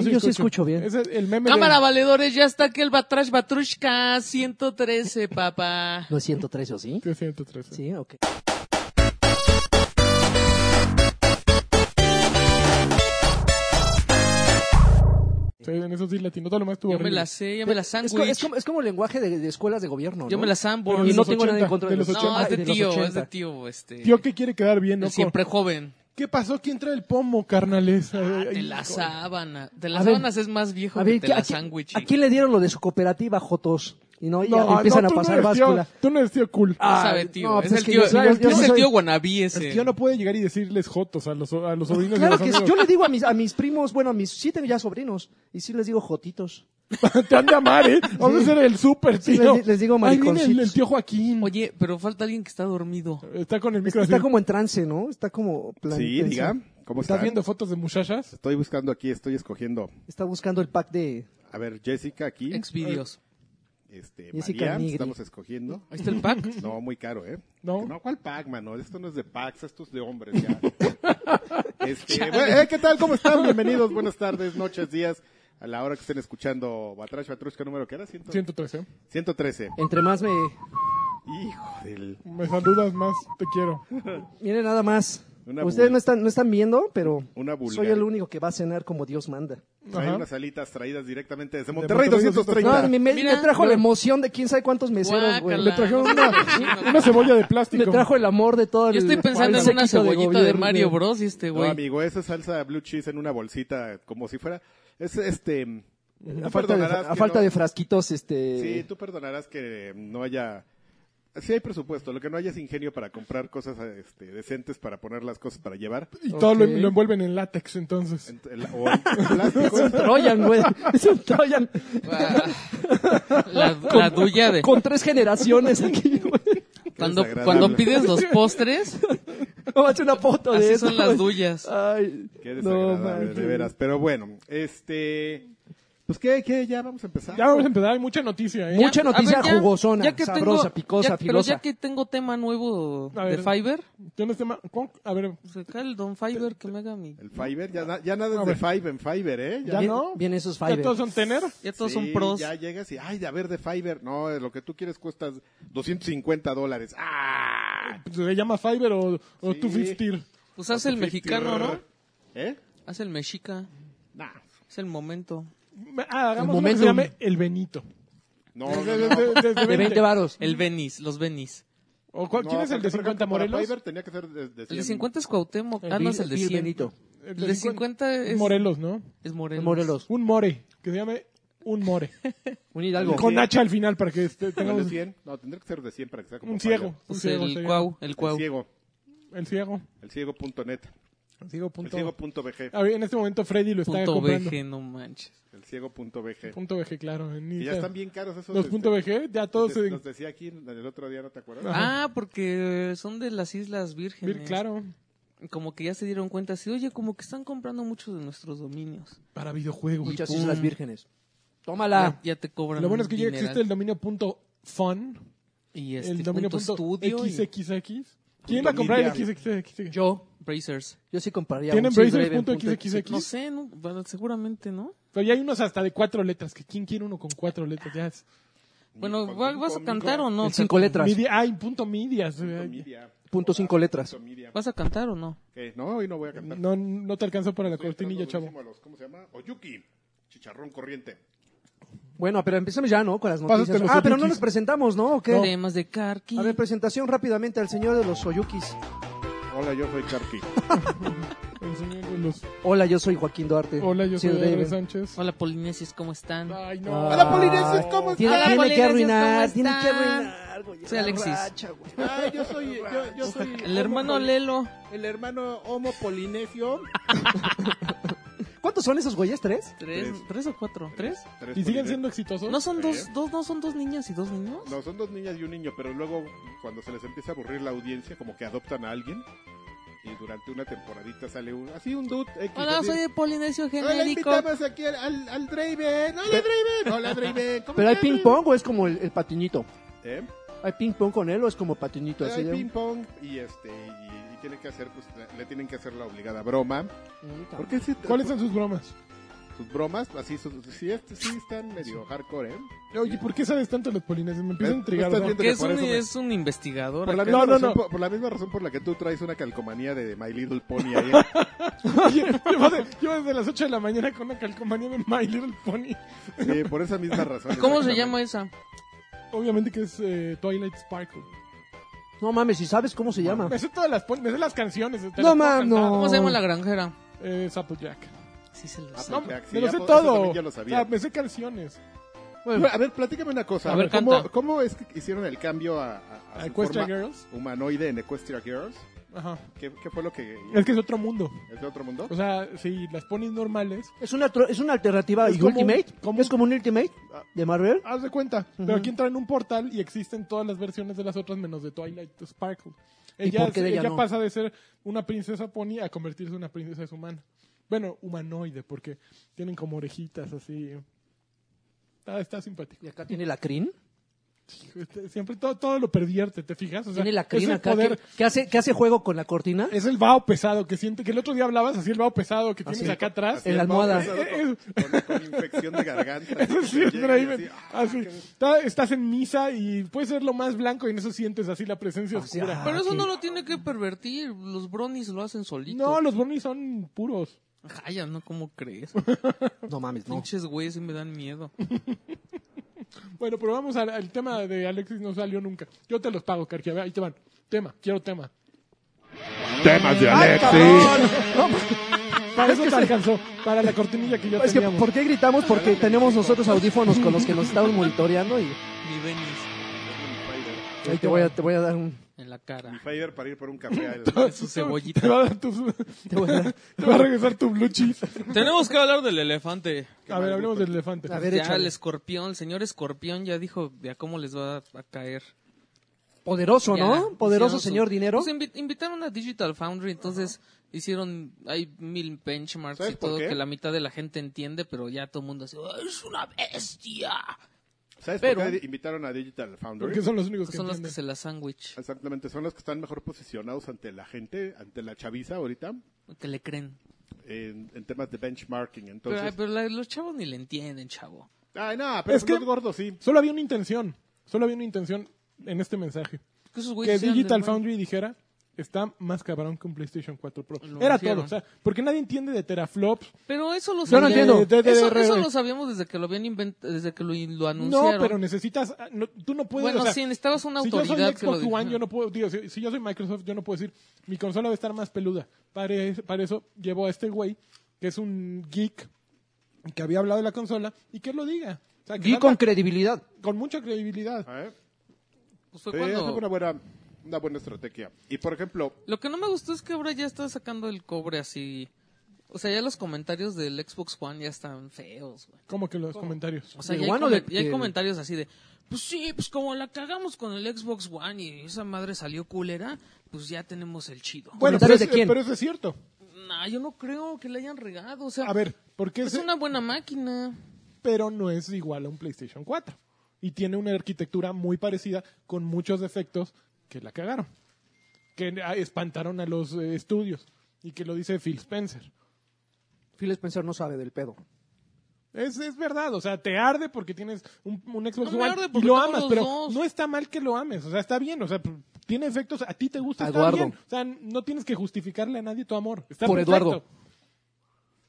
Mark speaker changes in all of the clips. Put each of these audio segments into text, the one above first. Speaker 1: sí
Speaker 2: yo sí escucho bien.
Speaker 1: Es el, el meme
Speaker 3: Cámara,
Speaker 1: de...
Speaker 3: valedores, ya está aquel Batrash Batrushka 113, papá.
Speaker 2: No es 113, ¿o sí?
Speaker 1: de 113.
Speaker 2: Sí, ok.
Speaker 1: Sí, en eso sí latino. Todo lo más tuvo
Speaker 3: Yo me la sé, yo me la
Speaker 2: es, co- es
Speaker 3: sándwich.
Speaker 2: como, es como lenguaje de, de escuelas de gobierno, ¿no?
Speaker 3: Yo me la
Speaker 1: Pero
Speaker 3: sambo.
Speaker 1: de
Speaker 2: Y no
Speaker 1: los
Speaker 2: tengo nada en
Speaker 1: 80,
Speaker 2: contra
Speaker 1: de los
Speaker 3: No,
Speaker 1: 80.
Speaker 3: es de
Speaker 2: los Ah,
Speaker 3: tío, es de
Speaker 2: 80.
Speaker 3: tío, este.
Speaker 1: Tío que quiere quedar bien,
Speaker 3: el
Speaker 1: ¿no?
Speaker 3: siempre joven. Ah,
Speaker 1: ¿Qué pasó? ¿Quién trae el pomo, carnales? Ay,
Speaker 3: De
Speaker 1: ay,
Speaker 3: la
Speaker 1: hijo.
Speaker 3: sábana. De las
Speaker 2: Eh, A ver,
Speaker 3: sábanas es más viejo
Speaker 2: A ver,
Speaker 3: que
Speaker 2: ¿qué-
Speaker 3: de
Speaker 2: a,
Speaker 3: la
Speaker 2: quién-
Speaker 3: sándwich.
Speaker 2: a quién le dieron lo de su cooperativa Jotos? Y no, y ya
Speaker 1: No,
Speaker 2: empiezan
Speaker 1: no,
Speaker 2: a
Speaker 1: tú no
Speaker 2: pasar
Speaker 1: eres tío-
Speaker 2: báscula.
Speaker 1: Tú no eres tío cool.
Speaker 2: Ah,
Speaker 3: sabe, tío.
Speaker 2: no,
Speaker 3: es,
Speaker 2: pues
Speaker 3: el
Speaker 2: es que
Speaker 3: tío,
Speaker 2: yo soy-
Speaker 3: es
Speaker 2: yo
Speaker 3: el
Speaker 2: soy-
Speaker 3: tío guanabí ese.
Speaker 1: El tío no puede llegar y decirles jotos a los, a los sobrinos y
Speaker 2: Claro
Speaker 1: a
Speaker 2: que
Speaker 1: los
Speaker 2: sí,
Speaker 1: amigos.
Speaker 2: yo le digo a mis, a mis primos, bueno, a mis, sí tengo ya sobrinos, y sí les digo jotitos.
Speaker 1: Te han de amar, ¿eh? Vamos a
Speaker 2: Sí.
Speaker 1: ser el súper,
Speaker 2: Sí,
Speaker 1: tío.
Speaker 2: les- les digo
Speaker 1: Ahí viene el,
Speaker 2: mariconcitos.
Speaker 1: el tío Joaquín.
Speaker 3: Oye, pero falta alguien que está dormido.
Speaker 1: Está con el micro
Speaker 2: Está
Speaker 1: así.
Speaker 2: como en trance, ¿no? Está como... plan-
Speaker 4: Sí,
Speaker 2: tenso.
Speaker 4: diga. ¿Cómo
Speaker 1: ¿Estás
Speaker 4: están?
Speaker 1: viendo fotos de muchachas?
Speaker 4: Estoy buscando aquí, estoy escogiendo.
Speaker 2: Está buscando el pack de...
Speaker 4: A ver, Jessica aquí.
Speaker 3: Exvideos.
Speaker 4: Este,
Speaker 2: Jessica
Speaker 4: María,
Speaker 2: Nigri.
Speaker 4: estamos escogiendo.
Speaker 3: Ahí está el pack.
Speaker 4: No, muy caro, ¿eh?
Speaker 1: No.
Speaker 4: No, ¿cuál pack, mano? Esto no es de packs, esto es de hombres, ya. Este, bueno, eh, ¿Qué tal? ¿Cómo están? Bienvenidos, buenas tardes, noches, días. A la hora que estén escuchando Batrash Batrushka número, ¿qué era? Ciento-
Speaker 1: 113.
Speaker 4: 113.
Speaker 2: Entre más me...
Speaker 4: Hijo del...
Speaker 1: Me saludas más, te quiero.
Speaker 2: Miren nada más.
Speaker 4: Una
Speaker 2: Ustedes
Speaker 4: bul-
Speaker 2: no están, no están viendo, pero
Speaker 4: Una vulgar.
Speaker 2: soy el único que va a cenar como Dios manda.
Speaker 4: Trae
Speaker 1: Ajá.
Speaker 4: unas alitas traídas directamente desde Monterrey,
Speaker 1: Monterrey,
Speaker 2: No,
Speaker 4: 230.
Speaker 2: me, me-
Speaker 3: Mira,
Speaker 2: me trajo la
Speaker 3: güey.
Speaker 2: emoción de quién sabe cuántos meseros, güey.
Speaker 3: Guácala.
Speaker 1: Le trajeron una, una cebolla de plástico.
Speaker 2: Me trajo el amor de todo el
Speaker 3: Yo estoy pensando en
Speaker 2: el
Speaker 3: una
Speaker 2: séquito
Speaker 3: cebollita de,
Speaker 2: gobierno.
Speaker 3: Mario Bros. y este
Speaker 4: No,
Speaker 3: güey.
Speaker 4: amigo, esa salsa blue cheese en una bolsita, como si fuera... Es este...
Speaker 2: A falta, de,
Speaker 4: perdonarás
Speaker 2: a
Speaker 4: que
Speaker 2: falta
Speaker 4: no-
Speaker 2: de frasquitos, este...
Speaker 4: Sí, tú perdonarás que no haya... Sí hay presupuesto, lo que no haya es ingenio para comprar cosas este, decentes para poner las cosas para llevar.
Speaker 1: Y todo lo,
Speaker 2: Ok.
Speaker 1: lo envuelven en látex, entonces.
Speaker 4: En- en- o en plástico.
Speaker 2: Es un Troyan, güey. Es un Troyan.
Speaker 3: Ah, La, la tuya de
Speaker 2: Con tres generaciones aquí, güey.
Speaker 3: cuando,
Speaker 4: desagradable.
Speaker 3: cuando pides los postres,
Speaker 2: No, hace una foto de
Speaker 3: así
Speaker 2: eso,
Speaker 3: son las
Speaker 2: güey.
Speaker 3: duyas.
Speaker 2: Ay,
Speaker 4: Qué
Speaker 2: no,
Speaker 4: desagradable,
Speaker 2: manches.
Speaker 4: de veras. Pero bueno, este... Pues qué, qué, ya vamos a empezar.
Speaker 1: Ya vamos a empezar, hay mucha noticia, ¿eh?
Speaker 2: Mucha
Speaker 3: A ver,
Speaker 2: noticia
Speaker 3: ya-
Speaker 2: jugosona,
Speaker 3: ya que
Speaker 2: sabrosa,
Speaker 3: tengo-
Speaker 2: picosa,
Speaker 3: ya- Pero
Speaker 2: filosa.
Speaker 3: ya que tengo tema nuevo
Speaker 1: A
Speaker 3: de
Speaker 1: ver.
Speaker 3: Fiverr,
Speaker 1: ¿Tienes tema? ¿Cómo? A ver,
Speaker 3: pues acá el Don Fiverr que me haga mi...
Speaker 4: El Fiverr, ya, na- ya nada
Speaker 1: A
Speaker 4: es de
Speaker 1: ver.
Speaker 4: Fiverr en Fiverr, ¿eh?
Speaker 1: ¿ya
Speaker 2: Bien-
Speaker 1: no?
Speaker 2: bien esos
Speaker 1: ¿Ya
Speaker 2: Fiverr.
Speaker 1: todos son tener?
Speaker 3: Ya todos
Speaker 4: Sí,
Speaker 3: son pros.
Speaker 4: Ya llegas y, ay, a ver, de Fiverr. No, eh, lo que tú quieres cuesta 250 dólares. ¡Ah!
Speaker 1: Pues, ¿Se le llama Fiverr o, o
Speaker 4: Sí.
Speaker 1: 250?
Speaker 3: Pues hace el mexicano, ¿no?
Speaker 4: ¿Eh?
Speaker 3: Hace el mexica.
Speaker 4: Nah.
Speaker 3: Es el momento.
Speaker 1: Ah, hagamos uno que
Speaker 2: momento.
Speaker 1: se llame El Benito.
Speaker 4: No,
Speaker 1: De,
Speaker 4: no,
Speaker 1: de-
Speaker 4: no.
Speaker 1: de- desde
Speaker 2: De 20 varos.
Speaker 3: El Benis, los Benis.
Speaker 1: ¿O cuál,
Speaker 4: No,
Speaker 1: ¿Quién es el de
Speaker 4: porque, por
Speaker 1: 50
Speaker 4: ejemplo, para
Speaker 1: Morelos?
Speaker 4: Fiverr tenía que ser de, de
Speaker 3: El de
Speaker 4: 100.
Speaker 3: 50 es Cuauhtémoc.
Speaker 2: El
Speaker 3: Ah,
Speaker 2: Bill-
Speaker 3: no, es el de
Speaker 2: Bill
Speaker 3: 100.
Speaker 2: Benito.
Speaker 3: El de 50 es...
Speaker 1: Morelos, ¿no?
Speaker 3: Es Morelos.
Speaker 2: Morelos.
Speaker 1: Un more, que se llame un more.
Speaker 2: Un hidalgo.
Speaker 1: Con hacha al final para que este-
Speaker 4: No,
Speaker 1: tengamos
Speaker 4: de 100. No, tendría que ser de 100 para que sea como
Speaker 1: un
Speaker 4: Fiverr.
Speaker 1: ciego. Un
Speaker 3: Pues
Speaker 1: ciego
Speaker 3: el
Speaker 1: sería.
Speaker 3: Cuau. El Cuau.
Speaker 4: El ciego.
Speaker 1: El ciego.
Speaker 4: El ciego.net.
Speaker 1: El ciego
Speaker 4: El
Speaker 1: punto.
Speaker 4: ciego.bg.
Speaker 1: A ver, en este momento Freddy lo está
Speaker 3: Punto
Speaker 1: comprando.
Speaker 3: BG, no manches.
Speaker 4: El ciego.bg.
Speaker 1: Punto BG, claro. en
Speaker 4: Que ya
Speaker 1: Instagram.
Speaker 4: están bien caros esos.
Speaker 1: Los
Speaker 4: este,
Speaker 1: punto BG, ya todos
Speaker 4: nos,
Speaker 1: se...
Speaker 4: nos decía aquí el otro día, ¿no te acuerdas?
Speaker 1: Ajá.
Speaker 3: Ah, porque son de las Islas Vírgenes.
Speaker 1: Vir- Claro.
Speaker 3: Como que ya se dieron cuenta así, oye, como que están comprando muchos de nuestros dominios.
Speaker 1: Para videojuegos.
Speaker 2: Muchas
Speaker 3: pum.
Speaker 2: islas vírgenes. Ah, Tómala.
Speaker 3: Ya te cobran
Speaker 1: Lo bueno es que ya
Speaker 3: dineral.
Speaker 1: existe el dominio punto fun,
Speaker 3: y este
Speaker 1: el dominio
Speaker 3: punto
Speaker 1: punto,
Speaker 3: estudio y
Speaker 1: XXX. ¿Quién va a
Speaker 4: Punto
Speaker 1: comprar el
Speaker 4: media.
Speaker 1: XXX?
Speaker 2: Yo,
Speaker 3: Brazers.
Speaker 2: yo sí compraría
Speaker 1: ¿Tienen
Speaker 2: un Seal
Speaker 1: Brazers
Speaker 2: Draven
Speaker 1: punto
Speaker 2: punto
Speaker 1: XXX?
Speaker 3: No sé, no, bueno, seguramente no.
Speaker 1: Pero ya hay unos hasta de cuatro letras. Que ¿Quién quiere uno con cuatro letras? Ya es-
Speaker 3: Bueno,
Speaker 4: Con
Speaker 3: ¿va-
Speaker 4: cinco
Speaker 3: ¿vas a
Speaker 4: mil-
Speaker 3: cantar o no?
Speaker 2: En cinco letras.
Speaker 1: Media, ay, punto medias.
Speaker 4: Punto
Speaker 1: eh.
Speaker 4: media.
Speaker 2: Punto cinco letras.
Speaker 4: Punto media.
Speaker 3: ¿Vas a cantar o no?
Speaker 4: ¿Qué? No, hoy no voy a cantar.
Speaker 1: No, no te alcanzó para la
Speaker 4: Estoy entrando
Speaker 1: cortinilla, chavo.
Speaker 4: durísimo a los- ¿Cómo se llama? Oyuki. Chicharrón corriente.
Speaker 2: Bueno, pero empecemos ya, ¿no? Con las noticias.
Speaker 1: Pásate los
Speaker 2: ah, pero no
Speaker 1: oyukis.
Speaker 2: nos presentamos, ¿no? ¿O qué?
Speaker 3: Temas de Karki.
Speaker 2: A ver, presentación rápidamente al señor de los Soyukis.
Speaker 4: Hola, yo soy Karki.
Speaker 1: El señor de los-
Speaker 2: Hola, yo soy Joaquín Duarte.
Speaker 1: Hola, yo soy
Speaker 2: Seal
Speaker 1: Adrián
Speaker 2: Draven.
Speaker 1: Sánchez.
Speaker 3: Hola, Polinesios, ¿cómo están?
Speaker 1: Ay, no.
Speaker 2: Ah.
Speaker 4: Hola, Polinesios, ¿cómo
Speaker 2: Tiene,
Speaker 3: están?
Speaker 2: tiene que
Speaker 3: Hola,
Speaker 2: arruinar,
Speaker 3: Polinesios,
Speaker 2: tiene
Speaker 3: ¿cómo
Speaker 2: que
Speaker 3: están?
Speaker 2: arruinar, güey.
Speaker 3: Soy
Speaker 2: La
Speaker 3: Alexis.
Speaker 2: racha, güey.
Speaker 4: Ah, yo soy, yo, yo soy
Speaker 3: El hermano
Speaker 4: homo-
Speaker 3: Lelo.
Speaker 4: el hermano homo polinesio.
Speaker 2: ¿Cuántos son esos güeyes? ¿Tres?
Speaker 3: ¿Tres,
Speaker 4: Tres.
Speaker 3: ¿Tres o cuatro? ¿Tres?
Speaker 4: Tres
Speaker 1: ¿Y siguen
Speaker 4: polinesio-
Speaker 1: siendo exitosos?
Speaker 3: ¿No son
Speaker 4: ¿Eh?
Speaker 3: dos, dos, no son dos niñas y dos niños?
Speaker 4: No, son dos niñas y un niño, pero luego cuando se les empieza a aburrir la audiencia, como que adoptan a alguien y durante una temporadita sale un así un dude X.
Speaker 3: Hola,
Speaker 4: así.
Speaker 3: soy de Polinesio
Speaker 4: Hola,
Speaker 3: Genérico.
Speaker 4: invitamos aquí al, al, al Draven. Hola, Draven. Hola, Draven. ¿Cómo
Speaker 2: ¿Pero hay
Speaker 4: estás,
Speaker 2: ping pong o es como el, el patiñito?
Speaker 4: Draven? ¿Eh?
Speaker 2: ¿Hay ping pong con él o es como patiñito? así
Speaker 4: Hay
Speaker 2: de-
Speaker 4: ping pong y este y, y tiene que hacer pues le, le tienen que hacer la obligada broma.
Speaker 2: Mm, cabrón.
Speaker 4: ¿Por qué se
Speaker 1: ¿Cuáles son sus bromas?
Speaker 4: sus bromas, así, sus, sí, este- sí están medio hardcore, ¿eh?
Speaker 1: Oye, ¿por qué sabes tanto de los polinesios? Me empieza a
Speaker 4: Eh,
Speaker 1: intrigar.
Speaker 4: estás
Speaker 1: ¿no?
Speaker 4: viendo-
Speaker 3: Que es
Speaker 4: por
Speaker 3: un,
Speaker 4: eso me-
Speaker 3: es un investigador.
Speaker 4: Por la,
Speaker 3: acá.
Speaker 4: misma
Speaker 1: No, no,
Speaker 4: razón,
Speaker 1: no.
Speaker 4: Por, por la misma razón por la que tú traes una calcomanía de My Little Pony ahí. ¿eh? en-
Speaker 1: Oye, llevo, de- llevo desde las 8 de la mañana con una calcomanía de My Little Pony.
Speaker 4: Sí, por esa misma razón.
Speaker 3: ¿Cómo se
Speaker 4: exactamente.
Speaker 3: llama esa?
Speaker 1: Obviamente que es eh, Twilight Sparkle.
Speaker 2: No mames, si sabes cómo se llama.
Speaker 1: Me sé todas las, pon- me sé las canciones. te
Speaker 2: Ah. No,
Speaker 1: las puedo
Speaker 2: mam,
Speaker 1: cantar.
Speaker 2: no.
Speaker 3: ¿Cómo se llama la granjera?
Speaker 1: Eh, Applejack.
Speaker 3: Sí, se lo
Speaker 4: Ah,
Speaker 3: sé.
Speaker 1: No,
Speaker 4: Applejack, sí,
Speaker 1: me lo sé
Speaker 4: Apple- eso
Speaker 1: todo.
Speaker 4: también ya lo sabía.
Speaker 1: O sea, me sé canciones.
Speaker 4: Bueno, a ver, platícame una cosa.
Speaker 3: A ver,
Speaker 4: ¿cómo,
Speaker 3: canta.
Speaker 4: ¿Cómo es que hicieron el cambio a, a, a su
Speaker 1: Equestria
Speaker 4: forma
Speaker 1: Girls.
Speaker 4: humanoide en Equestria Girls?
Speaker 1: Ajá.
Speaker 4: ¿Qué, qué fue lo que...
Speaker 1: Es que Pues, es otro mundo.
Speaker 4: ¿Es de otro mundo?
Speaker 1: O sea, si las ponis normales,
Speaker 2: Es una, tro- es una alternativa.
Speaker 1: Es
Speaker 2: ¿Y
Speaker 1: como un-
Speaker 2: Ultimate?
Speaker 1: como
Speaker 2: ¿Es como un Ultimate de Marvel?
Speaker 1: haz de cuenta. Pero aquí entra en un portal y existen todas las versiones de las otras menos de Twilight Sparkle.
Speaker 2: ¿Y
Speaker 1: Ella,
Speaker 2: por qué de ella
Speaker 1: ella
Speaker 2: no?
Speaker 1: pasa de ser una princesa pony a convertirse en una princesa humana. Bueno, humanoide, porque tienen como orejitas así. Está, está simpático.
Speaker 2: ¿Y acá tiene la crin?
Speaker 1: Este, Siempre todo, todo lo pervierte, ¿te fijas? O sea,
Speaker 2: ¿Tiene la
Speaker 1: es
Speaker 2: crin
Speaker 1: el
Speaker 2: acá?
Speaker 1: poder, Eh,
Speaker 2: ¿Qué, qué hace, qué hace juego con la cortina?
Speaker 1: es el vaho pesado que siente, que el otro día hablabas así, el vaho pesado que tienes acá atrás.
Speaker 4: Ah, Así
Speaker 2: en la
Speaker 4: el pavo
Speaker 2: almohada.
Speaker 4: pesado Con, con- con infección de garganta.
Speaker 1: Eso sí,
Speaker 4: Que
Speaker 1: es
Speaker 4: llega y
Speaker 1: Draven.
Speaker 4: así, ah,
Speaker 1: Así, está- estás en misa y puedes ser lo más blanco y en eso sientes así la presencia
Speaker 2: O sea,
Speaker 1: oscura.
Speaker 3: Pero eso
Speaker 2: Ah, sí.
Speaker 3: no lo tiene que pervertir. Los bronies lo hacen solito.
Speaker 1: no, los Bonnie son puros.
Speaker 3: Jaya, ¿no? ¿Cómo crees?
Speaker 2: No mames, no.
Speaker 3: Pinches güeyes sí me dan miedo.
Speaker 1: Bueno, pero vamos al, al tema de Alexis, no salió nunca. Yo te los pago, Carqui. A ver, ahí te van. Tema, quiero tema.
Speaker 4: Temas de Alexis.
Speaker 2: cabrón!
Speaker 1: Para eso te alcanzó, para la cortinilla que ya
Speaker 2: pues, Es que,
Speaker 1: teníamos.
Speaker 2: ¿por qué gritamos? Porque tenemos nosotros audífonos con los que nos estamos monitoreando y
Speaker 3: Mi Venice
Speaker 2: ahí te voy a, te voy a dar un...
Speaker 3: en la
Speaker 4: Mi
Speaker 3: cara.
Speaker 4: Fiverr para ir por un café. al-
Speaker 3: Con su
Speaker 1: Te
Speaker 3: cebollita.
Speaker 1: va a dar tus-
Speaker 2: Te voy a dar-
Speaker 1: te va a regresar tu blue cheese.
Speaker 3: Tenemos que hablar del elefante.
Speaker 1: A ver, hablemos del elefante.
Speaker 2: A ver,
Speaker 3: ya
Speaker 2: échale.
Speaker 3: el escorpión, el señor escorpión ya dijo ya cómo les va a, a caer.
Speaker 2: Poderoso,
Speaker 3: Ya,
Speaker 2: ¿no? Poderoso
Speaker 3: hicieron su-
Speaker 2: señor dinero.
Speaker 3: Pues invi- invitaron a Digital Foundry, entonces hicieron, hay mil benchmarks
Speaker 4: ¿Sabes
Speaker 3: y todo
Speaker 4: por qué?
Speaker 3: que la mitad de la gente entiende, pero ya todo el mundo dice, "Ah, es una bestia.
Speaker 4: ¿Sabes
Speaker 3: Pero-
Speaker 4: por qué invitaron a Digital Foundry?
Speaker 1: Porque son los únicos Pues que
Speaker 3: Son los que
Speaker 1: entienden.
Speaker 3: se la sándwich,
Speaker 4: Exactamente, son los que están mejor posicionados ante la gente, ante la chaviza ahorita,
Speaker 3: que le creen.
Speaker 4: en, en temas de benchmarking.
Speaker 3: Pero,
Speaker 4: Entonces,
Speaker 3: ay, pero la- los chavos ni le entienden, chavo.
Speaker 4: ay, no, pero
Speaker 1: Es que-
Speaker 4: los gordos sí.
Speaker 1: Solo había una intención. Solo había una intención en este mensaje.
Speaker 3: Que, esos güeyes
Speaker 1: que
Speaker 3: sean
Speaker 1: Digital
Speaker 3: del-
Speaker 1: Foundry dijera está más cabrón que un PlayStation 4 Pro.
Speaker 3: Lo
Speaker 1: Era todo,
Speaker 3: hicieron.
Speaker 1: o sea, porque nadie entiende de teraflops.
Speaker 3: Pero eso lo
Speaker 1: Yo no
Speaker 3: sabíamos.
Speaker 1: entiendo.
Speaker 3: Eso,
Speaker 1: DDR.
Speaker 3: eso lo sabíamos desde que lo habían inventado, desde que lo, lo
Speaker 1: No,
Speaker 3: anunciaron.
Speaker 1: pero necesitas, ah, no, tú no puedes.
Speaker 3: bueno,
Speaker 1: o sea,
Speaker 3: sí, necesitabas una
Speaker 1: si yo soy
Speaker 3: autoridad que lo
Speaker 1: Xbox One,
Speaker 3: dijera.
Speaker 1: yo no puedo, digo, si, si yo soy Microsoft, yo no puedo decir mi consola va a estar más peluda. Para, es- para eso llevo a este güey que es un geek que había hablado de la consola y que lo diga. O sea, que
Speaker 2: Y
Speaker 1: lo
Speaker 2: con
Speaker 1: haga
Speaker 2: credibilidad.
Speaker 1: con mucha credibilidad.
Speaker 4: A ver,
Speaker 3: Pues fue
Speaker 4: sí,
Speaker 3: cuando-
Speaker 4: esa fue una buena, una buena estrategia. Y por ejemplo,
Speaker 3: Lo que no me gustó es que ahora ya está sacando el cobre así. O sea, ya los comentarios del Xbox One ya están feos, güey.
Speaker 1: Como que los comentarios.
Speaker 3: O sea,
Speaker 2: ¿Del
Speaker 3: ya hay,
Speaker 2: One o
Speaker 3: comen-
Speaker 2: de-
Speaker 3: ya hay
Speaker 2: del-
Speaker 3: comentarios así de, pues sí, pues como la cagamos con el Xbox One y esa madre salió culera, pues ya tenemos el chido.
Speaker 1: Bueno, pero,
Speaker 2: ¿Comentarios
Speaker 1: es-
Speaker 2: de quién?
Speaker 1: pero eso es cierto.
Speaker 3: Nah, yo no creo que le hayan regado, o sea,
Speaker 1: A ver, porque
Speaker 2: Pues
Speaker 3: es una buena máquina.
Speaker 1: pero no es igual a un PlayStation 4. Y tiene una arquitectura muy parecida con muchos defectos que la cagaron. Que ah, espantaron a los eh, estudios. Y que lo dice Phil Spencer.
Speaker 2: Phil Spencer no sabe del pedo.
Speaker 1: Es, es verdad, o sea, te arde porque tienes un, un Xbox
Speaker 3: No me
Speaker 1: One
Speaker 3: arde
Speaker 1: y
Speaker 3: porque
Speaker 1: lo
Speaker 3: tengo
Speaker 1: amas,
Speaker 3: los
Speaker 1: pero
Speaker 3: dos.
Speaker 1: no está mal que lo ames, o sea, está bien, o sea, p- tiene efectos, a ti te gusta, está
Speaker 2: Eduardo.
Speaker 1: bien, o sea, no tienes que justificarle a nadie tu amor, está
Speaker 2: Por
Speaker 1: perfecto.
Speaker 2: Eduardo.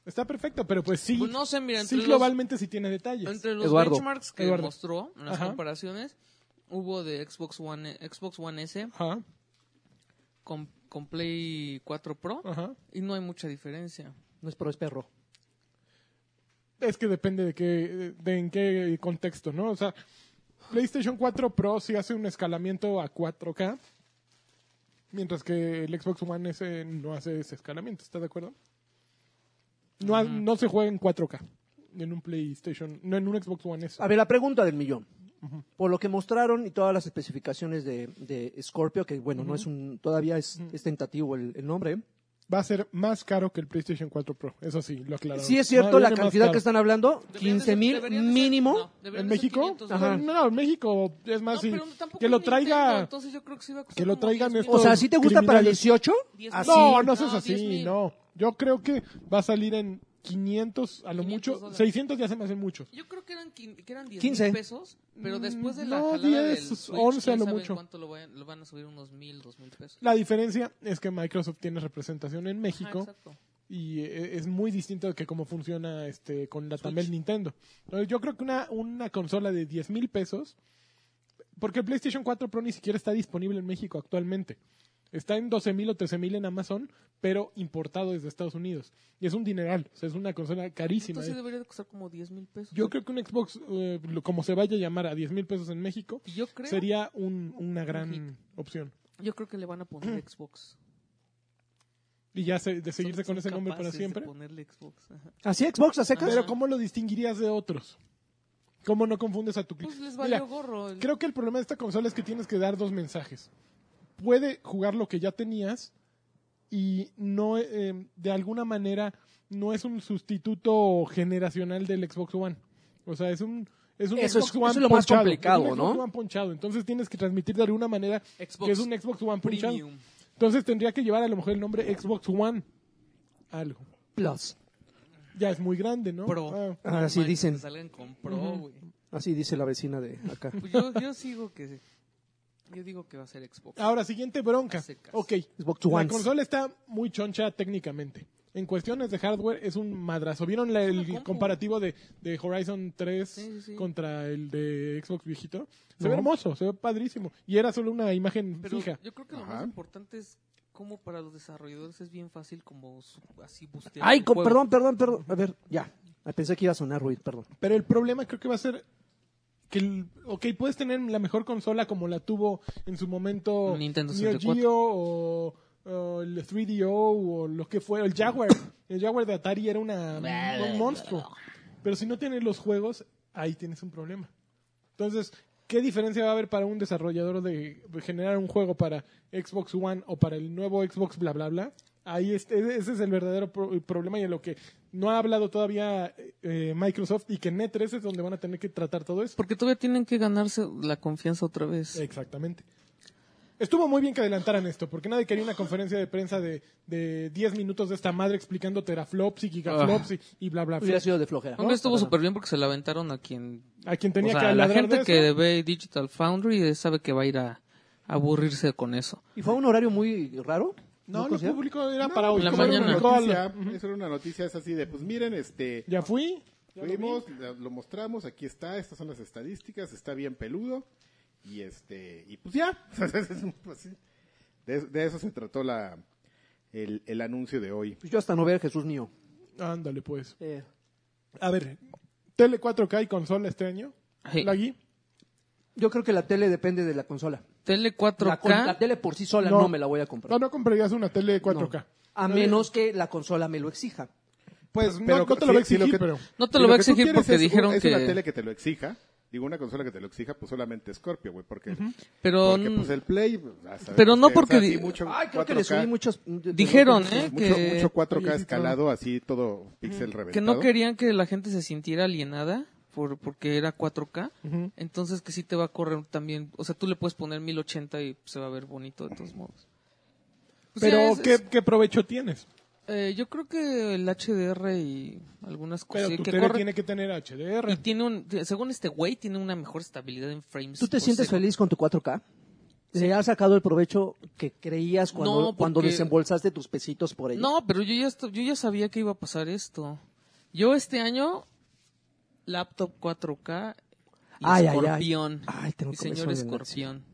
Speaker 1: Está perfecto, pero pues sí,
Speaker 3: Pues no sé, mira,
Speaker 1: sí
Speaker 3: entre los-
Speaker 1: globalmente sí tiene detalles.
Speaker 3: Entre los
Speaker 2: Eduardo.
Speaker 3: benchmarks que
Speaker 1: Eduardo.
Speaker 3: mostró en las
Speaker 1: Ajá.
Speaker 3: comparaciones, hubo de Xbox One, Xbox One S
Speaker 1: Ajá,
Speaker 3: con, con Play 4 Pro
Speaker 1: ajá.
Speaker 3: y no hay mucha diferencia.
Speaker 2: No es pro, es perro.
Speaker 1: Es que depende de qué, de en qué contexto, ¿no? O sea, PlayStation 4 Pro sí hace un escalamiento a 4K, mientras que el Xbox One S no hace ese escalamiento, ¿estás de acuerdo? No, ha- no se juega en 4K, en un PlayStation, no en un Xbox One S.
Speaker 2: A ver, la pregunta del millón. Por lo que mostraron y todas las especificaciones de, de Scorpio, que bueno, no es un, todavía es, es tentativo el, el nombre.
Speaker 1: Va a ser más caro que el PlayStation 4 Pro, eso sí, lo aclararon.
Speaker 2: Sí es cierto la
Speaker 1: Viene más
Speaker 2: cantidad
Speaker 1: caro.
Speaker 2: que están hablando,
Speaker 3: Deberían de ser-
Speaker 2: 15 mil
Speaker 3: deberían de ser- no,
Speaker 2: mínimo.
Speaker 3: deberían
Speaker 1: ¿En
Speaker 3: de ser
Speaker 1: México?
Speaker 3: 500,
Speaker 1: No,
Speaker 2: Ajá.
Speaker 1: no, en México es más, sí.
Speaker 3: pero tampoco
Speaker 1: que
Speaker 3: es
Speaker 1: lo
Speaker 3: Nintendo,
Speaker 1: traiga...
Speaker 3: entonces yo creo que sí va a costar
Speaker 1: que lo
Speaker 3: como
Speaker 1: traigan
Speaker 3: 10
Speaker 1: estos-
Speaker 2: O sea, si te gusta para
Speaker 1: Criminales.
Speaker 2: 18?
Speaker 3: Diez mil.
Speaker 2: Así.
Speaker 1: No, no seas
Speaker 3: No,
Speaker 1: así,
Speaker 3: 10,000.
Speaker 1: no. Yo creo que va a salir en 500, a lo
Speaker 3: 500
Speaker 1: mucho,
Speaker 3: dólares.
Speaker 1: 600 ya se me hacen muchos.
Speaker 3: Yo creo que eran, quin- que eran 10
Speaker 2: 15.
Speaker 3: mil pesos, pero después de la
Speaker 1: Mm, No,
Speaker 3: jalada
Speaker 1: 10,
Speaker 3: del Switch,
Speaker 1: 11 a
Speaker 3: ¿quién
Speaker 1: lo
Speaker 3: sabe en
Speaker 1: mucho.
Speaker 3: cuánto lo vayan- lo van a subir? Unos mil, dos mil pesos.
Speaker 1: La diferencia es que Microsoft tiene representación en
Speaker 3: Ajá,
Speaker 1: México
Speaker 3: Ah, exacto.
Speaker 1: y eh, es muy distinto de que cómo funciona este con la también Nintendo. Entonces, yo creo que una, una consola de 10 mil pesos, porque el PlayStation 4 Pro ni siquiera está disponible en México actualmente. Está en 12 mil o 13 mil en Amazon, pero importado desde Estados Unidos. Y es un dineral, o sea, es una consola carísima.
Speaker 3: Entonces
Speaker 1: ¿eh?
Speaker 3: debería de costar como 10 mil pesos.
Speaker 1: Yo creo que un Xbox, eh, lo- como se vaya a llamar, a 10 mil pesos en México,
Speaker 3: Yo creo,
Speaker 1: sería un- una
Speaker 3: hit.
Speaker 1: gran opción.
Speaker 3: yo creo que le van a poner Xbox.
Speaker 1: Y ya se- de seguirse
Speaker 3: Son-
Speaker 1: con
Speaker 3: son
Speaker 1: ese nombre para
Speaker 3: capaces de
Speaker 1: siempre.
Speaker 3: ponerle Xbox. ajá.
Speaker 2: ¿Así Xbox a secas?
Speaker 1: Pero ¿cómo lo distinguirías de otros? ¿Cómo no confundes a tu
Speaker 3: Pues les
Speaker 1: cliente?
Speaker 3: valió gorro. el-
Speaker 1: creo que el problema de esta consola es que tienes que dar dos mensajes. Puede jugar lo que ya tenías y no eh, de alguna manera no es un sustituto generacional del Xbox One. O sea, es un es un
Speaker 2: Eso es-
Speaker 1: Xbox One
Speaker 2: eso es lo más
Speaker 1: ponchado,
Speaker 2: complicado,
Speaker 1: es un Xbox
Speaker 2: ¿no?
Speaker 1: One ponchado. Entonces tienes que transmitir de alguna manera
Speaker 3: Xbox
Speaker 1: que es un Xbox One ponchado.
Speaker 3: Premium.
Speaker 1: Entonces tendría que llevar a lo mejor el nombre Xbox One algo.
Speaker 2: Plus.
Speaker 1: Ya es muy grande, ¿no?
Speaker 3: Pro.
Speaker 1: Ah.
Speaker 2: Ah, así
Speaker 3: Manches,
Speaker 2: dicen.
Speaker 3: Salgan con Pro,
Speaker 1: Ujú.
Speaker 3: güey.
Speaker 2: Así dice la vecina de acá.
Speaker 3: Pues yo, yo sigo que... Yo digo que va a ser Xbox.
Speaker 1: Ahora, siguiente bronca.
Speaker 3: Hace caso.
Speaker 1: Ok.
Speaker 2: Xbox One.
Speaker 1: La consola está muy choncha técnicamente. En cuestiones de hardware es un madrazo. ¿Vieron la-
Speaker 3: una
Speaker 1: el
Speaker 3: compu.
Speaker 1: comparativo de, de Horizon 3
Speaker 3: Sí, sí, sí.
Speaker 1: contra el de Xbox viejito? Se
Speaker 2: No.
Speaker 1: ve hermoso, se ve padrísimo. Y era solo una imagen
Speaker 3: Pero
Speaker 1: fija.
Speaker 3: yo creo que lo
Speaker 4: Ajá.
Speaker 3: más importante es cómo para los desarrolladores es bien fácil como su- así bustear.
Speaker 2: Ay,
Speaker 3: el
Speaker 2: con-
Speaker 3: juego.
Speaker 2: perdón, perdón, perdón. A ver, ya. Ah, Pensé que iba a sonar ruido, perdón.
Speaker 1: Pero el problema creo que va a ser que, el- ok, puedes tener la mejor consola como la tuvo en su momento
Speaker 3: Nintendo
Speaker 1: Neo
Speaker 3: 64.
Speaker 1: Geo o, o el 3DO o lo que fue, el Jaguar. El Jaguar de Atari era una, un monstruo. Pero si no tienes los juegos, ahí tienes un problema. Entonces, ¿qué diferencia va a haber para un desarrollador de de generar un juego para Xbox One o para el nuevo Xbox bla bla bla? Ahí es- e- ese es el verdadero pro- problema y en lo que no ha hablado todavía eh, Microsoft y que en E3 E es donde van a tener que tratar todo eso.
Speaker 3: Porque todavía tienen que ganarse la confianza otra vez.
Speaker 1: Exactamente. Estuvo muy bien que adelantaran esto, porque nadie quería una conferencia de prensa de, de 10 minutos de esta madre explicando teraflops y gigaflops y, y bla bla bla.
Speaker 2: Hubiera sido de flojera.
Speaker 3: Aunque estuvo
Speaker 2: Perdón.
Speaker 3: súper bien porque se la aventaron a quien...
Speaker 1: A quien
Speaker 3: O
Speaker 1: tenía que
Speaker 3: sea, la
Speaker 1: hablar
Speaker 3: gente que ve Digital Foundry sabe que va a ir a aburrirse con eso.
Speaker 2: ¿Y fue a un horario muy raro?
Speaker 1: No, lo
Speaker 2: considera?
Speaker 1: público era para hoy.
Speaker 3: la
Speaker 1: como era
Speaker 3: mañana.
Speaker 1: una
Speaker 4: pues, noticia,
Speaker 1: cola. Ujú.
Speaker 4: Eso era una noticia, es así de, pues miren, este,
Speaker 1: Ya fui.
Speaker 4: fuimos, la- lo mostramos, aquí está, estas son las estadísticas, está bien peludo, y este, y pues ya, Así. pues, de, de eso se trató la, el, el anuncio de hoy.
Speaker 2: Pues yo hasta no ver Jesús mío.
Speaker 1: Ándale, pues.
Speaker 2: Eh,
Speaker 1: A ver, Tele 4K y consola este año.
Speaker 3: Sí.
Speaker 1: Lagui.
Speaker 2: yo creo que la tele depende de la consola.
Speaker 3: Tele
Speaker 2: La, con- la
Speaker 3: 4K.
Speaker 2: tele por sí sola
Speaker 1: No.
Speaker 2: no, me la voy a comprar.
Speaker 1: No, no comprarías una tele 4K.
Speaker 2: A menos que la consola me lo exija.
Speaker 1: Pues no,
Speaker 4: Pero
Speaker 1: no te lo voy a
Speaker 4: si- si
Speaker 1: exigir,
Speaker 4: lo que-
Speaker 1: pero...
Speaker 3: No te
Speaker 4: Si
Speaker 3: lo voy a
Speaker 4: que tú
Speaker 3: exigir
Speaker 4: quieres
Speaker 3: porque
Speaker 4: es un-
Speaker 3: dijeron
Speaker 4: es una tele
Speaker 3: que...
Speaker 4: que te lo exija, digo, una consola que te lo exija, pues solamente Scorpio, güey, porque...
Speaker 3: Pero
Speaker 4: Porque, pues, el Play, pues, a saber
Speaker 3: Pero no
Speaker 4: ustedes,
Speaker 3: porque
Speaker 4: así
Speaker 3: di-
Speaker 4: mucho
Speaker 2: Ay, creo que le
Speaker 4: 4K,
Speaker 2: subí muchos.
Speaker 3: Dijeron, ¿eh?
Speaker 4: mucho,
Speaker 3: que-
Speaker 4: mucho 4K
Speaker 1: Oye, sí,
Speaker 4: escalado, así todo pixel reventado.
Speaker 3: Mm, que no querían que la gente se sintiera alienada por porque era 4K,
Speaker 1: Ujú.
Speaker 3: entonces que sí te va a correr también, o sea, tú le puedes poner 1080 y se va a ver bonito de todos modos. O sea,
Speaker 1: Pero,
Speaker 3: es-
Speaker 1: ¿qué,
Speaker 3: es-
Speaker 1: qué provecho tienes?
Speaker 3: eh, yo creo que el HDR y algunas
Speaker 1: Pero
Speaker 3: cosas
Speaker 1: tu
Speaker 3: que
Speaker 1: tele
Speaker 3: corre
Speaker 1: tiene que tener HDR.
Speaker 3: y tiene un según este güey tiene una mejor estabilidad en frames.
Speaker 2: ¿Tú te
Speaker 3: por
Speaker 2: sientes
Speaker 3: segundo.
Speaker 2: feliz con tu 4K? ¿Le has sacado el provecho que creías cuando,
Speaker 3: No, porque-
Speaker 2: cuando desembolsaste tus pesitos por ella?
Speaker 3: No, pero yo ya esto- yo ya sabía que iba a pasar esto. Yo este año laptop 4K y
Speaker 2: Ay, ay, ay.
Speaker 3: escorpión.
Speaker 2: Ay, tengo
Speaker 3: y señor
Speaker 2: comezón en la-
Speaker 3: escorpión.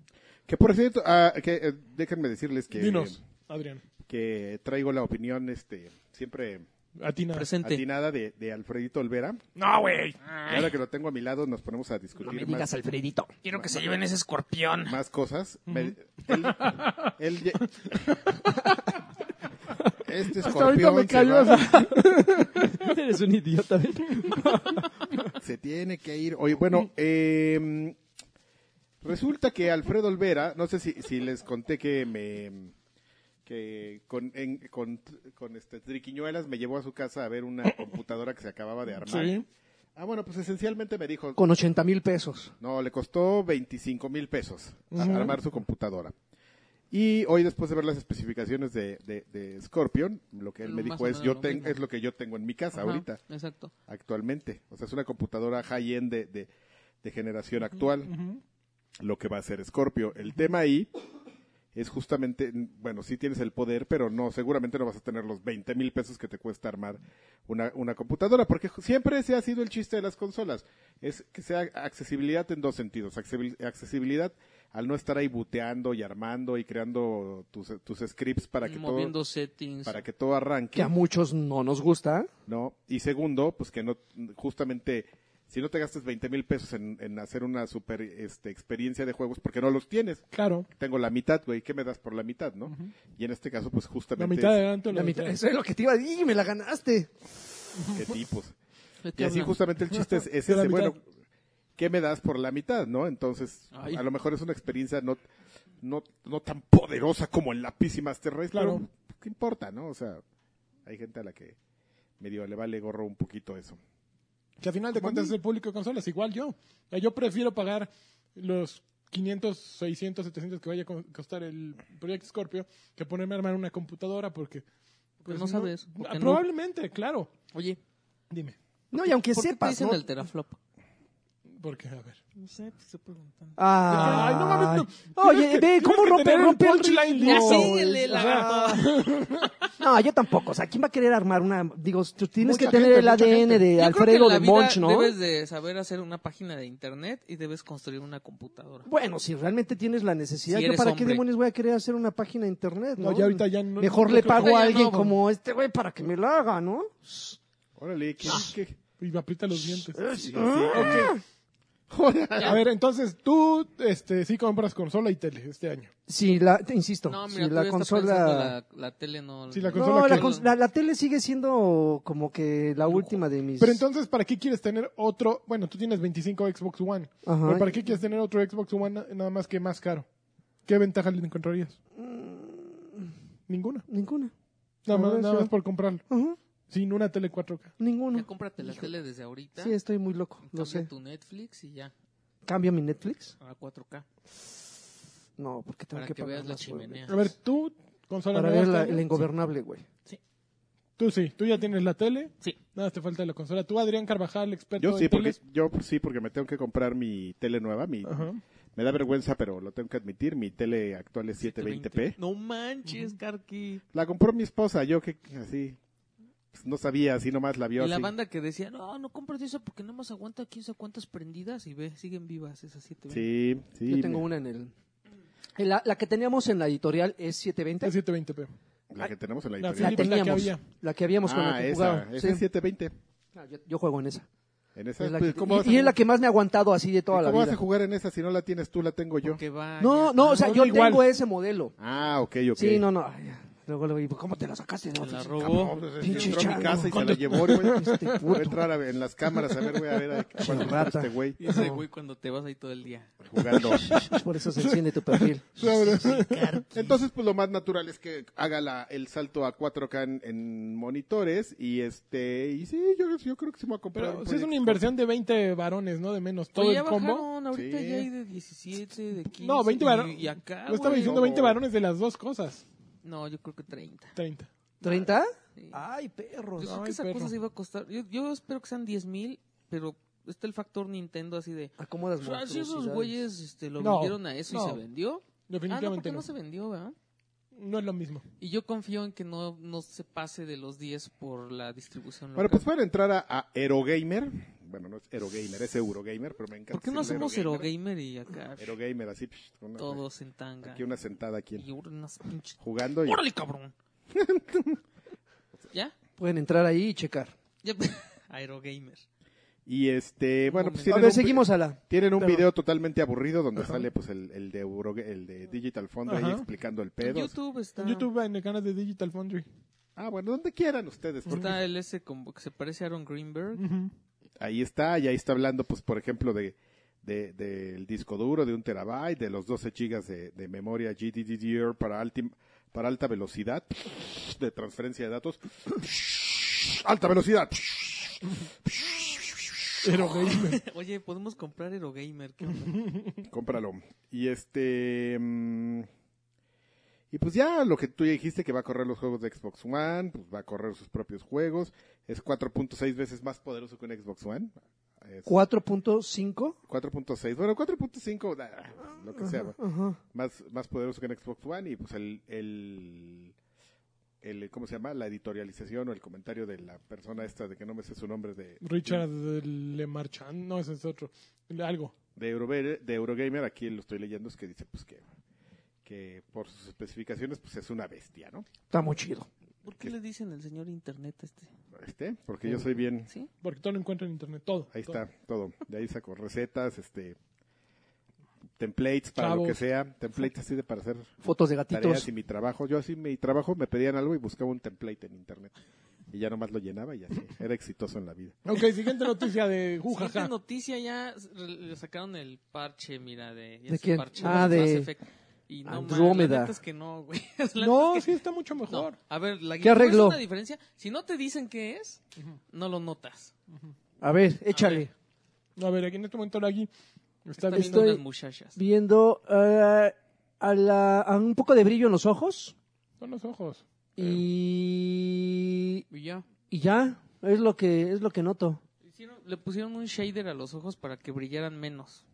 Speaker 4: Que por cierto, ah, que, eh, déjenme decirles que,
Speaker 1: Dinos, Adrián.
Speaker 4: que traigo la opinión este siempre
Speaker 1: A ti nada.
Speaker 3: Presente.
Speaker 4: atinada de, de Alfredito Olvera.
Speaker 1: No, güey.
Speaker 4: Y ahora que lo tengo a mi lado, nos ponemos a
Speaker 2: No me
Speaker 4: discutir
Speaker 2: digas,
Speaker 4: más,
Speaker 2: Alfredito.
Speaker 3: Quiero que se lleven ese escorpión.
Speaker 4: más cosas. Me- él- él ye- este
Speaker 1: Hasta ahorita
Speaker 4: escorpión
Speaker 1: me
Speaker 4: se
Speaker 1: cayó
Speaker 4: va-
Speaker 1: así.
Speaker 2: Eres un idiota.
Speaker 4: Se tiene que ir. Oye, bueno, eh, resulta que Alfredo Olvera, no sé si, si les conté que me que con, en- con, con, este triquiñuelas me llevó a su casa a ver una computadora que se acababa de armar.
Speaker 1: Sí.
Speaker 4: Ah, bueno, pues esencialmente me dijo,
Speaker 2: Con 80 mil pesos.
Speaker 4: no, le costó 25 mil pesos a- armar su computadora. Y hoy, después de ver las especificaciones de, de- de Scorpion, lo que él
Speaker 3: Lo
Speaker 4: me
Speaker 3: más
Speaker 4: dijo
Speaker 3: o
Speaker 4: es,
Speaker 3: menos
Speaker 4: yo
Speaker 3: lo
Speaker 4: ten-
Speaker 3: mismo.
Speaker 4: es lo que yo tengo en mi casa
Speaker 3: Ajá,
Speaker 4: ahorita,
Speaker 3: Exacto.
Speaker 4: actualmente. O sea, es una computadora high-end de, de- de generación actual,
Speaker 1: Ujú.
Speaker 4: lo que va a ser Scorpio. El tema ahí es justamente, bueno, sí tienes el poder, pero no, seguramente no vas a tener los 20 mil pesos que te cuesta armar una, una computadora, porque ju- siempre ese ha sido el chiste de las consolas, es que sea accesibilidad en dos sentidos, accesibil- accesibilidad al no estar ahí buteando y armando y creando tus, tus scripts para que
Speaker 3: Moviendo
Speaker 4: todo
Speaker 3: settings.
Speaker 4: para que todo
Speaker 2: Que
Speaker 4: arranque,
Speaker 2: a muchos no nos gusta.
Speaker 4: ¿no? Y segundo, pues que no, justamente, si no te gastes 20 mil pesos en, en hacer una super este, experiencia de juegos, porque no los tienes
Speaker 1: Claro.
Speaker 4: tengo la mitad, güey, ¿qué me das por la mitad, no? Y en este caso, pues justamente
Speaker 1: La mitad de
Speaker 4: es-
Speaker 1: adelante.
Speaker 2: La
Speaker 1: La
Speaker 2: mitad, eso es lo que te iba a decir, me la ganaste.
Speaker 4: qué tipos.
Speaker 3: Vete
Speaker 4: Y así
Speaker 3: hablando.
Speaker 4: justamente el chiste es, es
Speaker 1: De ¿eh? la
Speaker 4: ese,
Speaker 1: mitad.
Speaker 4: bueno, ¿qué me das por la mitad, no? Entonces,
Speaker 3: Ay.
Speaker 4: a lo mejor es una experiencia no, no, no tan poderosa como el lápiz y Master Race,
Speaker 1: Claro.
Speaker 4: pero ¿qué importa, no? O sea, hay gente a la que medio le vale gorro un poquito eso.
Speaker 1: Que al final de cuentas es el público de consolas, igual yo. O sea, Yo prefiero pagar los 500, 600, 700 que vaya a co- costar el Project Scorpio que ponerme a armar una computadora porque...
Speaker 3: Porque Pues no sabes, porque
Speaker 1: Ah,
Speaker 3: no.
Speaker 1: probablemente, claro.
Speaker 3: Oye,
Speaker 1: Dime.
Speaker 2: No, y aunque
Speaker 3: ¿por qué te
Speaker 2: sepas.
Speaker 3: dicen
Speaker 2: ¿no?
Speaker 3: el teraflop?
Speaker 1: Porque, a ver.
Speaker 3: No sé, te estoy preguntando.
Speaker 2: Ah.
Speaker 1: Ay, no mames, no.
Speaker 2: Oye,
Speaker 1: Tienes que-
Speaker 2: ve, ¿cómo
Speaker 1: tienes que
Speaker 2: rompe,
Speaker 1: tener el
Speaker 2: rompe el
Speaker 1: punchline
Speaker 2: ritmo?
Speaker 1: listo,
Speaker 3: Ya
Speaker 1: güey.
Speaker 3: síguele,
Speaker 1: O sea,
Speaker 2: No, yo tampoco. O sea, ¿quién va a querer armar una? Digo, tú tienes
Speaker 1: Mucha
Speaker 2: que tener
Speaker 1: gente,
Speaker 2: el
Speaker 1: mucha
Speaker 2: ADN
Speaker 1: gente.
Speaker 2: de
Speaker 3: Yo creo
Speaker 2: Eh, Alfredo
Speaker 3: que
Speaker 2: de
Speaker 3: en la vida
Speaker 2: Monch, ¿no?
Speaker 3: Debes de saber hacer una página de internet y debes construir una computadora.
Speaker 2: Bueno, si realmente tienes la necesidad,
Speaker 3: Si
Speaker 2: ¿yo
Speaker 3: eres
Speaker 2: para qué
Speaker 3: hombre.
Speaker 2: demonios voy a querer hacer una página de internet? No,
Speaker 1: No, ya ahorita ya no-
Speaker 2: Mejor
Speaker 1: yo
Speaker 2: le
Speaker 1: creo que
Speaker 2: pago a
Speaker 3: ya
Speaker 2: alguien
Speaker 3: no, güey.
Speaker 2: como este güey para que me la haga, ¿no?
Speaker 4: Órale, ¿qué?
Speaker 1: Ah.
Speaker 4: qué?
Speaker 1: Y me aprieta los dientes.
Speaker 4: Sí,
Speaker 2: Ah.
Speaker 4: ok. Órale.
Speaker 1: A ver, entonces tú este, sí compras consola y tele este año.
Speaker 2: Si la, te insisto,
Speaker 3: No, mira,
Speaker 2: si
Speaker 3: tú
Speaker 2: la
Speaker 3: ya estás pensando
Speaker 2: consola...
Speaker 3: la, la tele no.
Speaker 1: Sí, la consola-
Speaker 2: No, la,
Speaker 1: que-
Speaker 2: cons- la- la tele sigue siendo como que la última de mis...
Speaker 1: Pero entonces, ¿para qué quieres tener otro? Bueno, tú tienes 25 Xbox One.
Speaker 2: Ajá.
Speaker 1: Pero ¿Para qué quieres tener otro Xbox One na- nada más que más caro? ¿Qué ventaja le encontrarías?
Speaker 3: Mm.
Speaker 1: Ninguna.
Speaker 2: Ninguna.
Speaker 1: Nada
Speaker 2: No,
Speaker 1: más,
Speaker 2: no,
Speaker 1: nada
Speaker 2: sí.
Speaker 1: más por comprarlo.
Speaker 2: Ajá,
Speaker 1: Sin una tele 4K.
Speaker 3: Ya
Speaker 2: ninguna.
Speaker 3: cómprate la tele desde ahorita.
Speaker 2: Sí, estoy muy loco,
Speaker 3: cambia
Speaker 2: lo sé.
Speaker 3: tu Netflix y ya,
Speaker 2: ¿Cambio mi Netflix?
Speaker 3: a 4K.
Speaker 2: No, porque tengo
Speaker 3: Para
Speaker 2: que
Speaker 3: que veas
Speaker 2: pagar
Speaker 3: la
Speaker 2: más, güey.
Speaker 3: chimenea.
Speaker 1: A ver, tú, consola
Speaker 2: Para
Speaker 1: nueva
Speaker 2: ver la-
Speaker 1: este año?
Speaker 2: el ingobernable, güey.
Speaker 1: Tú sí, tú ya tienes la tele.
Speaker 3: Sí.
Speaker 1: Nada más te falta la consola. Tú, Adrián Carvajal, experto
Speaker 4: Yo
Speaker 1: en
Speaker 4: sí, porque,
Speaker 1: teles.
Speaker 4: yo sí, porque me tengo que comprar mi tele nueva, mi,
Speaker 1: Ajá.
Speaker 4: Me da vergüenza, pero lo tengo que admitir. Mi tele actual es 720p.
Speaker 3: No manches, Karki.
Speaker 4: La compró mi esposa, yo que así. pues, no sabía, así nomás la vio.
Speaker 3: Y la
Speaker 4: así.
Speaker 3: banda que decía, no, no compres esa porque nada más aguanta quién sabe cuántas prendidas y ve, siguen vivas esas siete.
Speaker 4: Sí, sí.
Speaker 2: Yo tengo una en el... en La, la que teníamos en la editorial es 720.
Speaker 1: Es 720p.
Speaker 4: La que tenemos en la
Speaker 3: pues,
Speaker 1: La
Speaker 4: editorial.
Speaker 1: Philips, la que había.
Speaker 2: La que habíamos con la
Speaker 4: Ah,
Speaker 2: que
Speaker 4: esa.
Speaker 2: jugaba.
Speaker 4: Esa
Speaker 2: Sí.
Speaker 4: es 720.
Speaker 2: Ah, yo, yo juego en esa.
Speaker 4: En esa.
Speaker 2: Es la
Speaker 4: pues,
Speaker 2: que-
Speaker 4: ¿cómo vas a
Speaker 2: y, y es
Speaker 4: jugar?
Speaker 2: la que más me ha aguantado así de toda
Speaker 4: ¿Y
Speaker 2: la
Speaker 4: ¿Cómo vas
Speaker 2: vida.
Speaker 4: a jugar en esa si no la tienes tú? La tengo yo.
Speaker 3: Que va.
Speaker 2: No, no, o sea,
Speaker 1: No,
Speaker 2: yo
Speaker 1: no, igual.
Speaker 2: tengo ese modelo.
Speaker 4: Ah, ok, ok.
Speaker 2: Sí, no, no. ay, ya. luego, luego, ¿y ¿cómo te la sacaste? No,
Speaker 3: Te la
Speaker 2: sí,
Speaker 3: robó.
Speaker 4: Cabrón, pues, este
Speaker 2: Pinche
Speaker 4: entró a mi
Speaker 2: chango.
Speaker 4: casa y se la llevó. güey. Voy a entrar a- en las cámaras a ver, voy a ver a cuánto
Speaker 2: este Rata.
Speaker 4: este güey
Speaker 3: Y ese güey cuando te vas ahí todo el día.
Speaker 4: jugando.
Speaker 2: cabrón, Por eso se enciende tu perfil.
Speaker 4: Entonces, pues lo más natural es que haga la- el salto a 4K en, en monitores y este, y sí, yo, yo creo que sí me voy a comprar.
Speaker 1: Pero
Speaker 4: un
Speaker 1: sí es
Speaker 4: proyecto.
Speaker 1: una inversión de 20 varones, ¿no? De menos. Todo
Speaker 3: Oye, ya
Speaker 1: el combo.
Speaker 3: bajaron, ahorita
Speaker 4: Sí.
Speaker 3: ya hay de 17, de 15.
Speaker 1: No, 20
Speaker 3: y-
Speaker 1: varones.
Speaker 3: Y acá.
Speaker 1: Yo estaba
Speaker 3: güey.
Speaker 1: diciendo 20 varones de las dos cosas.
Speaker 3: No, yo creo que 30.
Speaker 1: 30.
Speaker 2: ¿30?
Speaker 3: Sí.
Speaker 2: Ay,
Speaker 3: Yo
Speaker 2: perros.
Speaker 3: creo
Speaker 1: Ah, pues, Ay,
Speaker 3: que esa
Speaker 1: perro.
Speaker 3: cosa se iba a costar. Yo, yo espero que sean 10 mil, pero está el factor Nintendo así de.
Speaker 2: Acomodas
Speaker 3: "Ah, Si esos
Speaker 2: monstruosidades.
Speaker 3: güeyes este, lo
Speaker 1: No,
Speaker 3: vendieron a eso
Speaker 1: no.
Speaker 3: y se vendió. Ah, no,
Speaker 1: Definitivamente
Speaker 3: porque no.
Speaker 1: no.
Speaker 3: se vendió, ¿verdad?
Speaker 1: No es lo mismo.
Speaker 3: Y yo confío en que no, no se pase de los 10 por la distribución local.
Speaker 4: Bueno, pues para entrar a, a Erogamer, bueno, no es Erogamer, es Eurogamer, pero me encanta.
Speaker 3: ¿Por qué no
Speaker 4: decirle
Speaker 3: hacemos Erogamer y acá
Speaker 4: Erogamer, así, psh, con una-
Speaker 3: todos en tanga?
Speaker 4: aquí una sentada aquí
Speaker 3: Y unas pinches-
Speaker 4: jugando y
Speaker 3: ¡Órale, cabrón! ¿Ya?
Speaker 2: Pueden entrar ahí y checar.
Speaker 3: Ya. pues, Aerogamer.
Speaker 4: Y este, bueno, pues
Speaker 3: A
Speaker 2: A
Speaker 4: tienen
Speaker 2: ver,
Speaker 4: un vi-
Speaker 2: seguimos a la...
Speaker 4: Tienen un
Speaker 2: Perdón.
Speaker 4: video totalmente aburrido donde sale pues el, el de Euro- el de Digital Fondo ahí
Speaker 1: Ajá.
Speaker 4: explicando el
Speaker 3: En
Speaker 4: pedo.
Speaker 3: YouTube está.
Speaker 1: En YouTube, en el canal de Digital Foundry.
Speaker 4: Ah, bueno, donde quieran ustedes. porque
Speaker 3: Está el ese como que se parece a Aaron Greenberg.
Speaker 4: Ahí está, y ahí está hablando pues por ejemplo de de- del disco duro de un terabyte, de los 12 gigas de, de memoria GDDR para, alti- para alta velocidad de transferencia de datos. Alta velocidad.
Speaker 1: Pero gamer.
Speaker 3: Oye, podemos comprar Erogamer. ¿Qué onda?
Speaker 4: Cómpralo. Y este. mm, Y pues ya lo que tú ya dijiste que va a correr los juegos de Xbox One, pues va a correr sus propios juegos. Es 4.6 veces más poderoso que un Xbox One. Es
Speaker 2: 4.5.
Speaker 4: 4.6, bueno, 4.5, da, lo que sea, va. más, más poderoso que en Xbox One y pues el, el, el, ¿cómo se llama? La editorialización o el comentario de la persona esta, de que no me sé su nombre, de,
Speaker 1: Richard Le Marchand, no, ese es otro. Algo.
Speaker 4: de, Eurover- de Eurogamer, aquí lo estoy leyendo, es que dice pues que, que por sus especificaciones pues es una bestia, ¿no?
Speaker 2: Está muy chido.
Speaker 3: ¿Por qué le dicen el señor internet a este?
Speaker 4: Este, porque yo soy bien,
Speaker 3: ¿Sí?
Speaker 1: Porque todo lo encuentro en internet, todo.
Speaker 4: ahí
Speaker 1: todo.
Speaker 4: está, todo, de ahí saco recetas, este, templates para lo
Speaker 1: Chavos.
Speaker 4: que sea, templates así de para hacer
Speaker 2: Fotos de
Speaker 4: tareas
Speaker 2: gatitos.
Speaker 4: y mi trabajo. Yo así mi trabajo me pedían algo y buscaba un template en internet. Y ya nomás lo llenaba y así. Era exitoso en la vida.
Speaker 1: Ok, siguiente noticia de
Speaker 2: Uh,
Speaker 3: Siguiente
Speaker 1: Jujaja.
Speaker 3: noticia ya s- re- le sacaron el parche, mira, de, ya
Speaker 2: ¿De
Speaker 3: se
Speaker 2: quién?
Speaker 3: parchó
Speaker 2: Ah,
Speaker 3: el Mass
Speaker 2: de
Speaker 3: Effect. Y no, man,
Speaker 2: Andrómeda.
Speaker 3: la neta es que no, güey. La neta
Speaker 1: No,
Speaker 3: es que-
Speaker 1: Oh, sí está mucho mejor.
Speaker 3: no. A ver, la
Speaker 2: ¿Qué
Speaker 3: ¿cómo es
Speaker 2: arregló?
Speaker 3: una diferencia? Si no te dicen qué es, no lo notas.
Speaker 2: A ver, échale.
Speaker 1: A ver, aquí en este momento Lagui está
Speaker 3: Está
Speaker 1: viendo
Speaker 3: viendo
Speaker 2: estoy-
Speaker 3: unas muchachas.
Speaker 2: Viendo eh, a, la- a un poco de brillo en los ojos.
Speaker 1: con los ojos.
Speaker 2: Y,
Speaker 3: Y ya.
Speaker 2: y ya, es lo que es lo que noto.
Speaker 3: Hicieron- le pusieron un shader a los ojos para que brillaran menos.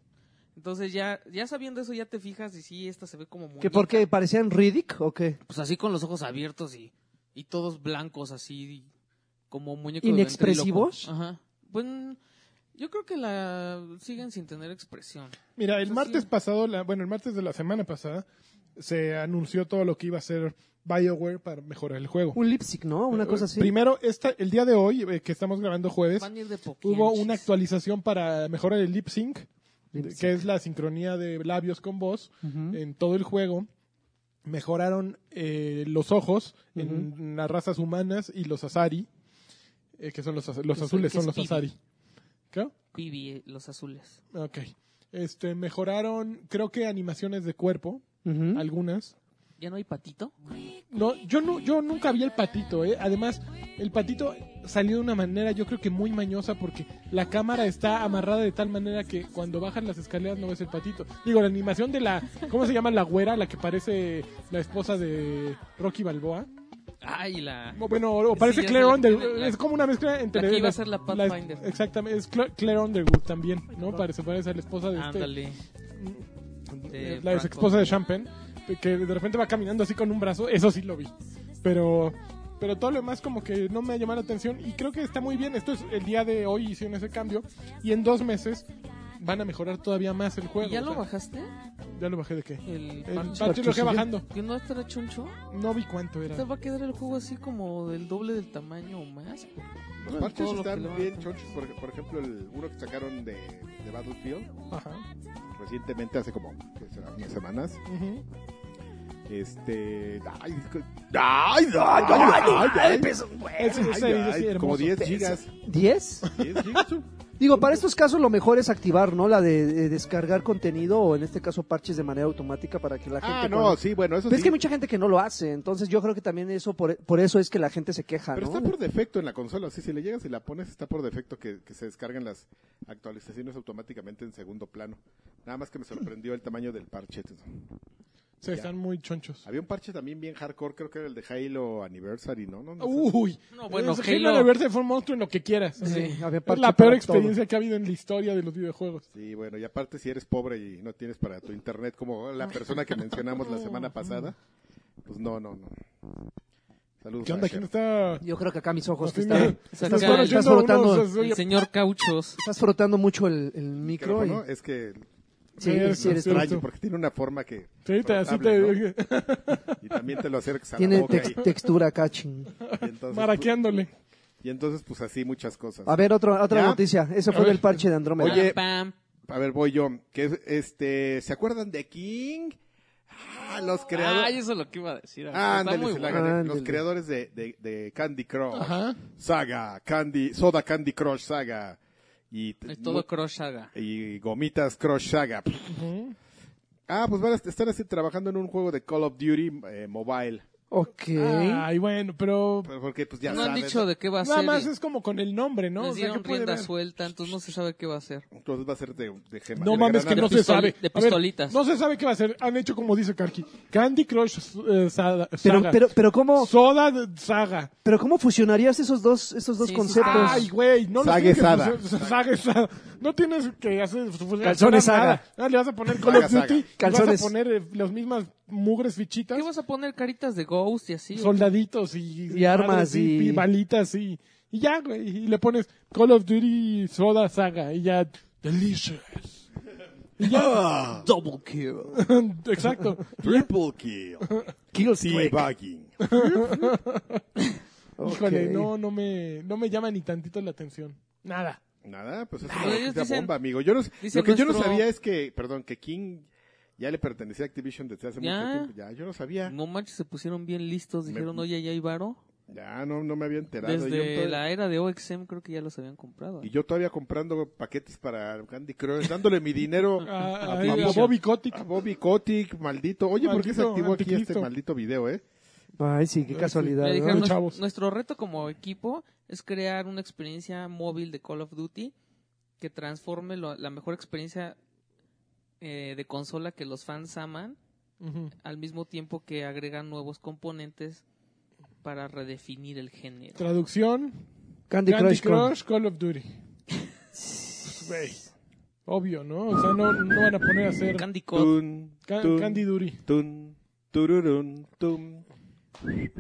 Speaker 3: Entonces ya, ya sabiendo eso, ya te fijas y sí, esta se ve como muy.
Speaker 2: ¿Que por qué? ¿Parecían Riddick o qué?
Speaker 3: Pues así con los ojos abiertos y, y todos blancos, así como muñecos
Speaker 2: ¿Inexpresivos?
Speaker 3: Ajá. Bueno, yo creo que la siguen sin tener expresión.
Speaker 1: Mira, el
Speaker 3: Eso sí.
Speaker 1: martes pasado, la, bueno, el martes de la semana pasada, se anunció todo lo que iba a hacer BioWare para mejorar el juego.
Speaker 2: Un lipstick, ¿no?
Speaker 1: Eh,
Speaker 2: Una cosa así.
Speaker 1: Primero, esta, el día de hoy, eh, que estamos grabando jueves,
Speaker 3: Van a ir de poquianches.
Speaker 1: hubo una actualización para mejorar el lip sync,
Speaker 2: Lip
Speaker 1: que es la sincronía de labios con voz
Speaker 2: Ujú.
Speaker 1: en todo el juego. Mejoraron eh, los ojos en las razas humanas y los Asari, eh, que son los, az- los
Speaker 3: Que son-
Speaker 1: azules,
Speaker 3: que
Speaker 1: son
Speaker 3: es
Speaker 1: los
Speaker 3: Pibi.
Speaker 1: Asari. ¿Qué?
Speaker 3: Pibi, eh, los azules.
Speaker 1: Ok. Este, mejoraron, creo que animaciones de cuerpo,
Speaker 2: Ujú.
Speaker 1: algunas.
Speaker 3: ¿Ya no hay patito?
Speaker 1: No, yo no, yo nunca vi el patito, eh. Además, el patito salió de una manera, yo creo que muy mañosa, porque la cámara está amarrada de tal manera que cuando bajas las escaleras no ves el patito. Digo, la animación de la, ¿cómo se llama la güera, la que parece la esposa de Rocky Balboa?
Speaker 3: Ay, la.
Speaker 1: No, Bueno, o parece
Speaker 3: ya sé
Speaker 1: Claire
Speaker 3: la que
Speaker 1: Underwood,
Speaker 3: tiene, la-
Speaker 1: es como una mezcla entre...
Speaker 3: la que iba a
Speaker 1: las-
Speaker 3: ser la
Speaker 1: las-
Speaker 3: Pathfinder.
Speaker 1: Exactamente, es Cla- Claire Underwood también, ¿no? Parece, parece la esposa de este... mm, eh,
Speaker 3: Ándale. De
Speaker 1: la ex
Speaker 3: este, Franco.
Speaker 1: esposa de Champagne, que de repente va caminando así con un brazo, eso sí lo vi. Pero, pero todo lo demás como que no me ha llamado la atención y creo que está muy bien. Esto es el día de hoy hicieron ese cambio y en dos meses van a mejorar todavía más el juego.
Speaker 3: ¿Y ya
Speaker 1: o
Speaker 3: lo
Speaker 1: sea,
Speaker 3: bajaste?
Speaker 1: ya lo bajé de qué?
Speaker 3: El
Speaker 1: El
Speaker 3: parche.
Speaker 1: parche lo dejé bajando.
Speaker 3: ¿Que no estará chuncho?
Speaker 1: No vi cuánto
Speaker 3: Te
Speaker 1: era.
Speaker 3: va a quedar el juego así como del doble del tamaño o más.
Speaker 4: Los
Speaker 3: Todo
Speaker 4: parches
Speaker 3: lo que
Speaker 4: están
Speaker 3: le van a
Speaker 4: bien
Speaker 3: poner.
Speaker 4: chonchos. Por, por ejemplo, el uno que sacaron de, de Battlefield
Speaker 1: Ajá.
Speaker 4: recientemente, hace como ¿qué será? unas semanas.
Speaker 1: Ujú.
Speaker 4: Este. ¡Ay! disco- ¡Ay! ¡Ay! ¡Ay! pues, ¡Ay!
Speaker 1: Ese- ese- ese-
Speaker 4: ay,
Speaker 1: ese
Speaker 4: ay, Como
Speaker 1: hermoso.
Speaker 4: 10 gigas.
Speaker 2: ¿Diez?
Speaker 4: 10 gigas. uh.
Speaker 2: Digo, para estos casos lo mejor es activar, ¿no? La de, de descargar contenido o en este caso parches de manera automática para que la gente...
Speaker 4: Ah, no,
Speaker 2: cuando-
Speaker 4: sí, bueno, eso
Speaker 2: Pero es que
Speaker 4: sí.
Speaker 2: hay mucha gente que no lo hace, entonces yo creo que también eso por, por eso es que la gente se queja,
Speaker 4: Pero
Speaker 2: ¿no?
Speaker 4: está por defecto en la consola. Sí, si le llegas y la pones, está por defecto que, que se descarguen las actualizaciones automáticamente en segundo plano. Nada más que me sorprendió el tamaño del parche.
Speaker 1: Se están muy chonchos.
Speaker 4: Había un parche también bien hardcore, creo que era el de Halo Anniversary, ¿no? no, no sé.
Speaker 1: Uy,
Speaker 3: No, bueno,
Speaker 1: es,
Speaker 3: Halo-
Speaker 1: Universe fue un monstruo en lo que quieras.
Speaker 2: Sí,
Speaker 1: Es
Speaker 2: había parche
Speaker 1: la peor
Speaker 2: para todo.
Speaker 1: experiencia que ha habido en la historia de los videojuegos.
Speaker 4: Sí, bueno, y aparte si eres pobre y no tienes para tu internet como la persona que mencionamos la semana pasada, pues no, no, no. Saludos.
Speaker 1: ¿Qué onda?
Speaker 4: Asher.
Speaker 1: ¿Quién está?
Speaker 2: Yo creo que acá mis ojos te
Speaker 1: Así
Speaker 2: están,
Speaker 1: me-
Speaker 3: se
Speaker 2: estás,
Speaker 3: me cae.
Speaker 2: estás
Speaker 1: conociendo
Speaker 2: frotando,
Speaker 1: unos-
Speaker 3: El señor Cauchos.
Speaker 2: estás frotando mucho el, el micro. y-
Speaker 4: Micrófono, Es que
Speaker 2: Sí,
Speaker 1: Sí,
Speaker 2: sí, eres
Speaker 1: sí,
Speaker 2: tú.
Speaker 1: eres
Speaker 4: extraño, porque tiene una forma que...
Speaker 1: Sí, te, así
Speaker 4: frotable, ¿no?
Speaker 1: te-
Speaker 4: Y también te lo acercas a la
Speaker 2: Tiene
Speaker 4: boca.
Speaker 2: tex-
Speaker 4: y-
Speaker 2: textura acá, ching.
Speaker 4: y entonces, pues,
Speaker 1: maraqueándole.
Speaker 4: Y entonces, pues así muchas cosas.
Speaker 2: A ver, otra otra
Speaker 4: Ya.
Speaker 2: noticia. Eso
Speaker 1: A
Speaker 2: fue
Speaker 1: ver.
Speaker 2: del parche de Andrómeda.
Speaker 4: Oye.
Speaker 3: Pam, pam.
Speaker 4: A ver, voy yo. Que es, este, ¿Se acuerdan de King? Ah, los
Speaker 3: Ay,
Speaker 4: creadores.
Speaker 3: eso es lo que iba a decir.
Speaker 4: Ah,
Speaker 3: Está
Speaker 4: ándale,
Speaker 3: muy
Speaker 4: se la
Speaker 3: bueno.
Speaker 4: gané.
Speaker 2: Ándale.
Speaker 4: Los creadores de, de- de Candy Crush.
Speaker 1: Ajá.
Speaker 4: Saga, Candy, Soda Candy Crush Saga. Y, t-
Speaker 3: Es todo Crush Saga.
Speaker 4: y Gomitas Crush Saga. Ah, pues van a est- están así trabajando en un juego de Call of Duty eh, Mobile.
Speaker 2: Ok.
Speaker 1: Ay, bueno, pero
Speaker 4: Pero Porque pues ya
Speaker 3: no han
Speaker 4: sabes,
Speaker 3: dicho de qué va a
Speaker 1: nada
Speaker 3: ser.
Speaker 1: más
Speaker 3: y
Speaker 1: es como con el nombre, ¿no?
Speaker 3: les
Speaker 1: O sea,
Speaker 3: dieron
Speaker 1: ¿qué puede
Speaker 3: rienda
Speaker 1: ver?
Speaker 3: suelta, entonces no se sabe qué va a ser.
Speaker 4: Entonces va a ser de, de gema.
Speaker 1: No
Speaker 4: de
Speaker 1: mames, que
Speaker 4: granada.
Speaker 1: no
Speaker 3: De
Speaker 1: se
Speaker 3: pistol-
Speaker 1: sabe.
Speaker 3: de
Speaker 1: A ver,
Speaker 3: pistolitas.
Speaker 1: no se sabe qué va a ser. Han hecho como dice Karki. Candy Crush eh, Sada-
Speaker 2: Pero,
Speaker 1: Saga.
Speaker 2: pero, pero, ¿cómo,
Speaker 1: Soda de- Saga.
Speaker 2: pero ¿cómo fusionarías esos dos, esos dos
Speaker 3: Sí, sí,
Speaker 2: conceptos?
Speaker 1: Ay, güey. No lo
Speaker 4: Saga
Speaker 1: tienes que
Speaker 4: Sada.
Speaker 1: fusionar- Saga Sada. No tienes que hacer fusionar
Speaker 2: Calzones
Speaker 1: nada.
Speaker 2: Saga.
Speaker 1: Ah, Le vas a poner Call
Speaker 4: Saga
Speaker 1: of Duty.
Speaker 4: Saga.
Speaker 1: le
Speaker 2: Calzones.
Speaker 1: Vas a poner eh, las mismas mugres fichitas.
Speaker 3: ¿Qué vas a poner caritas de Ghost y así?
Speaker 1: Soldaditos y,
Speaker 2: Y armas
Speaker 1: madres
Speaker 2: y-
Speaker 1: y balitas y, y ya, güey. Y le pones Call of Duty Soda Saga. Y ya. Delicious. Y
Speaker 2: Ah.
Speaker 1: ya.
Speaker 3: Ah.
Speaker 2: Double kill.
Speaker 1: Exacto.
Speaker 4: Triple kill.
Speaker 2: Kill
Speaker 4: T-bagging.
Speaker 1: Híjole, no, no me, no me llama ni tantito la atención. Nada.
Speaker 4: Nada, pues es
Speaker 3: Ay,
Speaker 4: una
Speaker 3: ellos
Speaker 4: noticia
Speaker 3: dicen-
Speaker 4: bomba, amigo. Yo no, sé-
Speaker 3: dicen
Speaker 4: lo que yo no
Speaker 3: nuestro-
Speaker 4: sabía es que, perdón, que King ya le pertenecía a Activision desde hace
Speaker 3: Ya.
Speaker 4: mucho tiempo. Ya, yo no sabía.
Speaker 3: No manches, se pusieron bien listos, dijeron, oye, ya hay varo.
Speaker 4: Ya, no, no me había enterado. Y yo
Speaker 3: Desde
Speaker 4: todavía-
Speaker 3: la era de OXM creo que ya los habían comprado.
Speaker 4: Y yo todavía comprando paquetes para Candy Crush, dándole mi dinero
Speaker 2: Ah,
Speaker 1: A,
Speaker 3: Ah.
Speaker 4: a,
Speaker 1: a- Ah, a
Speaker 4: Activision.
Speaker 1: Bobby Kotick.
Speaker 4: A Bobby Kotick, maldito. Oye, ¿por qué se
Speaker 1: Maldito
Speaker 4: activó aquí este
Speaker 1: anticristo.
Speaker 4: maldito video, eh?
Speaker 2: Ay, sí, qué casualidad.
Speaker 3: Me
Speaker 2: ¿no?
Speaker 3: dijeron,
Speaker 1: Los chavos.
Speaker 3: nuestro reto como equipo es crear una experiencia móvil de Call of Duty que transforme lo- la mejor experiencia eh, de consola que los fans aman
Speaker 1: Ujú.
Speaker 3: al mismo tiempo que agregan nuevos componentes para redefinir el género.
Speaker 1: Traducción.
Speaker 2: Candy,
Speaker 1: Candy,
Speaker 2: Crush. Con...
Speaker 1: Crush, Call of Duty. Güey. Obvio, ¿no? O sea, no, no van a poner a hacer
Speaker 3: Candy Cod.
Speaker 4: Tun,
Speaker 1: ca-
Speaker 4: tun,
Speaker 1: Candy Duty.
Speaker 4: tun, tururun, tum,
Speaker 3: ¿Qué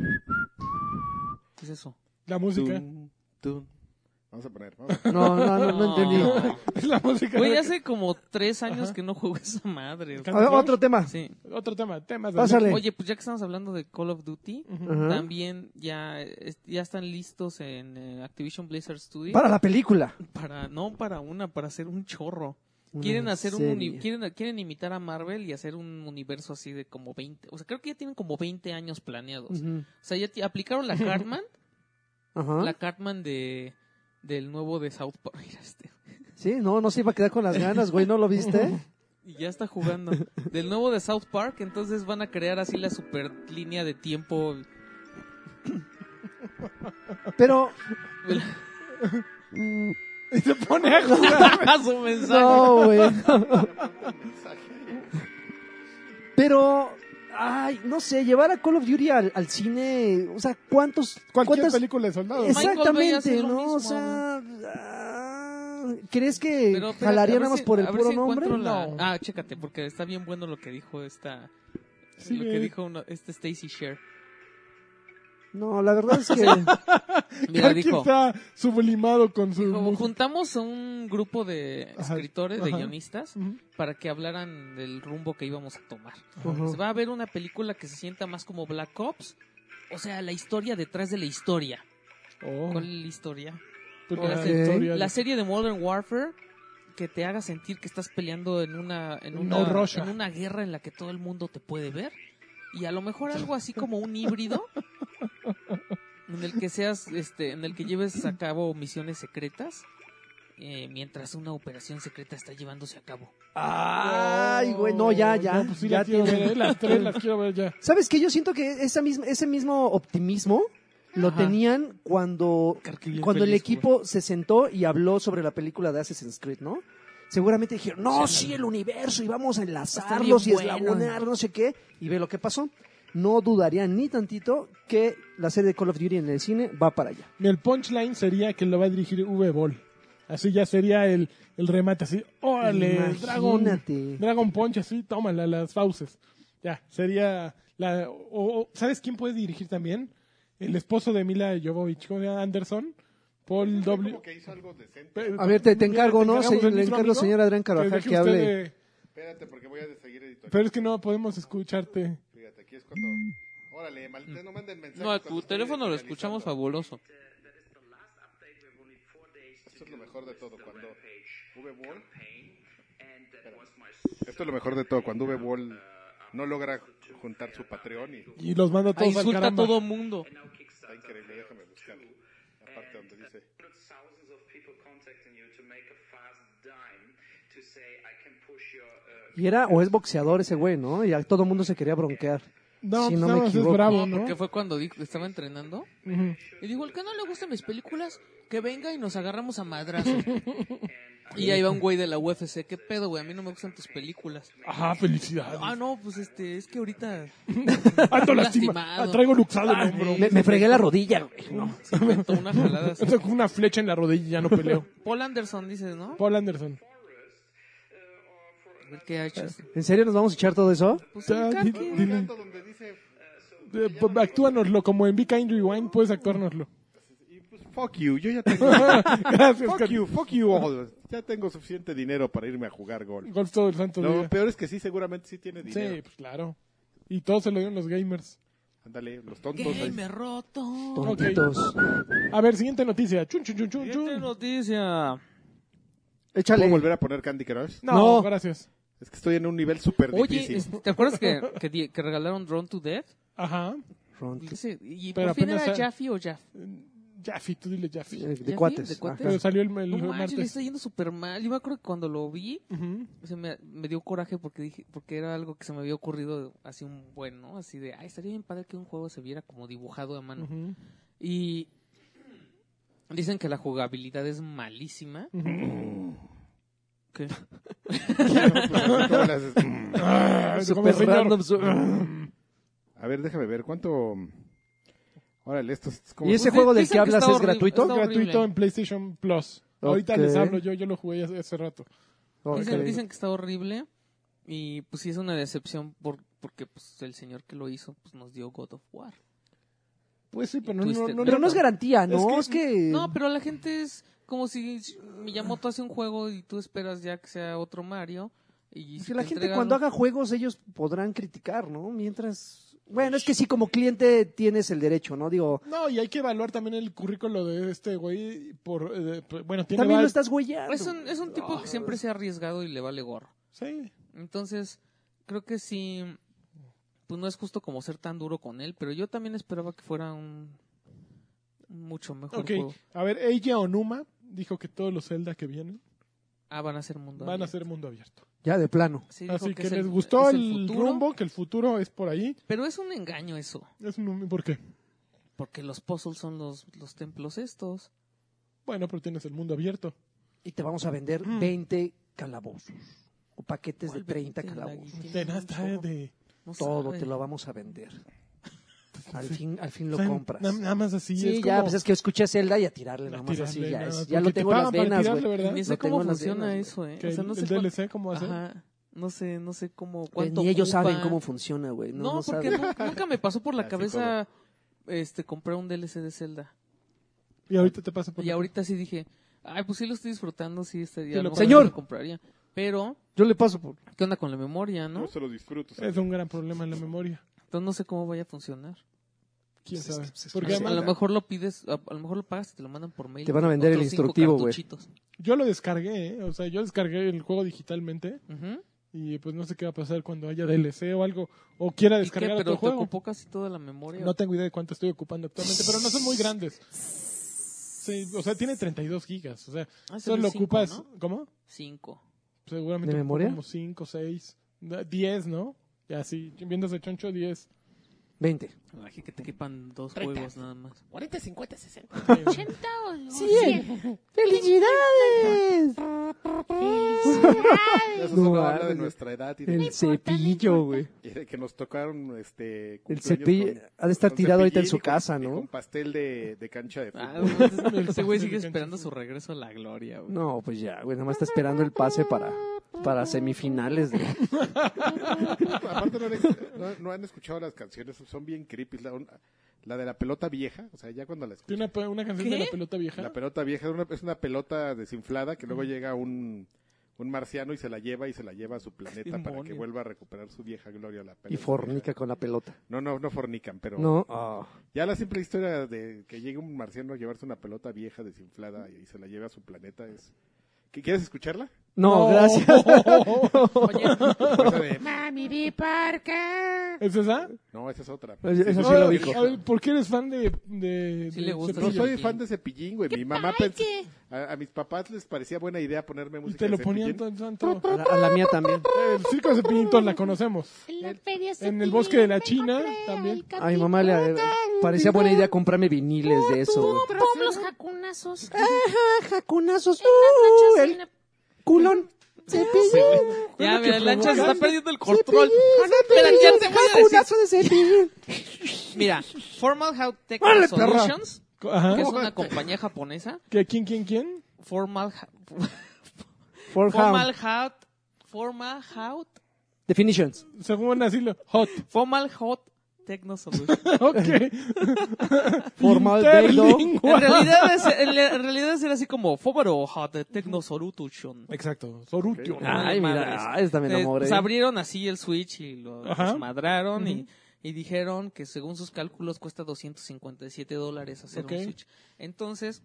Speaker 3: es eso?
Speaker 1: La música.
Speaker 4: tun, tun. Vamos a poner, vamos a poner.
Speaker 2: No, no, no, no entendí.
Speaker 1: Es la música.
Speaker 3: Güey,
Speaker 1: de-
Speaker 3: hace como tres años que no juego esa madre.
Speaker 1: Can-
Speaker 2: A ver, otro tema.
Speaker 3: Sí.
Speaker 1: Otro tema. Temas de
Speaker 2: Pásale.
Speaker 3: Oye, pues ya que estamos hablando de Call of Duty,
Speaker 2: Ajá.
Speaker 3: también ya, es- ya están listos en eh, Activision Blizzard Studios
Speaker 2: Para la película.
Speaker 3: para- no para una, para hacer un chorro.
Speaker 2: Una
Speaker 3: Quieren hacer un
Speaker 2: serie.
Speaker 3: uni- quieren quieren imitar a Marvel y hacer un universo así de como 20, o sea, creo que ya tienen como 20 años planeados.
Speaker 2: Ujú.
Speaker 3: O sea, ya ti- aplicaron la Cartman,
Speaker 2: Ajá.
Speaker 3: la Cartman de del nuevo de South Park. Mira este.
Speaker 2: Sí, no, no se iba a quedar con las ganas, güey, ¿no lo viste?
Speaker 3: Y ya está jugando. Del nuevo de South Park, entonces van a crear así la super línea de tiempo.
Speaker 2: Pero,
Speaker 1: Y se pone a jugar.
Speaker 3: a su mensaje.
Speaker 2: no, güey. Pero, ay, no sé, llevar a Call of Duty al, al cine, o sea, ¿cuántos,
Speaker 1: Cualquier
Speaker 2: cuántas-
Speaker 1: película de soldados.
Speaker 3: Michael Bay
Speaker 2: Exactamente,
Speaker 3: hace lo
Speaker 2: ¿no?
Speaker 3: mismo.
Speaker 2: O sea, ah, ¿crees que
Speaker 3: Pero espérate,
Speaker 2: jalaría
Speaker 3: a ver
Speaker 2: nada más
Speaker 3: si-
Speaker 2: por el
Speaker 3: a ver
Speaker 2: puro
Speaker 3: si
Speaker 2: nombre?
Speaker 3: encuentro la-
Speaker 2: No.
Speaker 3: Ah, chécate, porque está bien bueno lo que dijo esta.
Speaker 1: Sí,
Speaker 3: lo que
Speaker 1: eh.
Speaker 3: dijo una- este Stacy Sher.
Speaker 2: No, la verdad es que
Speaker 3: Mira,
Speaker 1: Karki
Speaker 3: dijo.
Speaker 1: está sublimado con su
Speaker 3: dijo,
Speaker 1: música.
Speaker 3: Juntamos a un grupo de
Speaker 1: Ajá,
Speaker 3: escritores, de
Speaker 1: ajá.
Speaker 3: guionistas,
Speaker 1: Ujú.
Speaker 3: para que hablaran del rumbo que íbamos a tomar.
Speaker 2: Ujú.
Speaker 3: Se Pues va a ver una película que se sienta más como Black Ops. O sea, la historia detrás de la historia.
Speaker 1: Oh,
Speaker 3: ¿Cuál es la historia?
Speaker 1: tú
Speaker 3: la
Speaker 1: tienes
Speaker 2: serie-
Speaker 1: historia de-
Speaker 3: La serie de Modern Warfare que te haga sentir que estás peleando en una en
Speaker 1: No,
Speaker 3: una,
Speaker 1: Russia.
Speaker 3: en una guerra en la que todo el mundo te puede ver y a lo mejor algo así como un híbrido en el que seas este en el que lleves a cabo misiones secretas eh, mientras una operación secreta está llevándose a cabo.
Speaker 2: Ay, güey, no, ya, ya.
Speaker 1: No, pues sí
Speaker 2: ya
Speaker 1: las quiero
Speaker 2: tiene-
Speaker 1: ver, eh, las tres las quiero ver ya.
Speaker 2: ¿Sabes qué? Yo siento que esa misma, ese mismo optimismo lo
Speaker 3: Ajá.
Speaker 2: tenían cuando,
Speaker 3: Carqui bien
Speaker 2: cuando el
Speaker 3: feliz,
Speaker 2: equipo se sentó y habló sobre la película de Assassin's Creed, ¿no? Seguramente dijeron, no, sí, el universo, y vamos a enlazarlos y
Speaker 3: bien bueno".
Speaker 2: eslabonar, no sé qué. Y ve lo que pasó. No dudaría ni tantito que la serie de Call of Duty en el cine va para allá.
Speaker 1: El punchline sería que lo va a dirigir V-Ball. Así ya sería el, el remate, así, órale, Dragon,
Speaker 2: Imagínate.
Speaker 1: Dragon Punch, así, tómala, las fauces. Ya, sería la... o- o- ¿Sabes quién puede dirigir también? El esposo de Mila Jovovich, ¿cómo se llama? Anderson, Paul W.
Speaker 4: Como que hizo algo decente.
Speaker 1: Pe-
Speaker 2: A ver, te- te encargo, ¿no?
Speaker 1: encargamos
Speaker 2: Se-
Speaker 1: de
Speaker 2: le
Speaker 1: nuestro
Speaker 2: encargo,
Speaker 1: amigo
Speaker 2: señor Adrián Carvajal,
Speaker 1: deje
Speaker 2: que
Speaker 1: usted
Speaker 2: hable.
Speaker 1: de-
Speaker 4: Espérate, porque voy a seguir editorial.
Speaker 1: Pero es que no podemos escucharte.
Speaker 4: Fíjate, aquí es cuando. Órale, maldito, no manden mensajes.
Speaker 3: No, a
Speaker 4: cuando
Speaker 3: tu
Speaker 4: estoy
Speaker 3: teléfono lo
Speaker 4: editorializando.
Speaker 3: escuchamos fabuloso.
Speaker 4: Esto es lo mejor de todo cuando V-Ball. Esto es lo mejor de todo cuando V-Ball no logra juntar su Patreon y
Speaker 1: Y los manda a
Speaker 3: Ahí
Speaker 1: todos Pues, al
Speaker 3: Ah, insulta a
Speaker 1: caramba.
Speaker 3: todo mundo.
Speaker 4: está increíble. Déjame buscar la parte donde dice.
Speaker 5: thousands of people contacting you to make a fast dime to say I can push your uh,
Speaker 2: Y era, o es boxeador ese güey, ¿no? Y a todo mundo se quería bronquear.
Speaker 1: No,
Speaker 2: Si
Speaker 1: pues
Speaker 2: no
Speaker 1: nada
Speaker 2: me
Speaker 1: más es
Speaker 2: equivoco.
Speaker 1: bravo,
Speaker 3: No,
Speaker 1: ¿no?
Speaker 3: porque fue cuando dijo- estaba entrenando.
Speaker 1: Ujú.
Speaker 3: Y dijo, el que no le gustan mis películas, que venga y nos agarramos a madrazo. y ahí va un güey de la UFC. ¿Qué pedo, güey? A mí no me gustan tus películas.
Speaker 1: Ajá, felicidades.
Speaker 3: Ah, no, pues este, es que ahorita...
Speaker 1: Ando
Speaker 3: lastimado.
Speaker 1: lastimado. Ah, traigo luxado el hombro.
Speaker 2: Me, me fregué la rodilla, güey. No.
Speaker 3: Se inventó una jalada así.
Speaker 1: Esto con una flecha en la rodilla, ya no peleo.
Speaker 3: Paul Anderson, dices, ¿no?
Speaker 1: Paul Anderson.
Speaker 3: A ver ¿Qué ha hecho? este.
Speaker 2: ¿En serio nos vamos a echar todo eso?
Speaker 3: Pues
Speaker 1: Ya,
Speaker 3: el
Speaker 1: di-
Speaker 3: Kaki,
Speaker 1: dile.
Speaker 4: donde dice,
Speaker 1: Eh, p- Actúanoslo, como en Be Kind Rewind, puedes actuárnoslo.
Speaker 4: pues, fuck you, yo ya tengo...
Speaker 1: Gracias,
Speaker 4: fuck
Speaker 1: Kat.
Speaker 4: you, fuck you all. Ya tengo suficiente dinero para irme a jugar gol.
Speaker 1: Golf todo el santo
Speaker 4: Lo
Speaker 1: día.
Speaker 4: peor es que sí, seguramente sí tiene
Speaker 1: Sí,
Speaker 4: dinero.
Speaker 1: pues claro. Y todo se lo dieron los gamers.
Speaker 4: Ándale, los tontos. ahí.
Speaker 3: ¿Qué? Me roto.
Speaker 2: Tontitos.
Speaker 1: A ver, siguiente noticia. Chun, chun, chun, chun,
Speaker 3: Siguiente
Speaker 1: chun.
Speaker 3: noticia.
Speaker 2: Échale.
Speaker 4: ¿Puedo volver a poner Candy Crush?
Speaker 1: No,
Speaker 2: No.
Speaker 1: gracias.
Speaker 4: Es que estoy en un nivel súper
Speaker 3: Oye,
Speaker 4: difícil.
Speaker 3: este, ¿te acuerdas que, que, di- que regalaron Drone to Death?
Speaker 1: Ajá.
Speaker 2: Front.
Speaker 3: Ese- y
Speaker 1: Pero
Speaker 3: por fin
Speaker 1: apenas
Speaker 3: era
Speaker 1: sa-
Speaker 3: Jaffe o Jaff.
Speaker 1: Jaffi, tú dile Jaffi.
Speaker 2: Eh,
Speaker 3: ¿Ya
Speaker 2: De cuates.
Speaker 3: vi? ¿De
Speaker 2: Ajá.
Speaker 3: cuates?
Speaker 1: Pero salió el, el
Speaker 3: No manches, le
Speaker 1: martes.
Speaker 3: está yendo súper mal. Yo me acuerdo que cuando lo vi,
Speaker 1: Ujú.
Speaker 3: se me, me dio coraje porque dije porque era algo que se me había ocurrido así un buen, ¿no? Así de, ay, estaría bien padre que un juego se viera como dibujado a mano.
Speaker 1: Ujú.
Speaker 3: Y dicen que la jugabilidad es malísima. Que-
Speaker 4: ¿Cómo le haces? Mm.
Speaker 1: Ah, como
Speaker 2: Super
Speaker 1: señor.
Speaker 2: random. su-
Speaker 4: A ver, déjame ver, ¿cuánto...? Órale, esto es como...
Speaker 2: ¿Y ese
Speaker 3: Pues
Speaker 2: juego del
Speaker 3: dicen
Speaker 2: que
Speaker 3: que
Speaker 2: hablas
Speaker 3: está
Speaker 2: es
Speaker 3: horrible,
Speaker 2: gratuito?
Speaker 3: está horrible.
Speaker 1: gratuito en PlayStation Plus. Ahorita
Speaker 2: Ok.
Speaker 1: les hablo yo, yo lo jugué hace, hace rato.
Speaker 2: Ok.
Speaker 3: Dicen, dicen que está horrible y pues sí es una decepción por, porque pues el señor que lo hizo pues nos dio God of War.
Speaker 1: Pues sí, pero no, no,
Speaker 3: Twisted
Speaker 1: no-
Speaker 2: Pero no es garantía, ¿no?
Speaker 1: Es
Speaker 2: Es
Speaker 1: que-
Speaker 2: que...
Speaker 3: No, pero la gente es como si Miyamoto hace un juego y tú esperas ya que sea otro Mario. Y
Speaker 2: Es
Speaker 3: si
Speaker 2: que la
Speaker 3: te
Speaker 2: gente
Speaker 3: entregan
Speaker 2: cuando
Speaker 3: un-
Speaker 2: haga juegos ellos podrán criticar, ¿no? Mientras... Bueno, es que sí, como cliente tienes el derecho, ¿no? Digo,
Speaker 1: No, y hay que evaluar también el currículo de este güey. Por, eh, por- bueno, tiene
Speaker 2: también lo
Speaker 1: varios-
Speaker 2: estás huellando.
Speaker 3: Es un, es un tipo que siempre se ha arriesgado y le vale gorro.
Speaker 1: Sí.
Speaker 3: Entonces, creo que sí, pues no es justo como ser tan duro con él, pero yo también esperaba que fuera un un mucho mejor
Speaker 1: Ok,
Speaker 3: juego.
Speaker 1: a ver, Eiji Onuma dijo que todos los Zelda que vienen
Speaker 3: Ah, van a ser mundo
Speaker 1: van a
Speaker 3: abierto.
Speaker 1: ser mundo abierto.
Speaker 2: Ya, de plano.
Speaker 3: Sí, dijo
Speaker 1: Así que,
Speaker 3: es el-
Speaker 1: les gustó
Speaker 3: es
Speaker 1: el,
Speaker 3: futuro,
Speaker 1: rumbo, que el futuro es por ahí.
Speaker 3: Pero es un engaño eso,
Speaker 1: Es un, ¿Por qué?
Speaker 3: porque los puzzles son los, los templos estos.
Speaker 1: Bueno, pero tienes el mundo abierto.
Speaker 2: Y te vamos a vender 20 calabozos. O paquetes de
Speaker 3: Mm. ¿Cuál
Speaker 2: 30
Speaker 3: 20
Speaker 2: calabozos.
Speaker 3: Tiene
Speaker 1: De nada, eh,
Speaker 3: un solo.
Speaker 1: de-
Speaker 3: No
Speaker 2: Todo
Speaker 3: sabe.
Speaker 2: te lo vamos a vender. Al fin, al fin
Speaker 1: o
Speaker 2: lo
Speaker 1: sea,
Speaker 2: compras.
Speaker 1: na- Nada más así.
Speaker 2: Sí,
Speaker 1: es
Speaker 2: ya,
Speaker 1: como-
Speaker 2: pues es que escuché a Zelda y a tirarle
Speaker 1: A
Speaker 2: nomás así.
Speaker 1: tirarle,
Speaker 2: Ya,
Speaker 1: nada,
Speaker 2: es- ya lo
Speaker 1: porque te
Speaker 2: tengo en las
Speaker 1: pagan para
Speaker 2: venas,
Speaker 1: tirarle,
Speaker 2: güey.
Speaker 1: ¿verdad?
Speaker 3: Ni
Speaker 2: Lo
Speaker 3: sé
Speaker 2: tengo
Speaker 3: cómo
Speaker 2: en las
Speaker 3: funciona
Speaker 2: venas,
Speaker 3: eso, ¿eh?
Speaker 1: Que
Speaker 3: O sea,
Speaker 1: el,
Speaker 3: no sé
Speaker 1: el
Speaker 3: cuán-
Speaker 1: DLC, ¿cómo hace?
Speaker 3: Ajá. No sé, no sé cómo
Speaker 2: Pues
Speaker 3: cuánto
Speaker 2: Ni ellos saben
Speaker 3: ocupa.
Speaker 2: cómo funciona, güey. No,
Speaker 3: No,
Speaker 2: no Ah,
Speaker 3: porque
Speaker 2: saben.
Speaker 3: nu- nunca me pasó por la
Speaker 4: Así
Speaker 3: cabeza este comprar un DLC de Zelda.
Speaker 1: Y ahorita te pasa por
Speaker 3: Y ahorita sí dije, ay, pues sí lo estoy disfrutando, sí este
Speaker 1: Sí
Speaker 3: día
Speaker 1: lo
Speaker 3: no
Speaker 1: compras.
Speaker 2: Señor.
Speaker 3: lo compraría. Pero,
Speaker 2: Yo le paso por...
Speaker 3: ¿qué onda con la memoria, no?
Speaker 4: Yo se lo disfruto. ¿sabes?
Speaker 1: Es un gran problema en la memoria.
Speaker 3: Entonces no sé cómo vaya a funcionar.
Speaker 1: ¿Quién
Speaker 2: Pues es
Speaker 1: sabe?
Speaker 2: que- pues es
Speaker 1: Porque
Speaker 2: que-
Speaker 3: A lo
Speaker 1: además,
Speaker 3: mejor lo pides, a, a lo mejor lo pagas y te lo mandan por mail.
Speaker 2: Te van a vender el
Speaker 3: Otros cinco
Speaker 2: instructivo, güey.
Speaker 3: cartuchitos.
Speaker 1: yo lo descargué, ¿eh? O sea, yo descargué el juego digitalmente.
Speaker 3: Ujú.
Speaker 1: Y pues no sé qué va a pasar cuando haya DLC o algo. O quiera
Speaker 3: ¿Y qué?
Speaker 1: descargar
Speaker 3: Pero
Speaker 1: otro
Speaker 3: te
Speaker 1: juego.
Speaker 3: ocupó casi toda la memoria.
Speaker 1: No tengo idea de cuánto estoy ocupando actualmente, pero no son muy grandes. Sí, o sea, tiene 32 gigas. O sea, solo
Speaker 3: Ah, son
Speaker 1: lo
Speaker 3: cinco,
Speaker 1: ocupas.
Speaker 3: ¿no?
Speaker 1: ¿Cómo?
Speaker 3: Cinco.
Speaker 1: Seguramente
Speaker 2: ¿De
Speaker 1: ocupa
Speaker 2: memoria?
Speaker 1: como 5, 6, 10, ¿no? Y así, viéndose choncho, 10.
Speaker 2: 20.
Speaker 3: Imagínate que te quepan dos juegos nada más.
Speaker 2: ¡Felicidades!
Speaker 4: Eso es
Speaker 2: Eh, No
Speaker 4: una habla de
Speaker 2: mames.
Speaker 4: nuestra edad y de,
Speaker 2: El cepillo, güey.
Speaker 4: y de que nos tocaron este
Speaker 2: El
Speaker 4: cumpleaños
Speaker 2: cepillo
Speaker 4: con-
Speaker 2: ha de estar
Speaker 4: con
Speaker 2: tirado ahorita en
Speaker 4: cepillín
Speaker 2: su
Speaker 4: y con-
Speaker 2: casa,
Speaker 4: y Con
Speaker 2: ¿no?
Speaker 4: pastel de, de cancha de
Speaker 3: Ah,
Speaker 4: fútbol.
Speaker 3: ese güey sigue
Speaker 1: pastel de
Speaker 3: esperando su regreso a la gloria, güey.
Speaker 2: No, pues ya, güey, nada más está esperando el pase para, para semifinales. De...
Speaker 4: Aparte no, han- no- no han escuchado las canciones, son bien creepy. La, un- la de la pelota vieja, o sea, ya cuando la escuchas.
Speaker 1: Tiene una, pe- una canción de la pelota vieja.
Speaker 4: La pelota vieja es una, es una pelota desinflada que luego llega un, un marciano y se la lleva y se la lleva a su planeta para que
Speaker 3: demonio.
Speaker 4: vuelva a recuperar su vieja gloria la pelota.
Speaker 2: Y fornica con la pelota.
Speaker 4: No, no, no fornican, pero
Speaker 2: No,
Speaker 4: ya la simple historia de que llegue un marciano a llevarse una pelota vieja desinflada y se la lleve a su planeta es... ¿Qué, ¿Quieres escucharla?
Speaker 2: No, gracias.
Speaker 4: Cosa de-
Speaker 1: ¿Es esa?
Speaker 4: No, esa es otra.
Speaker 2: Eso sí
Speaker 1: Ay,
Speaker 2: lo ubico.
Speaker 1: ay, ¿Por qué eres fan de... de-
Speaker 3: Sí
Speaker 1: de
Speaker 3: le
Speaker 1: Cepillín?
Speaker 3: gusta.
Speaker 4: No
Speaker 2: Pues
Speaker 3: Cepillín.
Speaker 4: soy fan de Cepillín, güey. Mi mamá pensó... A, a mis papás les parecía buena idea ponerme
Speaker 1: Y
Speaker 4: música
Speaker 1: te lo
Speaker 4: de
Speaker 1: ponían
Speaker 4: Cepillín.
Speaker 1: tan tanto.
Speaker 2: A la, a la mía también.
Speaker 1: El circo de Cepillitos la conocemos.
Speaker 6: En el bosque de la China también.
Speaker 2: A mi mamá le eh, parecía buena idea comprarme viniles de eso, güey.
Speaker 6: Pum, los jacunazos.
Speaker 2: Ajá, jacunazos.
Speaker 6: Las
Speaker 2: Ah, uh,
Speaker 6: lanchas en
Speaker 2: el
Speaker 6: la-
Speaker 2: culón. Cepillín.
Speaker 3: Ya, mira, el ancha se está perdiendo el control.
Speaker 2: Cepillín.
Speaker 3: Espera, ya te voy a decir.
Speaker 2: Jacunazo de cepillín.
Speaker 3: Mira, Formal How Technical
Speaker 1: Órale, perra.
Speaker 3: Solutions,
Speaker 1: Ajá.
Speaker 3: que es una compañía japonesa.
Speaker 1: ¿Qué, ¿Quién, quién, quién?
Speaker 3: Formal Ho-
Speaker 2: For
Speaker 3: Formal
Speaker 2: Hound.
Speaker 3: How Formal How
Speaker 2: Definitions.
Speaker 1: Según así lo... Hot.
Speaker 3: Formal Hot Techno Solutions.
Speaker 1: Ok.
Speaker 2: Formal
Speaker 1: Interlingua.
Speaker 2: dildo.
Speaker 3: En realidad es en la- en realidad es así como Formal Hot Techno Solution.
Speaker 1: Exacto. Sorutio.
Speaker 4: Ok.
Speaker 2: Ay, mira, ay, esta me
Speaker 3: Eh,
Speaker 2: enamoré.
Speaker 3: pues, abrieron así el Switch y lo
Speaker 1: Ajá.
Speaker 3: desmadraron y, y dijeron que según sus cálculos cuesta 257 dólares hacer
Speaker 1: Ok.
Speaker 3: un Switch. Entonces,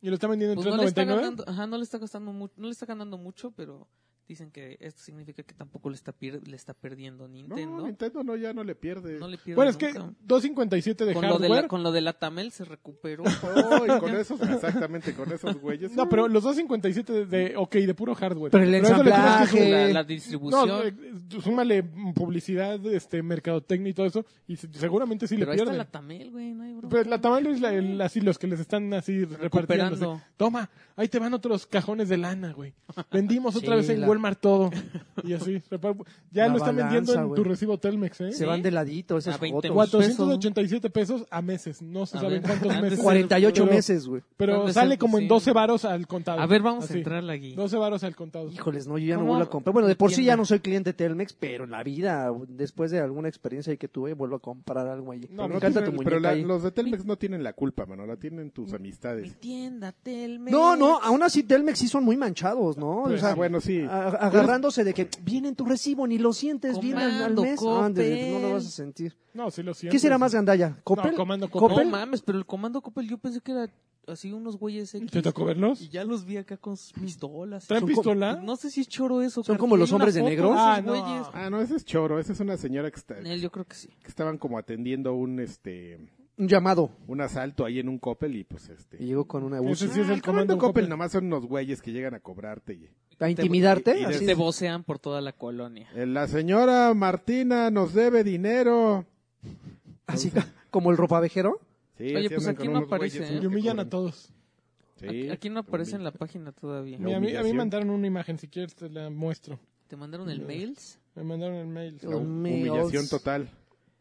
Speaker 1: ¿Y lo está vendiendo en
Speaker 3: pues no le, está
Speaker 1: 3.99?
Speaker 3: ganando, ajá, no, le está costando mu- no le está ganando mucho, pero dicen que esto significa que tampoco le está, pier- le está perdiendo
Speaker 4: No,
Speaker 3: Nintendo. No,
Speaker 4: Nintendo no, ya no le pierde.
Speaker 3: le pierde
Speaker 1: Bueno, es que
Speaker 3: nunca.
Speaker 1: 2.57 de
Speaker 3: con, lo de
Speaker 1: hardware.
Speaker 3: la, con lo de la Tamel se recuperó.
Speaker 4: Oh, y con esos, exactamente, con esos güeyes.
Speaker 1: No, pero los 2.57 de, de... Ok, de puro hardware.
Speaker 2: Pero el
Speaker 1: a eso le tienes que
Speaker 2: ensamblaje,
Speaker 1: sumar-
Speaker 3: la, la
Speaker 1: No,
Speaker 3: distribución.
Speaker 1: eh, súmale publicidad, este, mercadotecnia y todo eso, y se- seguramente sí le
Speaker 3: pero ahí está
Speaker 1: pierden.
Speaker 3: la Tamel, güey, no hay bronca.
Speaker 1: Pues la tamal es la- el- así los que les están así
Speaker 3: Recuperando.
Speaker 1: repartiendo. así, Toma, ahí te van otros cajones de lana, güey. Vendimos otra
Speaker 2: Sí,
Speaker 1: vez en
Speaker 2: la-
Speaker 1: Walmart todo. Y así. repar- Ya
Speaker 2: La
Speaker 1: lo están vendiendo
Speaker 2: balanza,
Speaker 1: en
Speaker 2: güey.
Speaker 1: tu recibo Telmex, ¿eh?
Speaker 2: Se van de ladito esas
Speaker 3: A 20
Speaker 2: fotos.
Speaker 3: guatos.
Speaker 1: 487 pesos a meses. No se
Speaker 3: A
Speaker 1: saben
Speaker 3: ver,
Speaker 1: cuántos
Speaker 3: antes
Speaker 1: meses.
Speaker 3: de-
Speaker 2: 48
Speaker 1: Pero-
Speaker 2: meses, güey.
Speaker 1: Pero
Speaker 3: ¿Dónde
Speaker 1: sale
Speaker 3: se-
Speaker 1: como en
Speaker 3: sí.
Speaker 1: 12 varos al contado.
Speaker 3: A ver, vamos a
Speaker 1: Así.
Speaker 3: entrar aquí.
Speaker 1: 12 varos al contado.
Speaker 2: Híjoles, no, yo ya no
Speaker 3: ¿Cómo?
Speaker 2: vuelvo a comprar. Bueno, de por sí ya
Speaker 3: Entiendo.
Speaker 2: no soy cliente Telmex, pero en la vida, después de alguna experiencia ahí que tuve, vuelvo a comprar algo ahí.
Speaker 1: No,
Speaker 2: me
Speaker 1: no
Speaker 2: encanta tu
Speaker 4: tienen-
Speaker 2: muñeca
Speaker 4: pero la-
Speaker 2: ahí.
Speaker 4: los de Telmex no tienen la culpa, mano. La tienen tus
Speaker 3: Mi
Speaker 4: amistades.
Speaker 3: tienda, Telmex.
Speaker 2: No, no, aún así Telmex sí son muy manchados, ¿no?
Speaker 1: Pues,
Speaker 2: o sea,
Speaker 4: Ah, bueno, sí.
Speaker 2: a- agarrándose de que viene tu recibo, ni lo sientes bien al, al
Speaker 3: Comando,
Speaker 2: mes.
Speaker 3: Coppel.
Speaker 2: Ándale, no lo vas a sentir.
Speaker 1: No, sí lo siento.
Speaker 2: ¿Qué será más gandalla? ¿Coppel?
Speaker 1: No, Comando Coppel.
Speaker 2: ¿Coppel?
Speaker 3: No mames, pero el comando Coppel yo pensé que era así unos güeyes X.
Speaker 1: ¿Te tocó verlos?
Speaker 3: Y ya los vi acá con sus pistolas.
Speaker 1: ¿Traen
Speaker 2: Son co-
Speaker 1: pistola?
Speaker 3: No sé si es choro eso.
Speaker 2: ¿Son
Speaker 3: Carqui,
Speaker 2: como los
Speaker 3: hay una
Speaker 2: hombres de
Speaker 3: foto
Speaker 2: negro?
Speaker 3: esos
Speaker 1: Ah, no.
Speaker 3: güeyes.
Speaker 4: Ah, no, ese es Choro. Esa es una señora que, está- que
Speaker 3: Él, yo creo que sí.
Speaker 4: estaban como atendiendo un, este,
Speaker 2: Un llamado.
Speaker 4: un asalto ahí en un Coppel y pues
Speaker 2: Y
Speaker 4: este...
Speaker 2: llegó con una voz.
Speaker 1: Ese sí es
Speaker 4: Ah,
Speaker 1: el comando
Speaker 4: Coppel.
Speaker 1: Coppel.
Speaker 4: Nomás son unos güeyes que llegan a cobrarte. y-
Speaker 2: ¿A intimidarte?
Speaker 4: y- y
Speaker 2: Así.
Speaker 3: Te vocean por toda la colonia.
Speaker 4: Eh, La señora Martina nos debe dinero.
Speaker 2: Así como el ropavejero.
Speaker 4: Sí,
Speaker 3: Oye,
Speaker 4: así
Speaker 3: pues
Speaker 4: andan
Speaker 3: aquí
Speaker 4: con
Speaker 3: no
Speaker 4: unos
Speaker 3: aparece,
Speaker 4: güeyes
Speaker 3: ¿eh?
Speaker 1: Y
Speaker 4: que
Speaker 1: humillan a
Speaker 4: cobran.
Speaker 1: todos.
Speaker 4: Sí,
Speaker 3: Aquí no aparece en
Speaker 4: humillan.
Speaker 3: la página todavía.
Speaker 1: Mira, a, mí, a mí
Speaker 4: humillación.
Speaker 1: me mandaron una imagen, si quieres te la muestro.
Speaker 3: Te mandaron el mails
Speaker 1: Me mandaron el mail.
Speaker 4: La hum- humillación total.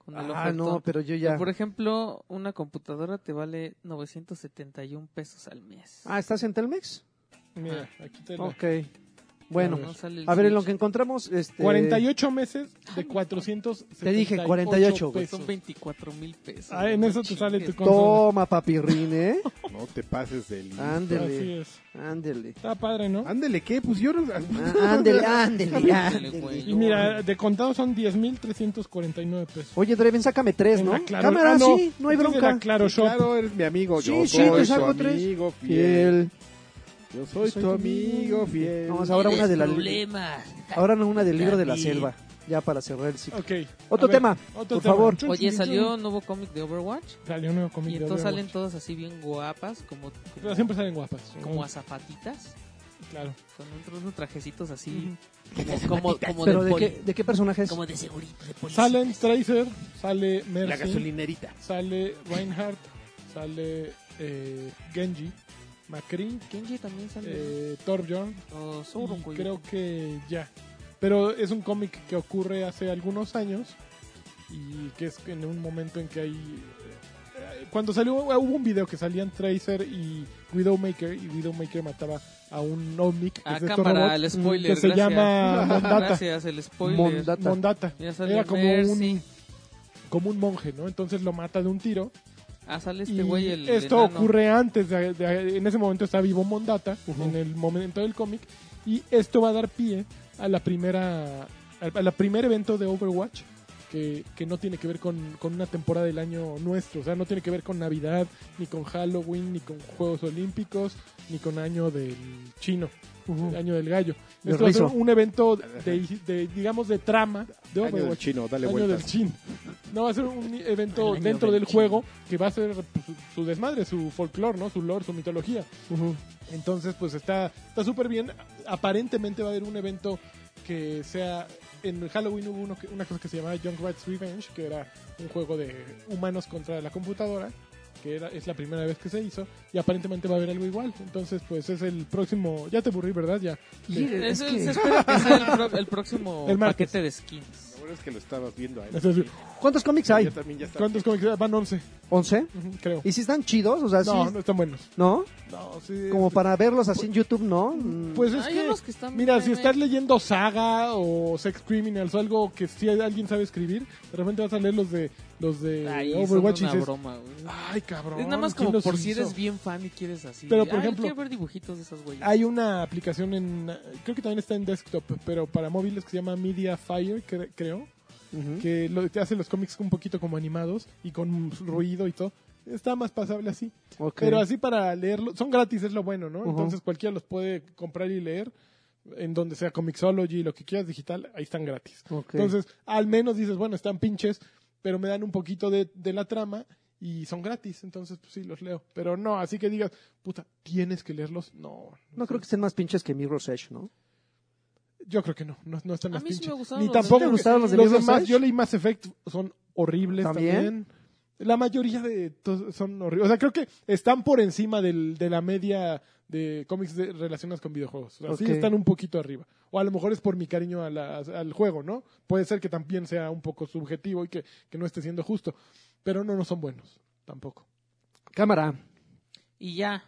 Speaker 3: con el
Speaker 2: Ah, no,
Speaker 3: ofertón.
Speaker 2: pero yo ya.
Speaker 3: Por ejemplo, una computadora te vale 971 pesos al mes.
Speaker 2: Ah, ¿estás en Telmex?
Speaker 1: Mira, aquí te la...
Speaker 2: Ok. Bueno,
Speaker 3: No sale el
Speaker 2: a ver, en lo
Speaker 3: switch.
Speaker 2: que encontramos, este...
Speaker 1: 48 meses de 400
Speaker 2: Te dije, 48, güey.
Speaker 1: pesos.
Speaker 3: Son 24 mil pesos.
Speaker 1: Ah, en eso te sale tu consola.
Speaker 2: Toma, papirrín, ¿eh?
Speaker 4: No te pases del...
Speaker 1: Así
Speaker 2: Ándele,
Speaker 1: es.
Speaker 2: ándele.
Speaker 1: Está padre, Ah, ¿no?
Speaker 4: Ándele, ¿qué? Pues yo no...
Speaker 2: Ah, Ándele, ándele,
Speaker 3: Ándele,
Speaker 2: ándele.
Speaker 3: güey.
Speaker 1: Y mira, de contado son 10.349 pesos.
Speaker 2: Oye, Dreven, sácame tres,
Speaker 1: En
Speaker 2: Pues, ¿no?
Speaker 1: la Claro-
Speaker 2: Cámara,
Speaker 1: Ah,
Speaker 2: sí, no hay
Speaker 1: ese es de
Speaker 2: bronca.
Speaker 1: la Claro Shop.
Speaker 4: Claro, eres mi amigo.
Speaker 2: Sí,
Speaker 4: yo
Speaker 2: sí,
Speaker 4: soy
Speaker 2: te
Speaker 4: tu
Speaker 2: saco tres.
Speaker 4: amigo fiel.
Speaker 2: Fiel.
Speaker 4: Yo soy, tu amigo fiel.
Speaker 2: Vamos, ahora una de la...
Speaker 3: Problemas.
Speaker 2: Ahora no, una del libro de la selva. Ya para cerrar el ciclo.
Speaker 1: Ok. a
Speaker 2: Otro tema, por favor.
Speaker 1: Chun,
Speaker 3: Oye,
Speaker 1: chun,
Speaker 3: salió
Speaker 1: chun.
Speaker 3: un nuevo cómic de Overwatch.
Speaker 1: Salió un nuevo cómic
Speaker 3: Y
Speaker 1: de
Speaker 3: entonces salen
Speaker 1: Overwatch.
Speaker 3: todas así bien guapas, como,
Speaker 1: Pero
Speaker 3: como,
Speaker 1: siempre salen guapas.
Speaker 3: como azafatitas,
Speaker 1: Claro.
Speaker 3: con otros unos trajecitos así, como, como, como
Speaker 2: ¿Pero
Speaker 3: de,
Speaker 2: de
Speaker 3: poli-
Speaker 2: qué, de qué personaje es?
Speaker 3: como de segurito, de policía.
Speaker 1: Salen Tracer, sale Mercy,
Speaker 4: gasolinerita.
Speaker 1: sale Reinhardt, sale eh, Genji, Macri,
Speaker 3: Kenji también sale.
Speaker 1: eh, Torbjorn,
Speaker 3: o Zoro,
Speaker 1: Y
Speaker 3: güey.
Speaker 1: Mm, creo que ya. Pero es un cómic que ocurre hace algunos años y que es en un momento en que hay... eh, Cuando salió, hubo un video que salían Tracer y Widowmaker y Widowmaker mataba a un Omnic, que
Speaker 3: Ah,
Speaker 1: es de estos
Speaker 3: cámara,
Speaker 1: robots,
Speaker 3: el spoiler.
Speaker 1: que se
Speaker 3: gracias.
Speaker 1: llama Mondata.
Speaker 3: Gracias, el spoiler.
Speaker 2: Mondata.
Speaker 1: Mondata.
Speaker 3: Ya sale
Speaker 1: Era como
Speaker 3: Mercy.
Speaker 1: un, como un monje, ¿no? Entonces lo mata de un tiro.
Speaker 3: Ah, sale
Speaker 1: Y
Speaker 3: este güey, el
Speaker 1: esto
Speaker 3: enano.
Speaker 1: ocurre antes, de- de- en ese momento está vivo Mondata, en el momento del cómic, y esto va a dar pie a la primera, al a la primer evento de Overwatch, que, que no tiene que ver con, con una temporada del año nuestro. O sea, no tiene que ver con Navidad, ni con Halloween, ni con Juegos Olímpicos, ni con Año del Chino,
Speaker 2: Ujú.
Speaker 1: el Año del Gallo.
Speaker 2: Del
Speaker 1: Esto es
Speaker 2: rizo.
Speaker 1: un evento de, de, digamos, de trama de
Speaker 4: Año del
Speaker 1: Overwatch.
Speaker 4: chino, dale
Speaker 1: Año
Speaker 4: vueltas.
Speaker 1: del chin. No, va a ser un evento
Speaker 3: El año
Speaker 1: dentro
Speaker 3: del
Speaker 1: del
Speaker 3: chin.
Speaker 1: juego que va a ser pues, su, su desmadre, su folclore, ¿no? Su lore, su mitología. Entonces, pues está está súper bien. Aparentemente va a haber un evento que sea... En Halloween hubo uno que- una cosa que se llamaba Young Rats Revenge, que era un juego de humanos contra la computadora, que era, es la primera vez que se hizo, y aparentemente va a haber algo igual. Entonces, pues es el próximo... Ya te aburrí, ¿verdad? Ya.
Speaker 2: Y es
Speaker 3: Eso
Speaker 2: que-
Speaker 3: Se espera que sea el, pro- el próximo
Speaker 1: El martes.
Speaker 3: paquete de skins.
Speaker 4: Lo bueno es que lo estabas viendo a él.
Speaker 1: Entonces,
Speaker 2: ¿Cuántos cómics hay?
Speaker 4: Yo también ya estaba-
Speaker 1: ¿Cuántos cómics? Van 11,
Speaker 2: ¿11?
Speaker 1: ujú, creo.
Speaker 2: ¿Y si están chidos? O sea, sí-
Speaker 1: No, no están buenos.
Speaker 2: ¿no?
Speaker 1: No, sí.
Speaker 2: Como para verlos así en YouTube, ¿no? Mm.
Speaker 1: Pues es
Speaker 3: Hay
Speaker 1: que,
Speaker 3: unos que están
Speaker 1: mira,
Speaker 3: bien
Speaker 1: si
Speaker 3: meme.
Speaker 1: estás leyendo Saga o Sex Criminals o algo que si alguien sabe escribir, de repente vas a leer los de los de
Speaker 3: Ay, son
Speaker 1: Overwatch y
Speaker 3: una
Speaker 1: dices,
Speaker 3: broma, güey.
Speaker 1: ay, cabrón.
Speaker 3: Es nada más
Speaker 1: Ah, ¿quién
Speaker 3: como
Speaker 1: los
Speaker 3: por si
Speaker 1: hizo?".
Speaker 3: eres bien fan y quieres así.
Speaker 1: Pero, por
Speaker 3: Ay,
Speaker 1: ejemplo,
Speaker 3: quiero ver dibujitos de esas güeyes.
Speaker 1: Hay una aplicación en creo que también está en desktop, pero para móviles que se llama Media Fire, cre- creo,
Speaker 2: Ujú.
Speaker 1: que lo, te hace los cómics un poquito como animados y con ruido y todo. Está más pasable así.
Speaker 2: Ok.
Speaker 1: Pero así para leerlo, son gratis, es lo bueno, ¿no?
Speaker 2: Ujú.
Speaker 1: Entonces cualquiera los puede comprar y leer en donde sea Comixology, lo que quieras digital, ahí están gratis.
Speaker 2: Ok.
Speaker 1: Entonces, al menos dices, bueno, están pinches, pero me dan un poquito de, de la trama y son gratis, entonces pues sí, los leo. Pero no, así que digas, puta, tienes que leerlos. No,
Speaker 2: No creo que estén más pinches que Mirror's Edge, ¿no?
Speaker 1: yo creo que no, no, no están
Speaker 3: A
Speaker 1: más
Speaker 3: mí sí me
Speaker 1: pinches.
Speaker 3: gustaron
Speaker 1: Ni
Speaker 3: los de-
Speaker 1: tampoco
Speaker 2: ¿Te gustaron los de Mirror's
Speaker 1: demás,
Speaker 2: Edge?
Speaker 1: yo leí Mass Effect, son horribles
Speaker 2: ¿También?
Speaker 1: también. La mayoría de to- son horribles. O sea, creo que están por encima del, de la media de cómics de- relacionados con videojuegos. Así
Speaker 2: Ok.
Speaker 1: están un poquito arriba. O a lo mejor es por mi cariño a la- al juego, ¿no? Puede ser que también sea un poco subjetivo y que, que no esté siendo justo. Pero no, no son buenos. Tampoco.
Speaker 2: Cámara.
Speaker 3: Y ya.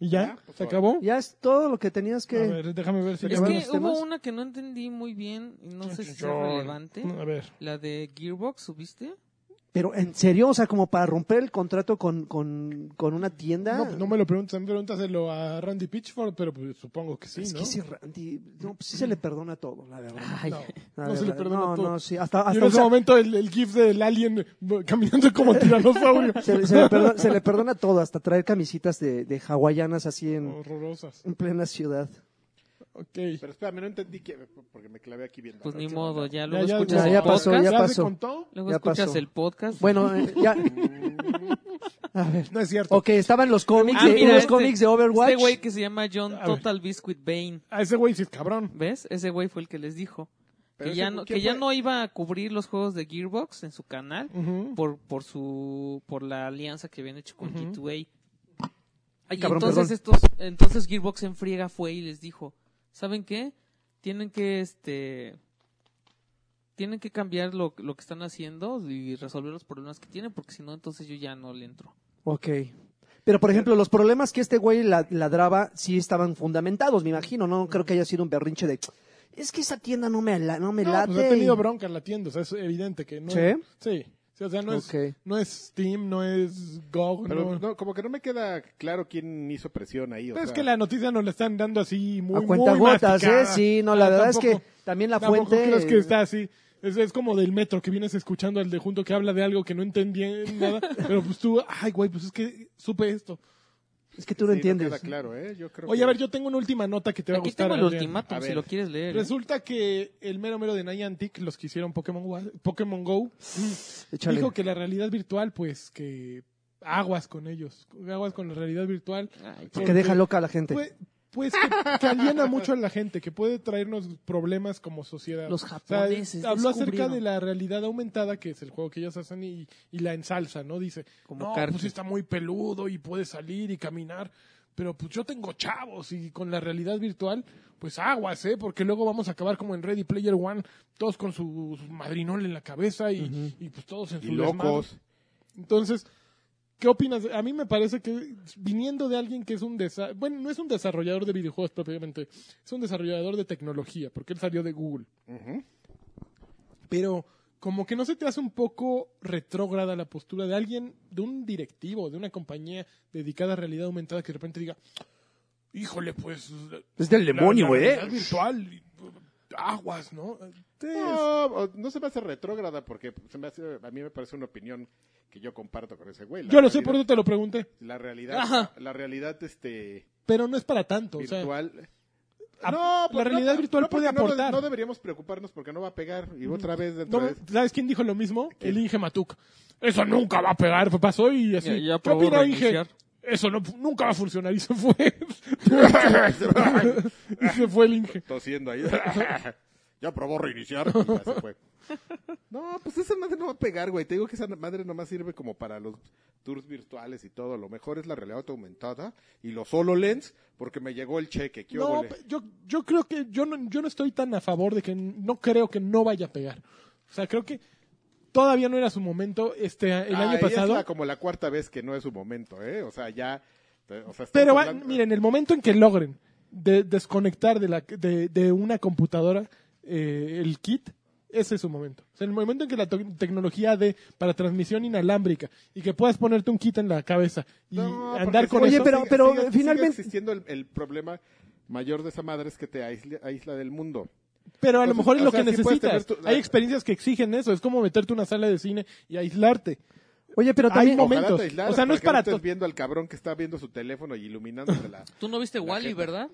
Speaker 1: ¿Y ya?
Speaker 4: Ya, por
Speaker 1: ¿Se
Speaker 4: favor.
Speaker 1: acabó?
Speaker 2: Ya es todo lo que tenías
Speaker 1: A
Speaker 2: que...
Speaker 1: ver, déjame ver si
Speaker 2: Es
Speaker 3: Es
Speaker 1: acabaron
Speaker 3: que
Speaker 2: los
Speaker 1: los
Speaker 3: hubo
Speaker 2: temas?
Speaker 3: una que no entendí muy bien. y No sé si es
Speaker 1: Yo-
Speaker 3: relevante.
Speaker 1: A ver.
Speaker 3: La de Gearbox, ¿subiste?
Speaker 2: Pero en serio, o sea, como para romper el contrato con, con, con una tienda.
Speaker 1: No, no me lo preguntes, pregúntaselo a Randy Pitchford, pero pues, supongo que sí,
Speaker 2: es
Speaker 1: ¿no?
Speaker 2: que ese Randy, no, pues sí se le perdona todo, la verdad.
Speaker 3: Ay,
Speaker 1: No,
Speaker 2: La
Speaker 1: no se le
Speaker 2: verdad.
Speaker 1: perdona
Speaker 2: no,
Speaker 1: todo.
Speaker 2: no, sí, hasta,
Speaker 1: Y
Speaker 2: hasta
Speaker 1: en ese
Speaker 2: usa-
Speaker 1: momento el, el gif del alien eh, caminando como tiranosaurio.
Speaker 2: se, le- se le perdona, se le perdona todo, hasta traer camisitas de, de hawaianas así
Speaker 1: Oh.
Speaker 2: en,
Speaker 1: Horrorosas.
Speaker 2: en plena ciudad.
Speaker 1: Ok.
Speaker 4: Pero espérame, no entendí que porque me clavé aquí viendo.
Speaker 3: Pues
Speaker 4: ¿no?
Speaker 3: ni
Speaker 4: ¿Qué
Speaker 3: modo,
Speaker 4: onda?
Speaker 3: ya luego
Speaker 1: ya,
Speaker 3: escuchas
Speaker 2: ya,
Speaker 3: el
Speaker 2: ya
Speaker 3: podcast.
Speaker 2: pasó, ya
Speaker 1: se
Speaker 2: pasó.
Speaker 1: contó?
Speaker 3: Luego
Speaker 2: ya
Speaker 3: escuchas
Speaker 2: pasó.
Speaker 3: el podcast.
Speaker 2: Bueno, eh, ya. A ver.
Speaker 1: No es cierto.
Speaker 2: Ok, estaban los cómics,
Speaker 3: Ah,
Speaker 2: de,
Speaker 3: mira,
Speaker 2: unos
Speaker 3: este-
Speaker 2: cómics de Overwatch.
Speaker 3: Este güey que se llama John
Speaker 1: A ver.
Speaker 3: Total Biscuit Bane.
Speaker 1: A ese güey sí es cabrón.
Speaker 3: ¿Ves? Ese güey fue el que les dijo.
Speaker 4: Pero
Speaker 3: Que
Speaker 4: ese
Speaker 3: ya,
Speaker 4: güey,
Speaker 3: no,
Speaker 4: ¿quién
Speaker 3: que ya
Speaker 4: fue?
Speaker 3: no iba a cubrir los juegos de Gearbox en su canal
Speaker 1: Ujú.
Speaker 3: por, por, su, por la alianza que habían hecho con
Speaker 1: Ujú.
Speaker 3: G2A. y
Speaker 2: cabrón,
Speaker 3: entonces, estos, entonces Gearbox en friega fue y les dijo, ¿saben qué? Tienen que, este, tienen que cambiar lo, lo que están haciendo y resolver los problemas que tienen porque si no, entonces yo ya no le entro.
Speaker 2: Ok. Pero, por ejemplo, los problemas que este güey la- ladraba sí estaban fundamentados, me imagino. No creo que haya sido un berrinche de... Es que esa tienda no me, la- no me
Speaker 1: No,
Speaker 2: late.
Speaker 1: pues ha tenido bronca en la tienda, o sea, es evidente que no.
Speaker 2: ¿Sí?
Speaker 1: es- Sí. Sí, o sea, no es,
Speaker 2: Ok.
Speaker 1: no es Steam, no es GOG.
Speaker 4: Pero
Speaker 1: no,
Speaker 4: no, como que no me queda claro quién hizo presión ahí. O
Speaker 1: Pero es
Speaker 4: sea,
Speaker 1: que la noticia nos la están dando así muy
Speaker 2: a cuenta gotas, ¿eh?
Speaker 1: masticada.
Speaker 2: Sí, no, la
Speaker 1: Ah,
Speaker 2: verdad es
Speaker 1: tampoco-
Speaker 2: que también la
Speaker 1: tampoco
Speaker 2: fuente...
Speaker 1: crees que está así. Es, es como del metro que vienes escuchando al de junto que habla de algo que no entendí nada, pero pues tú, ay güey, pues es que supe esto.
Speaker 2: Es que tú no
Speaker 4: sí,
Speaker 2: entiendes.
Speaker 4: queda claro, ¿eh? Yo creo
Speaker 1: Oye,
Speaker 4: que-
Speaker 1: a ver, yo tengo una última nota que te va a
Speaker 3: Aquí
Speaker 1: gustar.
Speaker 3: tengo el
Speaker 1: Adrián.
Speaker 3: ultimátum,
Speaker 4: A
Speaker 3: si
Speaker 4: ver.
Speaker 3: lo quieres leer. ¿eh?
Speaker 1: Resulta que el mero mero de Niantic, los que hicieron Pokémon, Wa- Pokémon Go,
Speaker 2: Échale.
Speaker 1: dijo que la realidad virtual, pues que aguas con ellos, aguas con la realidad virtual.
Speaker 3: Ay,
Speaker 2: Que deja loca a la gente.
Speaker 1: Pues, pues que, que aliena mucho a la gente, que puede traernos problemas como sociedad.
Speaker 3: Los
Speaker 1: O sea,
Speaker 3: japoneses
Speaker 1: habló acerca
Speaker 3: descubrieron.
Speaker 1: de la realidad aumentada, que es el juego que ellos hacen, y, y la ensalza, ¿no? Dice,
Speaker 3: Como
Speaker 1: no,
Speaker 3: Carti.
Speaker 1: pues está muy peludo y puede salir y caminar, pero pues yo tengo chavos y con la realidad virtual, pues aguas, ¿eh? Porque luego vamos a acabar como en Ready Player One, todos con su, su madrinol en la cabeza y, y, pues todos en
Speaker 4: Y
Speaker 1: su desmadre.
Speaker 4: locos.
Speaker 1: Entonces, ¿qué opinas? A mí me parece que viniendo de alguien que es un desa- bueno, no es un desarrollador de videojuegos propiamente, es un desarrollador de tecnología, porque él salió de Google.
Speaker 4: Ujú.
Speaker 1: Pero como que no se te hace un poco retrógrada la postura de alguien, de un directivo, de una compañía dedicada a realidad aumentada que de repente diga, híjole, pues...
Speaker 2: Es del
Speaker 4: ¿eh?
Speaker 1: la- la realidad virtual, pues, aguas, ¿no? Entonces,
Speaker 4: No, o- no se me hace retrógrada porque se me hace- a mí me parece una opinión que yo comparto con ese güey. La
Speaker 1: yo lo sé, por eso
Speaker 4: realidad-
Speaker 1: te lo pregunté.
Speaker 4: La realidad,
Speaker 1: Ajá.
Speaker 4: la realidad este,
Speaker 1: Pero no es para tanto, o sea, a-
Speaker 4: virtual... pues
Speaker 1: Ah, la realidad
Speaker 4: no,
Speaker 1: virtual
Speaker 4: no, porque
Speaker 1: puede
Speaker 4: no-
Speaker 1: aportar.
Speaker 4: No, deberíamos preocuparnos porque no va a pegar y otra vez dentro
Speaker 1: No,
Speaker 4: de...
Speaker 1: ¿Sabes quién dijo lo mismo? El Inge Matuk. Eso nunca va a pegar, pasó y así.
Speaker 3: Ya- ya
Speaker 1: ¿Qué
Speaker 3: probó
Speaker 1: opina Inge?
Speaker 3: reiniciar.
Speaker 1: Eso no, nunca va a funcionar y se fue. y se fue el Inge.
Speaker 4: tosiendo ahí. ya probó reiniciar. y ya se fue. No, pues esa madre no va a pegar, güey. Te digo que esa madre nomás sirve como para los tours virtuales y todo. Lo mejor es la realidad aumentada y los HoloLens, porque me llegó el cheque. ¿Qué
Speaker 1: No, pues,
Speaker 4: óvole?
Speaker 1: pe- yo, yo creo que yo no, yo no estoy tan a favor de que n- no creo que no vaya a pegar. O sea, creo que todavía no era su momento este el
Speaker 4: Ah,
Speaker 1: año
Speaker 4: ella
Speaker 1: pasado.
Speaker 4: Es la- como la cuarta vez que no es su momento, ¿eh? O sea, ya... te- o sea, estamos
Speaker 1: Pero va-
Speaker 4: hablando-
Speaker 1: miren, el momento en que logren de- desconectar de, la, de, de una computadora eh, el kit, ese es su momento. O sea, el momento en que la to- tecnología de para transmisión inalámbrica y que puedas ponerte un kit en la cabeza y
Speaker 4: No, porque
Speaker 1: andar con
Speaker 4: sigue-
Speaker 2: Oye,
Speaker 1: eso-
Speaker 2: pero-
Speaker 4: sigue-
Speaker 2: pero
Speaker 4: sigue-
Speaker 2: finalmente-
Speaker 4: sigue existiendo el, el problema mayor de esa madre es que te aisla, aísla del mundo.
Speaker 1: Pero a
Speaker 4: o
Speaker 1: lo
Speaker 4: sea,
Speaker 1: mejor es
Speaker 4: pues, o
Speaker 1: lo
Speaker 4: sea,
Speaker 1: que
Speaker 4: sí puedes tener
Speaker 1: necesitas.
Speaker 4: tu-
Speaker 1: Hay experiencias que exigen eso. Es como meterte a una sala de cine y aislarte.
Speaker 2: Oye, pero
Speaker 1: Hay
Speaker 2: también...
Speaker 1: momen-
Speaker 4: Ojalá
Speaker 1: Momentos.
Speaker 4: te aislaras
Speaker 1: O sea, no es
Speaker 4: que
Speaker 1: para
Speaker 4: estés
Speaker 1: to-
Speaker 4: viendo al cabrón que está viendo su teléfono y iluminándose la
Speaker 3: Tú no viste Wally,
Speaker 4: jeta.
Speaker 3: ¿verdad?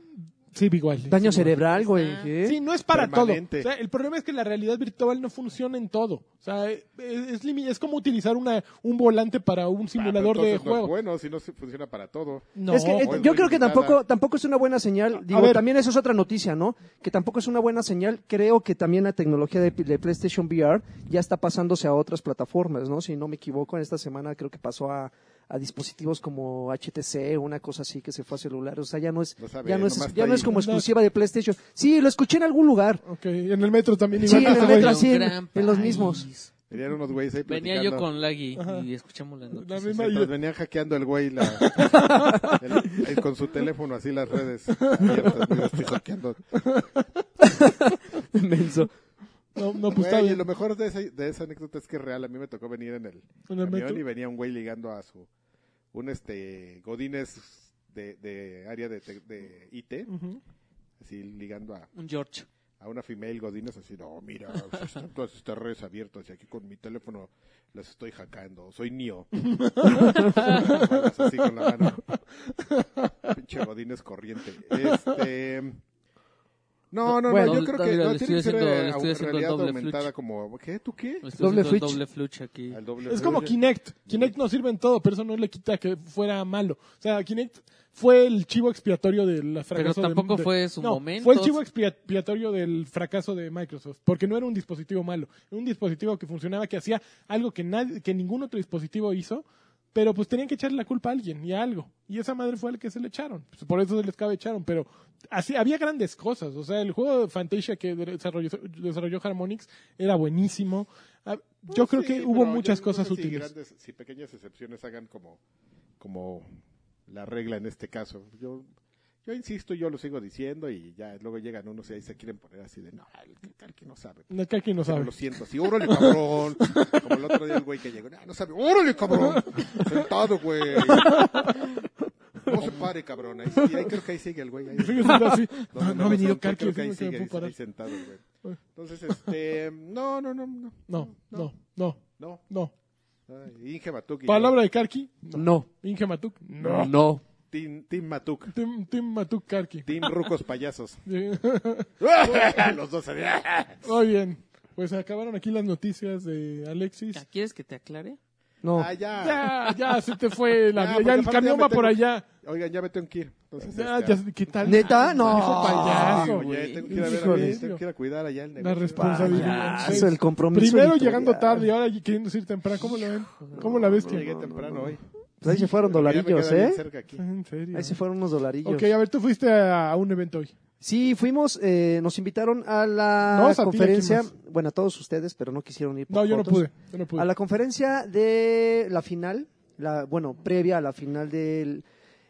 Speaker 1: Sí, igual.
Speaker 2: Daño cerebral, güey.
Speaker 3: Ah.
Speaker 2: ¿eh?
Speaker 1: Sí, no es para
Speaker 4: Permanente.
Speaker 1: todo. O sea, el problema es que la realidad virtual no funciona en todo. O sea, es, es limi- es como utilizar una, un volante para un simulador
Speaker 4: Ah, pero
Speaker 1: de
Speaker 4: entonces no es
Speaker 1: juego.
Speaker 4: bueno, si no se- funciona para todo.
Speaker 1: No,
Speaker 2: es que eh,
Speaker 4: güey,
Speaker 2: yo creo que
Speaker 4: limitada.
Speaker 2: tampoco, tampoco es una buena señal. Digo,
Speaker 1: ver.
Speaker 2: también eso es otra noticia, ¿no? Que tampoco es una buena señal. Creo que también la tecnología de, de PlayStation VR ya está pasándose a otras plataformas, ¿no? Si no me equivoco, en esta semana creo que pasó a, a dispositivos como HTC, una cosa así que se fue a celular. O sea, ya no es,
Speaker 4: No sabe,
Speaker 2: ya no
Speaker 4: nomás
Speaker 2: es,
Speaker 4: está
Speaker 2: ya no es
Speaker 4: ahí.
Speaker 2: como exclusiva de PlayStation. Sí, lo escuché en algún lugar.
Speaker 1: Ok, en el metro también
Speaker 2: Sí,
Speaker 1: igual.
Speaker 2: en el
Speaker 1: güey.
Speaker 2: metro,
Speaker 3: Un
Speaker 2: sí, en-
Speaker 3: gran
Speaker 2: en los
Speaker 3: país.
Speaker 2: mismos.
Speaker 4: Venían unos güeyes ahí
Speaker 3: Venía yo
Speaker 4: platicando.
Speaker 3: con Laggy y escuchamos la
Speaker 1: La
Speaker 3: noticia.
Speaker 1: misma
Speaker 4: Mientras
Speaker 1: idea.
Speaker 4: venían hackeando el güey la- el- el- con su teléfono así las redes. abiertas, mira, estoy hackeando.
Speaker 1: Pues
Speaker 2: Menso.
Speaker 1: No, no, pues está
Speaker 4: Güey, y
Speaker 1: bien.
Speaker 4: lo mejor de esa, de esa anécdota es que es real. A mí me tocó venir en el
Speaker 1: En el
Speaker 4: camión
Speaker 1: metro.
Speaker 4: y venía un güey ligando a su... Un este... Godínez de, de área de, tec- de IT.
Speaker 1: Ujú.
Speaker 4: Así ligando a,
Speaker 3: Un George.
Speaker 4: a una female Godínez así. No, mira, pues, están todas estas redes abiertas y aquí con mi teléfono las estoy hackeando. Soy Nio. así con la mano. Pinche Godínez corriente. Este... No, no,
Speaker 2: Bueno,
Speaker 4: no, yo creo que
Speaker 3: mira,
Speaker 4: no
Speaker 3: le
Speaker 4: tiene que
Speaker 3: estoy
Speaker 4: ser
Speaker 3: haciendo-
Speaker 4: eh,
Speaker 3: le estoy haciendo el
Speaker 4: realidad
Speaker 3: doble Pues
Speaker 4: aumentada
Speaker 3: fluch.
Speaker 4: como... ¿Qué? ¿Tú qué?
Speaker 3: Me estoy
Speaker 2: Doble
Speaker 3: haciendo el
Speaker 2: fluch.
Speaker 3: doble fluch aquí.
Speaker 4: Al doble
Speaker 1: Es como
Speaker 4: fluye.
Speaker 1: Kinect. Kinect no sirve en todo, pero eso no le quita que fuera malo. O sea, Kinect fue el chivo expiatorio del fracaso. de-
Speaker 3: tampoco
Speaker 1: de-
Speaker 3: fue su
Speaker 1: No,
Speaker 3: momento.
Speaker 1: Fue el chivo expia- expiatorio del fracaso de Microsoft, porque no era un dispositivo malo, era un dispositivo que funcionaba, que hacía algo que nadie, que ningún otro dispositivo hizo, pero pues tenían que echarle la culpa a alguien y a algo. Y esa madre fue al que se le echaron. Pues, por eso se les cabe echaron, pero así había grandes cosas. O sea, el juego de Fantasia que desarrolló, desarrolló Harmonix era buenísimo. Ah, Yo creo
Speaker 4: Pues Sí,
Speaker 1: que
Speaker 4: pero
Speaker 1: hubo
Speaker 4: yo
Speaker 1: muchas
Speaker 4: no
Speaker 1: cosas
Speaker 4: sé si
Speaker 1: útiles.
Speaker 4: grandes- si pequeñas excepciones hagan como, como la regla en este caso. Yo, yo insisto, yo lo sigo diciendo y ya luego llegan unos y ahí se quieren poner así de, no, el que- tal que no sabe.
Speaker 1: No, que aquí no
Speaker 4: Pero
Speaker 1: sabe.
Speaker 4: lo siento, así, órale, cabrón. Como el otro día el güey que llegó, no, no sabe, órale, cabrón. Sentado, güey. No se pare, cabrón. Ahí, sí, ahí creo que ahí sigue el güey. ahí.
Speaker 1: Sigue siendo así. No,
Speaker 4: Donde
Speaker 1: no ha venido
Speaker 4: son, creo
Speaker 1: Karki,
Speaker 4: que ahí
Speaker 1: así no
Speaker 4: sigue,
Speaker 1: me
Speaker 4: ahí-
Speaker 1: puedo parar.
Speaker 4: ahí sentado, güey. Entonces, este, no, no, no, no.
Speaker 1: No, no, no,
Speaker 4: No,
Speaker 1: no.
Speaker 4: Ay, Inge Matuk. y
Speaker 1: Palabra de Karki,
Speaker 2: No.
Speaker 1: Inge Matuk, no.
Speaker 2: No. No.
Speaker 4: yo. Team, team Matuk.
Speaker 1: Tim, Tim Matuk Karki.
Speaker 4: Team Rucos Payasos.
Speaker 1: Sí.
Speaker 4: Los dos. se-
Speaker 1: Muy bien. Pues acabaron aquí las noticias de Alexis.
Speaker 3: ¿Quieres que te aclare?
Speaker 4: Ah, ya.
Speaker 1: Ya, ya se te fue la
Speaker 4: Ya,
Speaker 1: vida.
Speaker 4: porque
Speaker 1: Ya el
Speaker 4: aparte
Speaker 1: camión
Speaker 4: ya
Speaker 1: va
Speaker 4: me
Speaker 1: por
Speaker 4: tengo-
Speaker 1: allá.
Speaker 4: Oigan, ya me tengo que ir. Entonces,
Speaker 1: Ya,
Speaker 4: este,
Speaker 1: ya, ¿qué tal?
Speaker 2: ¿Neta? No.
Speaker 1: Dijo payaso,
Speaker 4: oye,
Speaker 1: güey.
Speaker 4: tengo que ir a ver a
Speaker 1: Híjole.
Speaker 4: mi- tengo que ir a cuidar allá el
Speaker 1: La
Speaker 4: negocio.
Speaker 1: responsabilidad.
Speaker 4: Ah,
Speaker 2: Payaso, el compromiso
Speaker 1: Primero
Speaker 2: editorial.
Speaker 1: llegando tarde y ahora queriendo ir temprano. ¿Cómo lo ven? ¿Cómo la ves?
Speaker 4: No
Speaker 1: que-
Speaker 4: llegué temprano hoy.
Speaker 2: Pues ahí se fueron
Speaker 4: Pero ya me
Speaker 2: dolarillos,
Speaker 4: queda bien
Speaker 2: ¿eh?
Speaker 4: cerca aquí.
Speaker 1: En serio.
Speaker 2: Ahí se fueron unos dolarillos.
Speaker 1: Ok, a ver, tú fuiste a, a un evento hoy.
Speaker 2: Sí, fuimos, eh, nos invitaron a la
Speaker 1: No, o sea, a ti, ¿a
Speaker 2: conferencia,
Speaker 1: quién
Speaker 2: bueno, a todos ustedes, pero no quisieron ir. por
Speaker 1: No, yo no
Speaker 2: fotos.
Speaker 1: pude. Yo no pude.
Speaker 2: A la conferencia de la final, la, bueno, previa a la final de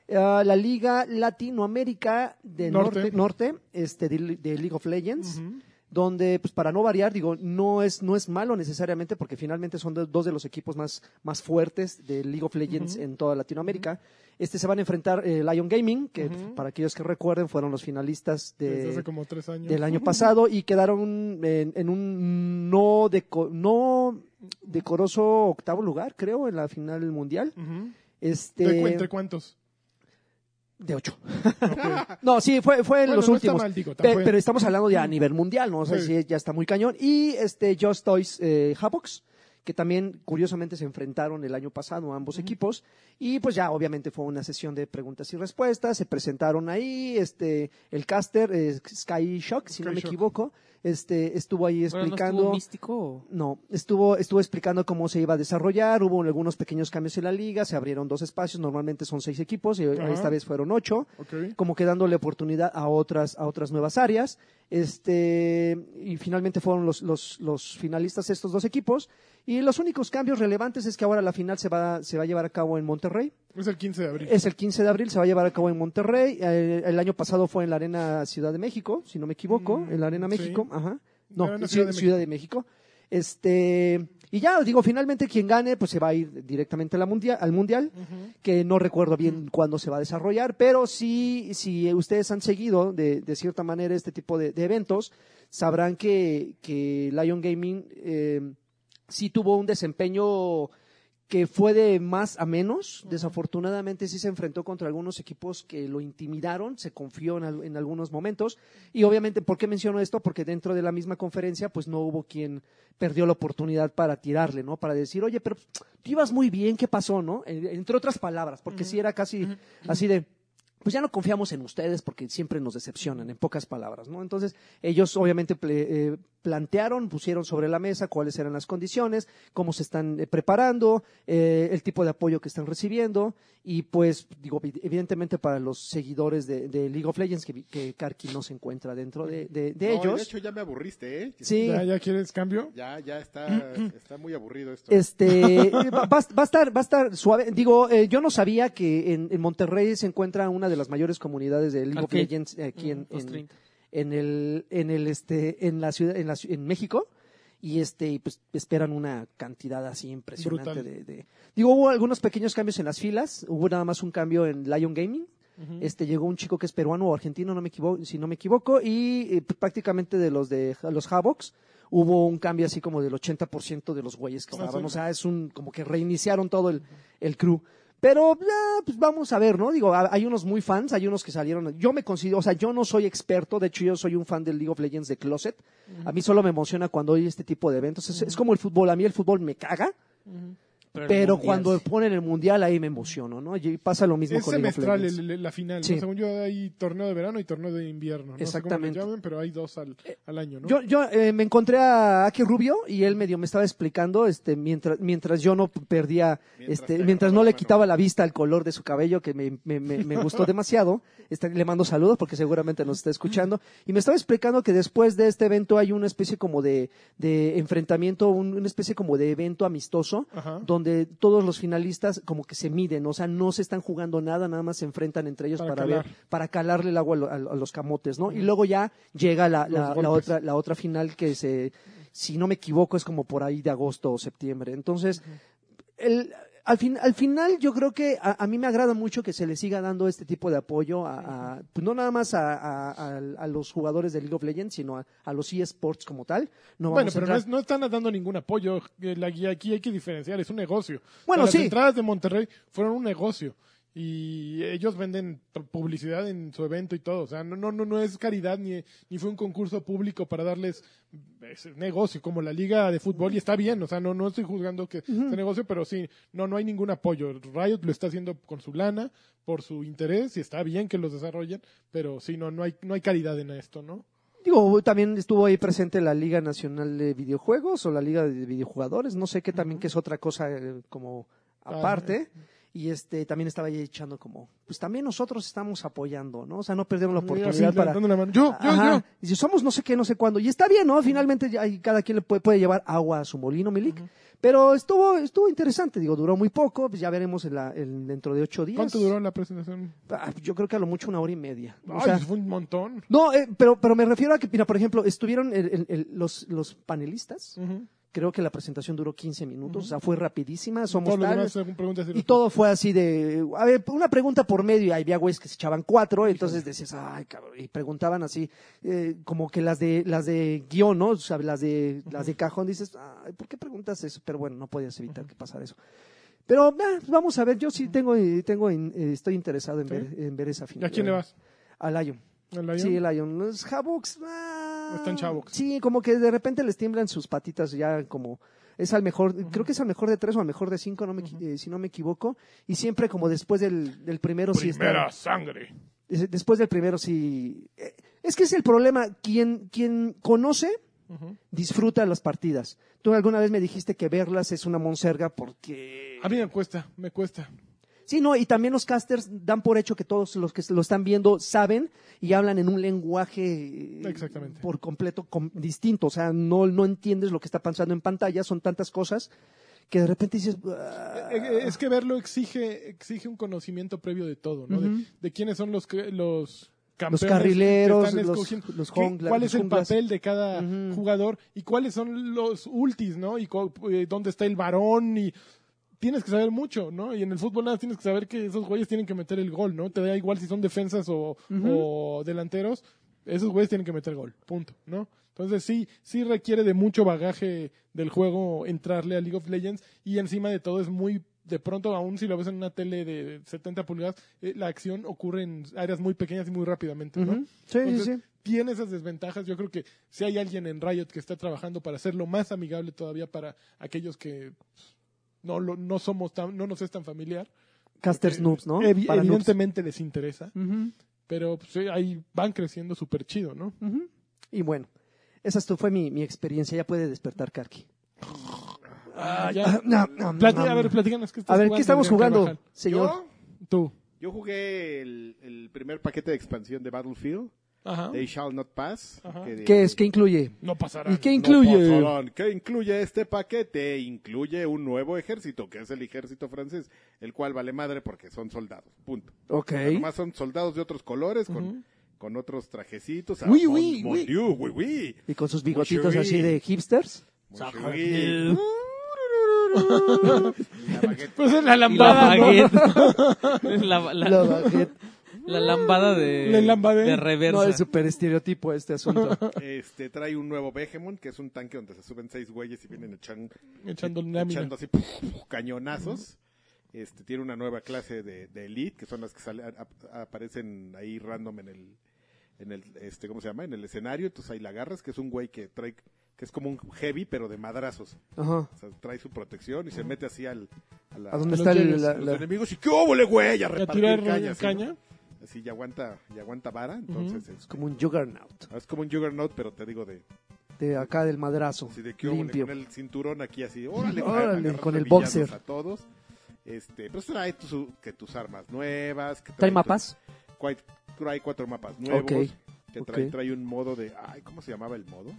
Speaker 2: la Liga Latinoamérica del
Speaker 1: Norte.
Speaker 2: Norte, norte, este, de, de League of Legends.
Speaker 1: Ujú.
Speaker 2: donde, pues para no variar, digo, no es, no es malo necesariamente, porque finalmente son de- dos de los equipos más, más fuertes de League of Legends en toda Latinoamérica. Este se van a enfrentar eh, Lion Gaming, que
Speaker 1: Ujú.
Speaker 2: para aquellos que recuerden fueron los finalistas
Speaker 1: Desde hace
Speaker 2: de,
Speaker 1: como tres años.
Speaker 2: del año pasado y quedaron en, en un no, deco- no decoroso octavo lugar, creo, en la final mundial.
Speaker 1: Ujú.
Speaker 2: Este,
Speaker 1: ¿De cu- entre cuántos?
Speaker 2: de ocho.
Speaker 1: Ok.
Speaker 2: No, sí, fue, fue en
Speaker 1: Bueno,
Speaker 2: los
Speaker 1: no
Speaker 2: últimos.
Speaker 1: Está mal, digo,
Speaker 2: Pe-
Speaker 1: tampoco- Mm.
Speaker 2: pero estamos hablando ya a nivel mundial, ¿no? O sea,
Speaker 1: Sí.
Speaker 2: sí, ya está muy cañón. Y este Just Toys eh, Havox, que también curiosamente se enfrentaron el año pasado ambos equipos. Y pues ya obviamente fue una sesión de preguntas y respuestas. Se presentaron ahí, este, el caster, eh, Sky Shock, si no
Speaker 1: Sky
Speaker 2: me
Speaker 1: Shock.
Speaker 2: equivoco, este, estuvo ahí
Speaker 3: Ahora, ¿no
Speaker 2: explicando.
Speaker 3: estuvo místico?
Speaker 2: No, estuvo, estuvo explicando cómo se iba a desarrollar, hubo algunos pequeños cambios en la liga, se abrieron dos espacios, normalmente son seis equipos, y
Speaker 1: Ajá.
Speaker 2: esta vez fueron ocho,
Speaker 1: Ok.
Speaker 2: como que dándole oportunidad a otras, a otras nuevas áreas. Este, y finalmente fueron los, los, los finalistas estos dos equipos. Y los únicos cambios relevantes es que ahora la final se va, se va a llevar a cabo en Monterrey.
Speaker 1: Es el 15 de abril.
Speaker 2: Es el 15 de abril, se va a llevar a cabo en Monterrey. Eh, el año pasado fue en la Arena Ciudad de México, si no me equivoco,
Speaker 1: Mm,
Speaker 2: en la Arena
Speaker 1: sí.
Speaker 2: México, ajá.
Speaker 1: La
Speaker 2: No,
Speaker 1: Arena
Speaker 2: Ci-
Speaker 1: Ciudad
Speaker 2: Ciudad,
Speaker 1: de
Speaker 2: de México. Este, y ya digo, finalmente quien gane pues se va a ir directamente a la mundia- al mundial, que no recuerdo bien cuándo se va a desarrollar, pero sí si ustedes han seguido de, de cierta manera este tipo de, de eventos, sabrán que, que Lion Gaming eh, sí tuvo un desempeño que fue de más a menos. Desafortunadamente sí se enfrentó contra algunos equipos que lo intimidaron, se confió en, al- en algunos momentos. Y obviamente, ¿por qué menciono esto? Porque dentro de la misma conferencia, pues no hubo quien perdió la oportunidad para tirarle, ¿no? Para decir, oye, pero tú ibas muy bien, ¿qué pasó, no? En- Entre otras palabras, porque sí era casi así de... Pues ya no confiamos en ustedes porque siempre nos decepcionan, en pocas palabras, ¿no? Entonces, ellos obviamente ple- eh, plantearon, pusieron sobre la mesa cuáles eran las condiciones, cómo se están eh, preparando, eh, el tipo de apoyo que están recibiendo y pues digo evi- evidentemente para los seguidores de, de League of Legends que, vi- que Karki no se encuentra dentro de, de- de
Speaker 4: No, y de
Speaker 2: ellos.
Speaker 4: hecho, ya me aburriste, ¿eh?
Speaker 2: Sí.
Speaker 1: ¿Ya, ¿Ya quieres cambio?
Speaker 4: Ya, ya está, está muy aburrido esto.
Speaker 2: Este va, va- va a estar, va a estar suave. Digo, eh, yo no sabía que en, en Monterrey se encuentra una de las mayores comunidades de League of
Speaker 3: Arcade.
Speaker 2: Legends eh, aquí en,
Speaker 3: Mm, Los
Speaker 2: en-
Speaker 3: 30.
Speaker 2: en el en el este en la ciudad en la ci- en México y este y, pues esperan una cantidad así impresionante
Speaker 1: Brutal.
Speaker 2: de, de- digo hubo algunos pequeños cambios en las filas hubo nada más un cambio en Lion Gaming este llegó un chico que es peruano o argentino no me equivoco si no me equivoco y eh, pr- prácticamente de los de los Havocs hubo un cambio así como del 80% de los güeyes
Speaker 1: Ah,
Speaker 2: que
Speaker 1: sí.
Speaker 2: estaban o sea es un como que reiniciaron todo el el crew pero ah, pues vamos a ver, ¿no? Digo, ha- hay unos muy fans, hay unos que salieron. Yo me considero, o sea, yo no soy experto, de hecho yo soy un fan del League of Legends de Closet. A mí solo me emociona cuando hay este tipo de eventos. Es, es como el fútbol, a mí el fútbol me caga,
Speaker 3: Pero, el
Speaker 2: pero
Speaker 3: Mundial,
Speaker 2: cuando
Speaker 3: sí.
Speaker 2: ponen el mundial ahí me emociono, ¿no? Y pasa lo mismo
Speaker 1: Es
Speaker 2: con League of
Speaker 1: semestral
Speaker 2: Legends.
Speaker 1: el- el- la final. ¿no?
Speaker 2: Sí.
Speaker 1: Según yo, hay torneo de verano y torneo de invierno. No Sé
Speaker 2: Exactamente. Eh,
Speaker 1: cómo le llaman, pero hay dos al, al año, ¿no?
Speaker 2: Yo, yo eh, me encontré a Aki Rubio y él medio me estaba explicando, este, mientras, mientras yo no perdía,
Speaker 4: Mientras te
Speaker 2: este,
Speaker 4: agarraba
Speaker 2: mientras no
Speaker 4: la
Speaker 2: le
Speaker 4: mano.
Speaker 2: quitaba la vista al color de su cabello, que me, me- me- me gustó demasiado. Este, le mando saludos porque seguramente nos está escuchando. Y me estaba explicando que después de este evento hay una especie como de, de enfrentamiento, un- una especie como de evento amistoso,
Speaker 1: Ajá.
Speaker 2: donde todos los finalistas como que se miden, o sea, no se están jugando nada, nada más se enfrentan entre ellos
Speaker 1: Para
Speaker 2: para,
Speaker 1: calar.
Speaker 2: ver, para calarle el agua a, lo- a lo- a los camotes, ¿no? Y luego ya llega la,
Speaker 1: Los
Speaker 2: la, la
Speaker 1: golpes.
Speaker 2: otra la otra final que se si no me equivoco es como por ahí de agosto o septiembre entonces el- al, fin- al final yo creo que a, a mí me agrada mucho que se le siga dando este tipo de apoyo a, a- pues no nada más a, a- a- a los jugadores de League of Legends sino a, a los eSports como tal no
Speaker 1: Bueno,
Speaker 2: vamos
Speaker 1: pero
Speaker 2: a
Speaker 1: no,
Speaker 2: entrar-
Speaker 1: es- no están dando ningún apoyo. Eh, La guía aquí hay que diferenciar, es un negocio.
Speaker 2: Bueno,
Speaker 1: O sea,
Speaker 2: sí.
Speaker 1: Las entradas de Monterrey fueron un negocio y ellos venden pu- publicidad en su evento y todo. O sea, no, no, no, no es caridad ni, ni fue un concurso público para darles es negocio como la liga de fútbol y está bien. O sea, no, no estoy juzgando que sea negocio, pero sí, no, no hay ningún apoyo. Riot lo está haciendo con su lana, por su interés y está bien que los desarrollen, pero sí, no, no hay, no hay caridad en esto, ¿no?
Speaker 2: Digo, también estuvo ahí presente la Liga Nacional de
Speaker 1: Ah,
Speaker 2: Videojuegos o la Liga de Videojugadores, no sé qué también, que es otra cosa eh, como aparte. Y este también estaba ahí echando como, pues también nosotros estamos apoyando, ¿no? O sea, no perdieron la
Speaker 1: Mira,
Speaker 2: oportunidad
Speaker 1: así,
Speaker 2: para.
Speaker 1: levantando la mano. Yo, yo,
Speaker 2: Ajá.
Speaker 1: yo.
Speaker 2: Dice, somos no sé qué, no sé cuándo. Y está bien, ¿no? Finalmente ya- ahí cada quien le puede, puede llevar agua a su molino, Milik. Pero estuvo, estuvo interesante, digo, duró muy poco, pues ya veremos en la- en- dentro de ocho días.
Speaker 1: ¿Cuánto duró la presentación?
Speaker 2: Ah, yo creo que a lo mucho una hora y media. O
Speaker 1: Ay,
Speaker 2: sea,
Speaker 1: fue un montón.
Speaker 2: no, eh, pero, pero me refiero a que, mira, por ejemplo, estuvieron el- el- el- los, los panelistas.
Speaker 1: Ujú.
Speaker 2: Creo que la presentación duró 15 minutos, o sea, fue rapidísima, somos
Speaker 1: Todos los demás
Speaker 2: tales.
Speaker 1: hacen preguntas
Speaker 2: Y todo fue así de, a ver, una pregunta por medio, y ahí había güeyes que se echaban cuatro, y entonces decías, ay, cabrón, y preguntaban así, eh, como que las de, las de guión, ¿no? O sea, las de, las de cajón, dices, ay, ¿por qué preguntas eso? Pero bueno, no podías evitar que pasara eso. Pero ah, vamos a ver, yo sí tengo, eh, tengo, en- eh, estoy interesado en,
Speaker 1: ¿Sí?
Speaker 2: ver, en ver esa
Speaker 1: ¿Y
Speaker 2: final.
Speaker 1: a quién le vas?
Speaker 2: Al Lion.
Speaker 1: ¿Al Lion?
Speaker 2: Sí, el Lion. Los Havocs. ah,
Speaker 1: Están Chavos.
Speaker 2: Sí, como que de repente les tiemblan sus patitas ya como... Es al mejor, creo que es al mejor de tres o al mejor de cinco, no me equi- eh, si no me equivoco. Y siempre como después del, del primero sí está-
Speaker 1: Primera sangre.
Speaker 2: es- Después del primero sí... eh, Es que es el problema. Quien, quien conoce
Speaker 1: Ujú.
Speaker 2: disfruta las partidas. Tú alguna vez me dijiste que verlas es una monserga porque...
Speaker 1: A mí me cuesta, me cuesta.
Speaker 2: Sí, no, y también los casters dan por hecho que todos los que lo están viendo saben y hablan en un lenguaje eh,
Speaker 1: Exactamente.
Speaker 2: por completo com- distinto. O sea, no, no entiendes lo que está pasando en pantalla, son tantas cosas que de repente dices. "Ah".
Speaker 1: Eh, eh, Es que verlo exige, exige un conocimiento previo de todo, ¿no? De-
Speaker 2: Ujú.
Speaker 1: de, quiénes son los, que- los campeones.
Speaker 2: carrileros,
Speaker 1: que están
Speaker 2: los-
Speaker 1: escogiendo,
Speaker 2: los
Speaker 1: qué-
Speaker 2: jungla-
Speaker 1: ¿Cuál
Speaker 2: los
Speaker 1: es el
Speaker 2: junglas.
Speaker 1: papel de cada jugador? ¿Y cuáles son los ultis, no? ¿Y cu- eh, dónde está el varón? Y tienes que saber mucho, ¿no? Y en el fútbol nada más tienes que saber que esos güeyes tienen que meter el gol, ¿no? Te da igual si son defensas o, o delanteros. Esos güeyes tienen que meter gol, punto, ¿no? Entonces sí, sí requiere de mucho bagaje del juego entrarle a League of Legends y encima de todo es muy, de pronto aún si lo ves en una tele de 70 pulgadas, eh, la acción ocurre en áreas muy pequeñas y muy rápidamente, eh, ¿no? eh,
Speaker 2: Ujú. Sí, sí, sí.
Speaker 1: Tiene esas desventajas. Yo creo que si hay alguien en Riot que está trabajando para hacerlo más amigable todavía para aquellos que pues, no lo- no somos tan, no nos es tan familiar.
Speaker 2: Casters noobs, ¿no?
Speaker 1: eh, Evi-
Speaker 2: Para noobs.
Speaker 1: evidentemente les interesa,
Speaker 2: Ujú,
Speaker 1: pero pues, eh, ahí van creciendo súper chido, ¿no?
Speaker 2: ujú. Y bueno, esa estu- fue mi, mi experiencia. Ya puede despertar, Karki.
Speaker 1: Ah,
Speaker 2: Ah,
Speaker 1: Ya.
Speaker 2: No, no, no,
Speaker 1: Plati-
Speaker 2: no.
Speaker 1: a ver, platícanos qué estás
Speaker 2: A ver,
Speaker 1: jugando,
Speaker 2: ¿qué estamos
Speaker 1: Adrián
Speaker 2: jugando,
Speaker 1: Carvajal?
Speaker 2: señor?
Speaker 1: Tú.
Speaker 4: Yo jugué el, el primer paquete de expansión de Battlefield,
Speaker 1: Ajá.
Speaker 4: They Shall Not Pass.
Speaker 1: Ajá.
Speaker 4: que de-
Speaker 2: ¿Qué es? ¿Qué incluye?
Speaker 1: No pasará.
Speaker 2: ¿Y qué
Speaker 4: No
Speaker 2: incluye?
Speaker 4: pasarán. ¿Qué incluye este paquete? Incluye un nuevo ejército, que es el ejército francés, el cual vale madre porque son soldados, punto.
Speaker 2: ok.
Speaker 4: Además son soldados de otros colores, con, con otros trajecitos.
Speaker 2: Uy,
Speaker 4: Ah,
Speaker 2: uy,
Speaker 4: mon- mon
Speaker 2: uy.
Speaker 4: Dieu, uy, uy.
Speaker 2: Y con sus bigotitos
Speaker 4: Mucho
Speaker 2: así
Speaker 4: bien.
Speaker 2: de hipsters.
Speaker 4: Muy bien. La baguette.
Speaker 1: Pues es la
Speaker 3: Y la
Speaker 1: lambada, ¿no?
Speaker 3: baguette. la, la-
Speaker 2: La baguette.
Speaker 3: la lambada de,
Speaker 1: La lambadé.
Speaker 3: de
Speaker 2: No,
Speaker 3: reversa.
Speaker 2: es súper estereotipo este asunto.
Speaker 4: Este, trae un nuevo Behemoth, que es un tanque donde se suben seis güeyes y vienen echan-
Speaker 1: Echando lámina.
Speaker 4: echando así puf, puf, cañonazos. Este, tiene una nueva clase de, de elite, que son las que sale- ap- aparecen ahí random en el, en el, este, ¿cómo se llama? En el escenario, entonces ahí la agarras, que es un güey que trae, que es como un heavy, pero de madrazos.
Speaker 2: Ajá.
Speaker 4: O sea, trae su protección y se mete así al, a, la-
Speaker 2: ¿A dónde
Speaker 1: los
Speaker 2: está el,
Speaker 1: lleves,
Speaker 2: la-
Speaker 4: a los
Speaker 2: la-
Speaker 4: enemigos y ¡qué óvole, güey! A
Speaker 1: Y a
Speaker 4: repartir
Speaker 1: tirar
Speaker 4: caña.
Speaker 1: caña.
Speaker 4: así, ¿no? Así, ya aguanta, ya aguanta vara, entonces es,
Speaker 2: como un juggernaut
Speaker 4: es como un juggernaut, pero te digo de,
Speaker 2: de acá del madrazo?
Speaker 4: Así de que óvole,
Speaker 2: Limpio.
Speaker 4: con el cinturón aquí así, órale,
Speaker 2: Órale,
Speaker 4: agarrando
Speaker 2: con el
Speaker 4: villazos
Speaker 2: boxer.
Speaker 4: a todos. Este, pero trae tu- su- que tus armas nuevas, que
Speaker 2: ¿Trae
Speaker 4: tu-
Speaker 2: mapas?
Speaker 4: cuai- trae cuatro mapas nuevos,
Speaker 2: Ok,
Speaker 4: que trae,
Speaker 2: ok.
Speaker 4: trae un modo de, ay, ¿cómo se llamaba el modo?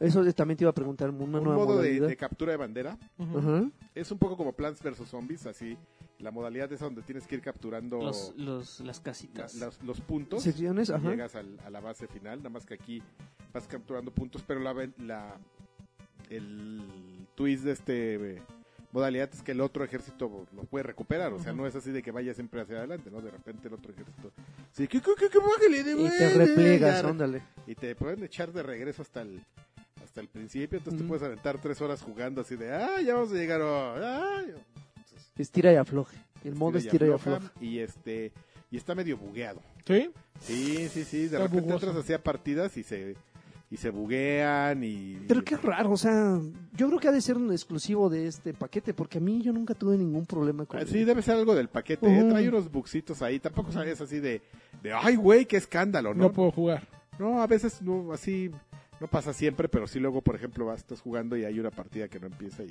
Speaker 2: Eso de- también te iba a preguntar. Una
Speaker 4: un
Speaker 2: nueva
Speaker 4: modo de,
Speaker 2: modalidad.
Speaker 4: de captura de bandera.
Speaker 2: Ajá.
Speaker 4: Es un poco como Plants vs Zombies, así, la modalidad es donde tienes que ir capturando
Speaker 3: Los, los- las
Speaker 4: la-
Speaker 3: casitas.
Speaker 4: las- los puntos.
Speaker 2: Secciones,
Speaker 4: y
Speaker 2: ajá.
Speaker 4: llegas al- a la base final, nada más que aquí vas capturando puntos, pero la, ven- la el twist de este eh, modalidad es que el otro ejército lo puede recuperar, o sea, no es así de que vaya siempre hacia adelante, ¿no? De repente el otro ejército, sí, que, que, que, que bájale de
Speaker 2: Y
Speaker 4: güey,
Speaker 2: te
Speaker 4: de-
Speaker 2: replegas,
Speaker 4: ya,
Speaker 2: ándale.
Speaker 4: y te pueden echar de regreso hasta el hasta el principio, entonces
Speaker 2: Ujú.
Speaker 4: te puedes aventar tres horas jugando así de, ah, ya vamos a llegar, oh, ah,
Speaker 2: Estira y afloje. El modo estira y
Speaker 4: afloja,
Speaker 2: afloje.
Speaker 4: y este y está medio bugueado.
Speaker 1: ¿Sí?
Speaker 4: Sí, sí, sí. De
Speaker 1: Está
Speaker 4: repente
Speaker 1: bugoso.
Speaker 4: otras hacía partidas y se y se buguean y
Speaker 2: Pero qué raro, o sea, yo creo que ha de ser un exclusivo de este paquete, porque a mí yo nunca tuve ningún problema con
Speaker 4: Ah,
Speaker 2: él.
Speaker 4: Sí, debe ser algo del paquete. ¿eh?
Speaker 2: Ujú.
Speaker 4: Trae unos buxitos ahí. Tampoco sabes así de, de ay, güey, qué escándalo,
Speaker 1: No,
Speaker 4: ¿no?
Speaker 1: puedo jugar.
Speaker 4: No, a veces no, así no pasa siempre, pero sí luego, por ejemplo, vas, estás jugando y hay una partida que no empieza y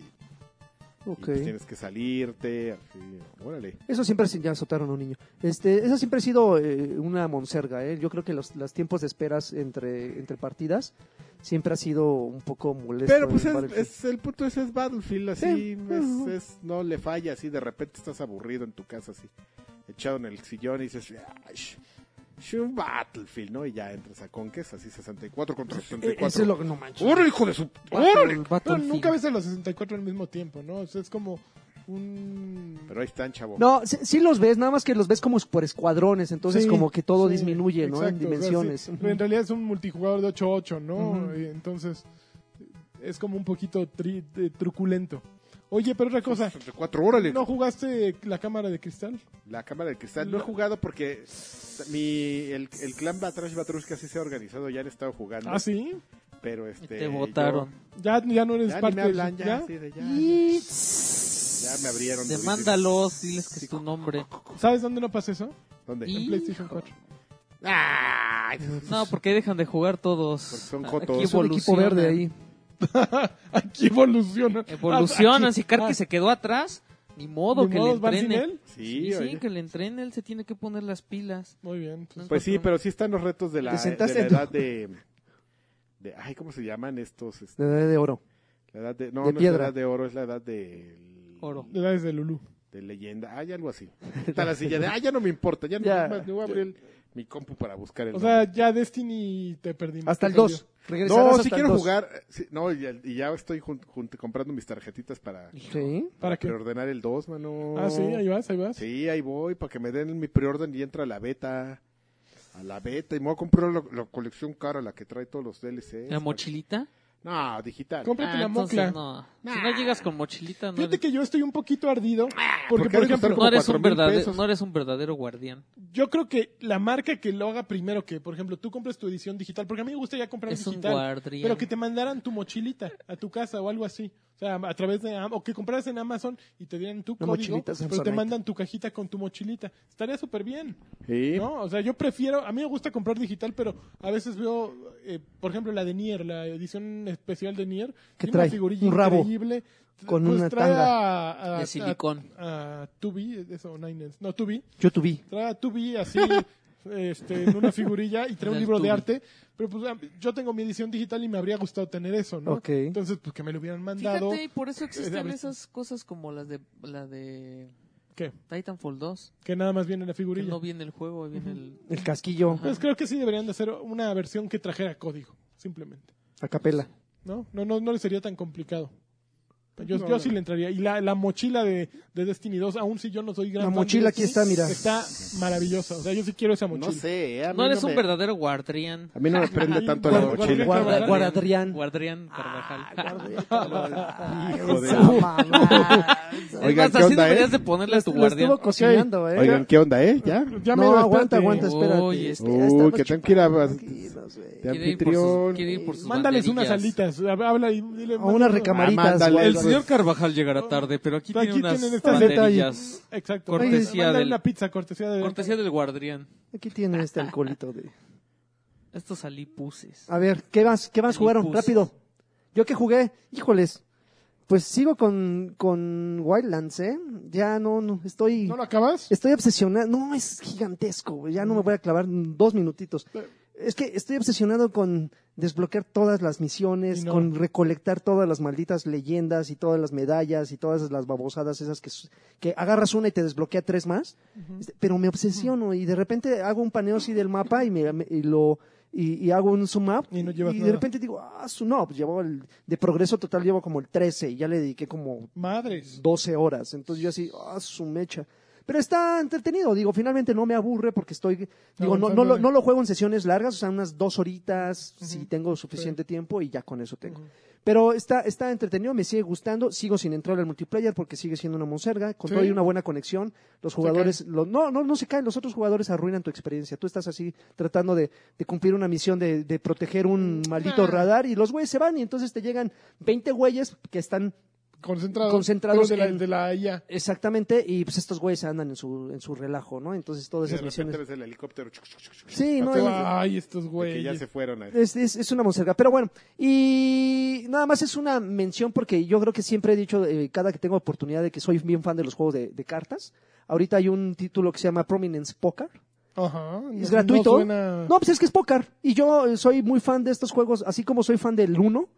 Speaker 4: Y
Speaker 2: Ok.
Speaker 4: pues tienes que salirte. así, órale.
Speaker 2: Eso siempre ha sido- ya azotaron a un niño. Este, eso siempre ha sido eh, una monserga, ¿eh? Yo creo que los, los tiempos de esperas entre, entre partidas siempre ha sido un poco molesto.
Speaker 4: Pero pues
Speaker 2: en
Speaker 4: es,
Speaker 2: Battlefield.
Speaker 4: es- el punto ese es Battlefield, así
Speaker 2: Sí.
Speaker 4: es- es- no le falla, así de repente estás aburrido en tu casa, así echado en el sillón y dices, "Ay, sh- sh- un Battlefield, ¿no? Y ya entras a Conques, así 64 contra
Speaker 2: Eh,
Speaker 4: 64.
Speaker 2: eso es lo que no manches.
Speaker 4: ¡Órale, hijo de su... órale!
Speaker 3: Battle-
Speaker 1: No,
Speaker 3: Battlefield.
Speaker 1: nunca ves a los 64 al mismo tiempo, ¿no? O sea, es como un...
Speaker 4: Pero ahí están, chavo.
Speaker 2: No, sí, sí los ves, nada más que los ves como por escuadrones, entonces
Speaker 1: Sí,
Speaker 2: como que todo
Speaker 1: sí,
Speaker 2: disminuye, ¿no?
Speaker 1: exacto, o
Speaker 2: en
Speaker 1: sea, sí.
Speaker 2: dimensiones.
Speaker 1: Pero En realidad es un multijugador de 8-8, ¿no?
Speaker 2: Ujú.
Speaker 1: Y Entonces, es como un poquito tri- eh, truculento. Oye, pero otra cosa,
Speaker 4: 64, órale.
Speaker 1: ¿no jugaste la cámara de cristal?
Speaker 4: La cámara de cristal. No he jugado porque mi, el, el clan Batrash Batrushka sí se ha organizado, ya han estado jugando.
Speaker 1: Ah, sí.
Speaker 4: Pero este...
Speaker 3: Te
Speaker 4: yo-
Speaker 3: votaron.
Speaker 1: Ya, ya no eres
Speaker 4: Ya ni
Speaker 1: parte
Speaker 4: me hablan,
Speaker 1: de
Speaker 4: ya,
Speaker 1: ¿ya?
Speaker 4: así de ya,
Speaker 2: Y-
Speaker 4: ya me abrieron. tú dices.
Speaker 3: Demándalos, diles que es tu nombre.
Speaker 1: ¿Sabes dónde no pasa eso?
Speaker 4: ¿Dónde?
Speaker 1: En
Speaker 3: Hijo.
Speaker 1: PlayStation 4.
Speaker 4: Ay,
Speaker 3: No, porque ahí dejan de jugar todos.
Speaker 4: Porque son
Speaker 3: Aquí
Speaker 4: jotos.
Speaker 2: Es un equipo
Speaker 3: evolucionan.
Speaker 2: verde ahí.
Speaker 1: Aquí evoluciona.
Speaker 3: Evolucionan,
Speaker 1: Aquí-
Speaker 3: si Karki se quedó atrás, ni modo
Speaker 1: Ni
Speaker 3: que
Speaker 1: modos, van
Speaker 3: le
Speaker 1: sin
Speaker 3: entrene.
Speaker 1: él.
Speaker 4: Sí,
Speaker 3: sí,
Speaker 4: oye.
Speaker 3: que le entrene, él se tiene que poner las pilas.
Speaker 1: Muy bien. pues,
Speaker 4: Pues sí, pero sí están los retos de la,
Speaker 2: Te sentaste
Speaker 4: de la
Speaker 2: en tu-
Speaker 4: edad de, de- Ay, ¿cómo se llaman estos? Este,
Speaker 2: De, de oro.
Speaker 4: la edad de...
Speaker 2: De
Speaker 4: No, no es la
Speaker 2: piedra.
Speaker 4: edad de oro, es la edad de...
Speaker 3: Oro.
Speaker 1: la desde Lulú.
Speaker 4: De leyenda. Ay, algo así. Está la silla de... Ay, ya no me importa. Ya no,
Speaker 2: Ya.
Speaker 4: más, no voy a abrir el- mi compu para buscar el
Speaker 1: O
Speaker 4: nombre.
Speaker 1: sea, ya Destiny te perdimos.
Speaker 2: Hasta el
Speaker 1: te perdió.
Speaker 2: 2. Regresarás
Speaker 4: No,
Speaker 2: hasta
Speaker 4: sí
Speaker 2: el
Speaker 4: quiero
Speaker 2: 2.
Speaker 4: jugar. eh, sí, no, y, y ya estoy jun- jun- comprando mis tarjetitas para
Speaker 2: Sí.
Speaker 1: ¿Para qué?
Speaker 4: preordenar el 2, mano.
Speaker 1: Ah, sí, ahí vas, ahí vas.
Speaker 4: Sí, ahí voy, para que me den mi preorden y entra a la beta. A la beta, y me voy a comprar la, la colección cara, la que trae todos los DLCs.
Speaker 3: ¿La mochilita?
Speaker 4: No, digital.
Speaker 1: Cómprate
Speaker 3: Ah,
Speaker 1: la
Speaker 3: entonces
Speaker 1: mocla.
Speaker 3: no. Si no llegas con mochilita, no
Speaker 1: Fíjate
Speaker 3: eres,
Speaker 1: que yo estoy un poquito ardido. Porque,
Speaker 4: ¿por qué
Speaker 1: por
Speaker 4: eres
Speaker 1: ejemplo,
Speaker 4: tan-
Speaker 3: no Ah, eres
Speaker 4: cuatro
Speaker 3: un
Speaker 4: mil
Speaker 3: verdadero,
Speaker 4: pesos.
Speaker 3: no eres un verdadero guardián.
Speaker 1: yo creo que la marca que lo haga primero que, por ejemplo, tú compres tu edición digital, porque a mí me gusta ya comprar
Speaker 3: Es un
Speaker 1: digital,
Speaker 3: guardián.
Speaker 1: pero que te mandaran tu mochilita a tu casa o algo así. O sea, a través de Am- o que compraras en Amazon y te dieran tu
Speaker 2: Una
Speaker 1: código,
Speaker 2: mochilita
Speaker 1: pero te
Speaker 2: Samsonite.
Speaker 1: mandan tu cajita con tu mochilita. Estaría súper bien.
Speaker 4: Sí.
Speaker 1: ¿No? O sea, yo prefiero, a mí me gusta comprar digital, pero a veces veo, eh, por ejemplo, la de Nier, la edición especial de Nier,
Speaker 2: ¿Qué
Speaker 1: tiene
Speaker 2: trae?
Speaker 1: una figurilla
Speaker 2: Un rabo.
Speaker 1: increíble.
Speaker 2: Con
Speaker 1: Pues
Speaker 2: una
Speaker 1: trae
Speaker 2: tanga.
Speaker 1: a- a-
Speaker 3: De
Speaker 1: a-
Speaker 3: silicón.
Speaker 1: A, 2B, eso, Nine Inch. no, 2B.
Speaker 2: Yo tuve.
Speaker 1: Trae a 2B así, este, en una figurilla y trae un
Speaker 3: Del
Speaker 1: libro de
Speaker 3: 2B.
Speaker 1: arte. Pero pues ah, yo tengo mi edición digital y me habría gustado tener eso, ¿no?
Speaker 2: Ok.
Speaker 1: Entonces, pues que me lo hubieran mandado.
Speaker 3: Fíjate, y por eso existen
Speaker 1: abres-
Speaker 3: esas cosas como las de la de
Speaker 1: ¿Qué?
Speaker 3: Titanfall 2,
Speaker 1: Que nada más viene la
Speaker 3: que
Speaker 1: figurilla.
Speaker 3: no viene el juego, ahí viene el
Speaker 2: El casquillo
Speaker 1: Pues creo que sí deberían de hacer una versión que trajera código, simplemente.
Speaker 2: a capela.
Speaker 1: ¿no? No, no, no le sería tan complicado. Yo, yo sí le entraría. Y la, la mochila de, de Destiny 2, aún si yo no soy gran
Speaker 2: La
Speaker 1: fan de
Speaker 2: mochila aquí
Speaker 1: Destiny,
Speaker 2: está, mira.
Speaker 1: Está maravillosa. O sea, yo sí quiero esa mochila.
Speaker 4: No sé, eh, a mí
Speaker 3: No eres un
Speaker 4: me-
Speaker 3: verdadero guardián.
Speaker 4: A mí no me prende tanto la
Speaker 1: Guarda-
Speaker 4: mochila.
Speaker 1: guarda-
Speaker 2: Guarda- Guardián.
Speaker 3: Ah, Guardián Carvajal.
Speaker 4: Hijo de-
Speaker 3: Oigan,
Speaker 4: Oigan,
Speaker 3: ¿qué
Speaker 4: ¿qué onda, eh?
Speaker 3: deberías de ponerle a tu
Speaker 2: Lo
Speaker 3: guardián.
Speaker 2: estuvo cocinando, ¿eh?
Speaker 4: Oigan, ¿qué onda, eh? ¿Ya?
Speaker 1: Ya
Speaker 2: no,
Speaker 1: mira,
Speaker 2: aguanta,
Speaker 1: espérate.
Speaker 2: aguanta, espérate.
Speaker 3: Uy, este-
Speaker 2: Ya estamos
Speaker 4: Uh, que tengo que ir a-
Speaker 2: tranquilos, güey.
Speaker 4: De
Speaker 3: Quiere ir por sus-
Speaker 4: anfitrión.
Speaker 3: quiere ir por sus
Speaker 1: Mándales unas
Speaker 3: banderillas.
Speaker 1: alitas. Habla y dile.
Speaker 2: A unas
Speaker 4: Ah,
Speaker 2: recamaritas.
Speaker 4: mándale.
Speaker 2: güey.
Speaker 3: El señor Carvajal llegará tarde, pero aquí,
Speaker 1: Aquí
Speaker 3: tiene unas
Speaker 1: tienen este estas
Speaker 3: banderillas.
Speaker 1: Exacto.
Speaker 3: Cortesía
Speaker 1: Mándale
Speaker 3: del-
Speaker 1: una pizza, cortesía de.
Speaker 3: Cortesía del guardián.
Speaker 2: Aquí tiene este alcoholito de...
Speaker 3: Estos alipuses.
Speaker 2: A ver, ¿qué más? ¿Qué más
Speaker 3: El
Speaker 2: jugaron?
Speaker 3: Ipus.
Speaker 2: Rápido. Yo que jugué, híjoles. Pues sigo con, con Wildlands, ¿eh? Ya no, no, estoy...
Speaker 1: ¿No lo acabas?
Speaker 2: Estoy obsesionado. No, es gigantesco. güey. Ya no me voy a clavar dos minutitos. Es que estoy obsesionado con desbloquear todas las misiones,
Speaker 1: Y no.
Speaker 2: con recolectar todas las malditas leyendas y todas las medallas y todas las babosadas esas que, su- que agarras una y te desbloquea tres más. Este, Pero me obsesiono y de repente hago un paneo así del mapa y, me, me- y lo... Y, y hago un zoom up
Speaker 1: Y no llevas
Speaker 2: de
Speaker 1: nada.
Speaker 2: repente digo, ah, su no, pues llevo el, de progreso total llevo como el 13 y ya le dediqué como
Speaker 1: Madres.
Speaker 2: 12 horas. Entonces yo así, ah, su mecha. Pero está entretenido, digo, finalmente no me aburre porque estoy, digo, no, no, lo, no lo juego en sesiones largas, o sea, unas dos horitas, si tengo suficiente tiempo y ya con eso tengo. Pero está, está entretenido, me sigue gustando, sigo sin entrar al multiplayer porque sigue siendo una monserga, con
Speaker 1: Sí.
Speaker 2: todo y una buena conexión, los jugadores, lo- no, no, no se caen, los otros jugadores arruinan tu experiencia, tú estás así tratando de, de cumplir una misión de, de proteger un maldito radar y los güeyes se van y entonces te llegan 20 güeyes que están
Speaker 1: concentrados.
Speaker 2: Concentrados
Speaker 1: pero de, la,
Speaker 2: en-
Speaker 1: de la IA.
Speaker 2: Exactamente, y pues estos güeyes andan en su, en su relajo, ¿no? Entonces todas
Speaker 4: de
Speaker 2: esas
Speaker 4: repente Ah,
Speaker 2: misiones...
Speaker 4: ves el helicóptero.
Speaker 2: Sí, no,
Speaker 1: Así,
Speaker 2: es-
Speaker 1: Ay, estos
Speaker 4: de que ya
Speaker 1: güeyes.
Speaker 4: se fueron. a-
Speaker 1: Eh,
Speaker 2: Es, es- es una monserga. Pero bueno, y nada más es una mención porque yo creo que siempre he dicho, eh, cada que tengo oportunidad, de que soy bien fan de los juegos de, de cartas. Ahorita hay un título que se llama Prominence Poker.
Speaker 1: Ajá. no-
Speaker 2: Es gratuito.
Speaker 1: No
Speaker 2: No,
Speaker 1: suena-
Speaker 2: pues es que es póker. Y yo eh, soy muy fan de estos juegos, así como soy fan del Uno,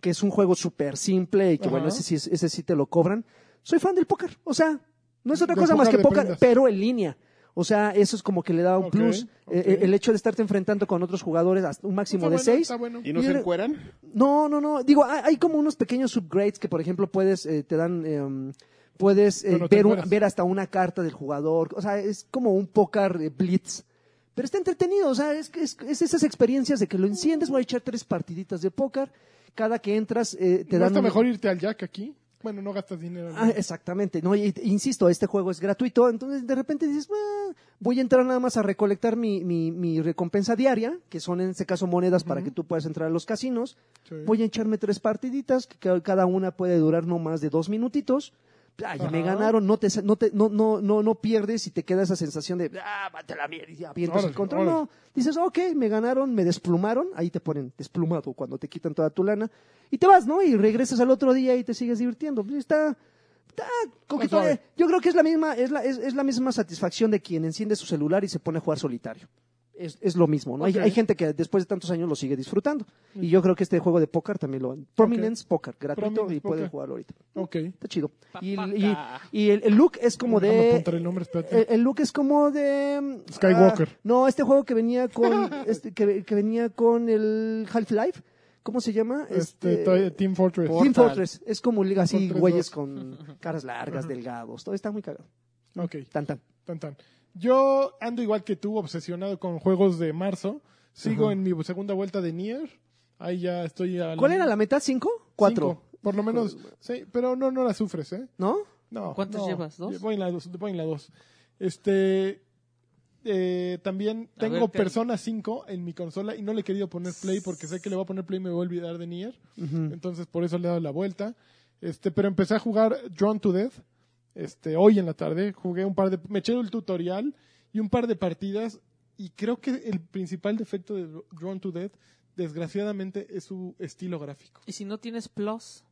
Speaker 2: que es un juego súper simple y que,
Speaker 1: Ajá.
Speaker 2: bueno, ese sí, es- ese sí te lo cobran. Soy fan del póker. O sea, no es otra
Speaker 1: Del
Speaker 2: cosa más
Speaker 1: póker
Speaker 2: que
Speaker 1: de
Speaker 2: póker,
Speaker 1: prendas.
Speaker 2: pero en línea. O sea, eso es como que le da un
Speaker 1: Ok,
Speaker 2: plus. Eh,
Speaker 1: ok.
Speaker 2: eh, el hecho de estarte enfrentando con otros jugadores hasta un
Speaker 1: Está
Speaker 2: máximo
Speaker 1: bueno,
Speaker 2: de seis.
Speaker 1: Está bueno.
Speaker 4: ¿Y no
Speaker 2: Y
Speaker 4: se
Speaker 2: era-
Speaker 4: encueran?
Speaker 2: No, no, no. Digo, hay, hay como unos pequeños upgrades que, por ejemplo, puedes, eh, te dan, em, puedes eh,
Speaker 1: Pero no te
Speaker 2: ver, un-
Speaker 1: encueras.
Speaker 2: ver hasta una carta del jugador. O sea, es como un póker eh, blitz. Pero está entretenido, o sea, es, que- es, es esas experiencias de que lo enciendes, voy a echar tres partiditas de póker. Cada que entras eh, te
Speaker 1: ¿No
Speaker 2: dan...
Speaker 1: está
Speaker 2: un-
Speaker 1: mejor irte al Jack aquí? Bueno, no gastas dinero. ¿no?
Speaker 2: Ah, exactamente, no, y- insisto, este juego es gratuito, entonces de repente dices, "Ah, voy a entrar nada más a recolectar mi, mi, mi recompensa diaria, que son en este caso monedas para que tú puedas entrar a los casinos,
Speaker 1: Sí.
Speaker 2: voy a echarme tres partiditas, que ca- cada una puede durar no más de dos minutitos. Ah, ya me
Speaker 1: Ajá.
Speaker 2: ganaron, no te, sa- no, te- no, no, no, no pierdes y te queda esa sensación de, ah, mate la mierda, y avientas
Speaker 1: Órale,
Speaker 2: el control.
Speaker 1: órale.
Speaker 2: No, dices, ok, me ganaron, me desplumaron, ahí te ponen desplumado cuando te quitan toda tu lana y te vas, ¿no? Y regresas al otro día y te sigues divirtiendo. Pues, Está, está coqueto.
Speaker 1: suave.
Speaker 2: eh, Yo creo que es la misma, es la, es, es la misma satisfacción de quien enciende su celular y se pone a jugar solitario. Es, es lo mismo, ¿no? Hay-
Speaker 1: Ok.
Speaker 2: Hay, gente que después de tantos años lo sigue disfrutando. Y yo creo que este juego de póker también lo... Prominence Póker, gratuito
Speaker 1: Prominence
Speaker 2: y pueden
Speaker 1: Poker.
Speaker 2: jugarlo ahorita.
Speaker 1: Ok.
Speaker 2: Está chido. Y, y,
Speaker 3: Papaca.
Speaker 2: y el, el look es como
Speaker 1: Déjame
Speaker 2: de... eh,
Speaker 1: apuntar el nombre, espérate.
Speaker 2: El, el look es como de... mm,
Speaker 1: Skywalker.
Speaker 2: ah, no, este juego que venía con... este, que, que venía con el Half-Life. ¿Cómo se llama?
Speaker 1: este, todavía- Team Fortress.
Speaker 2: eh, Team Fortress. Es como liga así,
Speaker 1: Fortress
Speaker 2: güeyes
Speaker 1: 2.
Speaker 2: con caras largas, delgados. Todo está muy cagado.
Speaker 1: Ok,
Speaker 2: Tan, tan.
Speaker 1: tan tan. Yo ando igual que tú, obsesionado con juegos de marzo. Sigo en mi segunda vuelta de Nier. Ahí ya estoy a
Speaker 2: ¿Cuál era la meta? ¿Cinco? Cuatro.
Speaker 1: Cinco, por lo menos. Sí, pero no, no la sufres, ¿eh?
Speaker 2: ¿No?
Speaker 1: No.
Speaker 3: ¿Cuántas
Speaker 1: no.
Speaker 3: llevas? ¿Dos?
Speaker 1: Voy en la dos. voy en la dos. Este. eh, también
Speaker 3: A ver,
Speaker 1: tengo
Speaker 3: ¿qué?
Speaker 1: Persona 5 en mi consola y no le he querido poner play porque sé que le voy a poner play y me voy a olvidar de Nier. Entonces por eso le he dado la vuelta. Este, pero empecé a jugar Drawn to Death este, hoy en la tarde. Jugué un par de. Me eché el tutorial y un par de partidas. Y creo que el principal defecto de Drawn to Death, desgraciadamente, es su estilo gráfico.
Speaker 3: Y si no tienes Plus,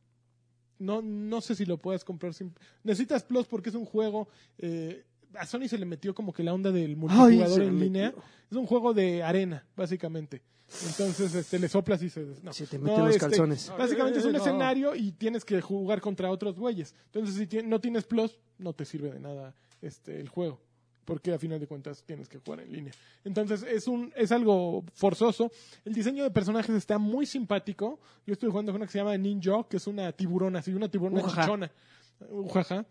Speaker 1: No, no sé si lo puedes comprar sin... Necesitas Plus porque es un juego... eh, a Sony se le metió como que la onda del
Speaker 2: se
Speaker 1: multijugador
Speaker 2: le
Speaker 1: en
Speaker 2: metió.
Speaker 1: línea. Es un juego de arena, básicamente. Entonces, este, le soplas y se... des- No.
Speaker 2: Se te meten
Speaker 1: No,
Speaker 2: los
Speaker 1: este,
Speaker 2: calzones.
Speaker 1: Básicamente es un
Speaker 3: No.
Speaker 1: escenario y tienes que jugar contra otros güeyes. Entonces, si ti- no tienes Plus, no te sirve de nada este, el juego. Porque a final de cuentas tienes que jugar en línea. Entonces es un es algo forzoso. El diseño de personajes está muy simpático. Yo estoy jugando con una que se llama Ninja, que es una tiburona, así una tiburona
Speaker 3: Ujaja.
Speaker 1: chichona. Ujaja.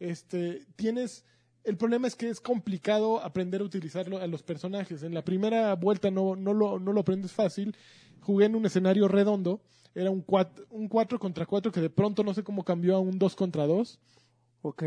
Speaker 1: Este, tienes el problema es que es complicado aprender a utilizarlo a los personajes. En la primera vuelta no, no, lo, no lo aprendes fácil. Jugué en un escenario redondo. Era un 4 un cuatro contra 4 que de pronto no sé cómo cambió a un 2 contra 2
Speaker 2: Ok.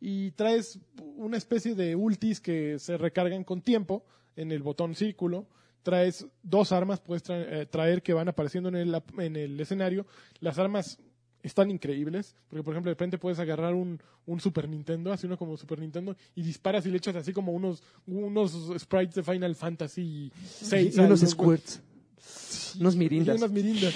Speaker 1: y traes una especie de ultis que se recargan con tiempo en el botón círculo. Traes dos armas, puedes tra- eh, traer que van apareciendo en el, ap- en el escenario. Las armas están increíbles, porque por ejemplo de repente puedes agarrar un, un Super Nintendo, así uno como Super Nintendo, y disparas y le echas así como unos, unos sprites de Final Fantasy VI.
Speaker 2: Y unos
Speaker 1: a los-
Speaker 2: squirts. Unos
Speaker 1: y
Speaker 2: mirindas.
Speaker 1: unas mirindas.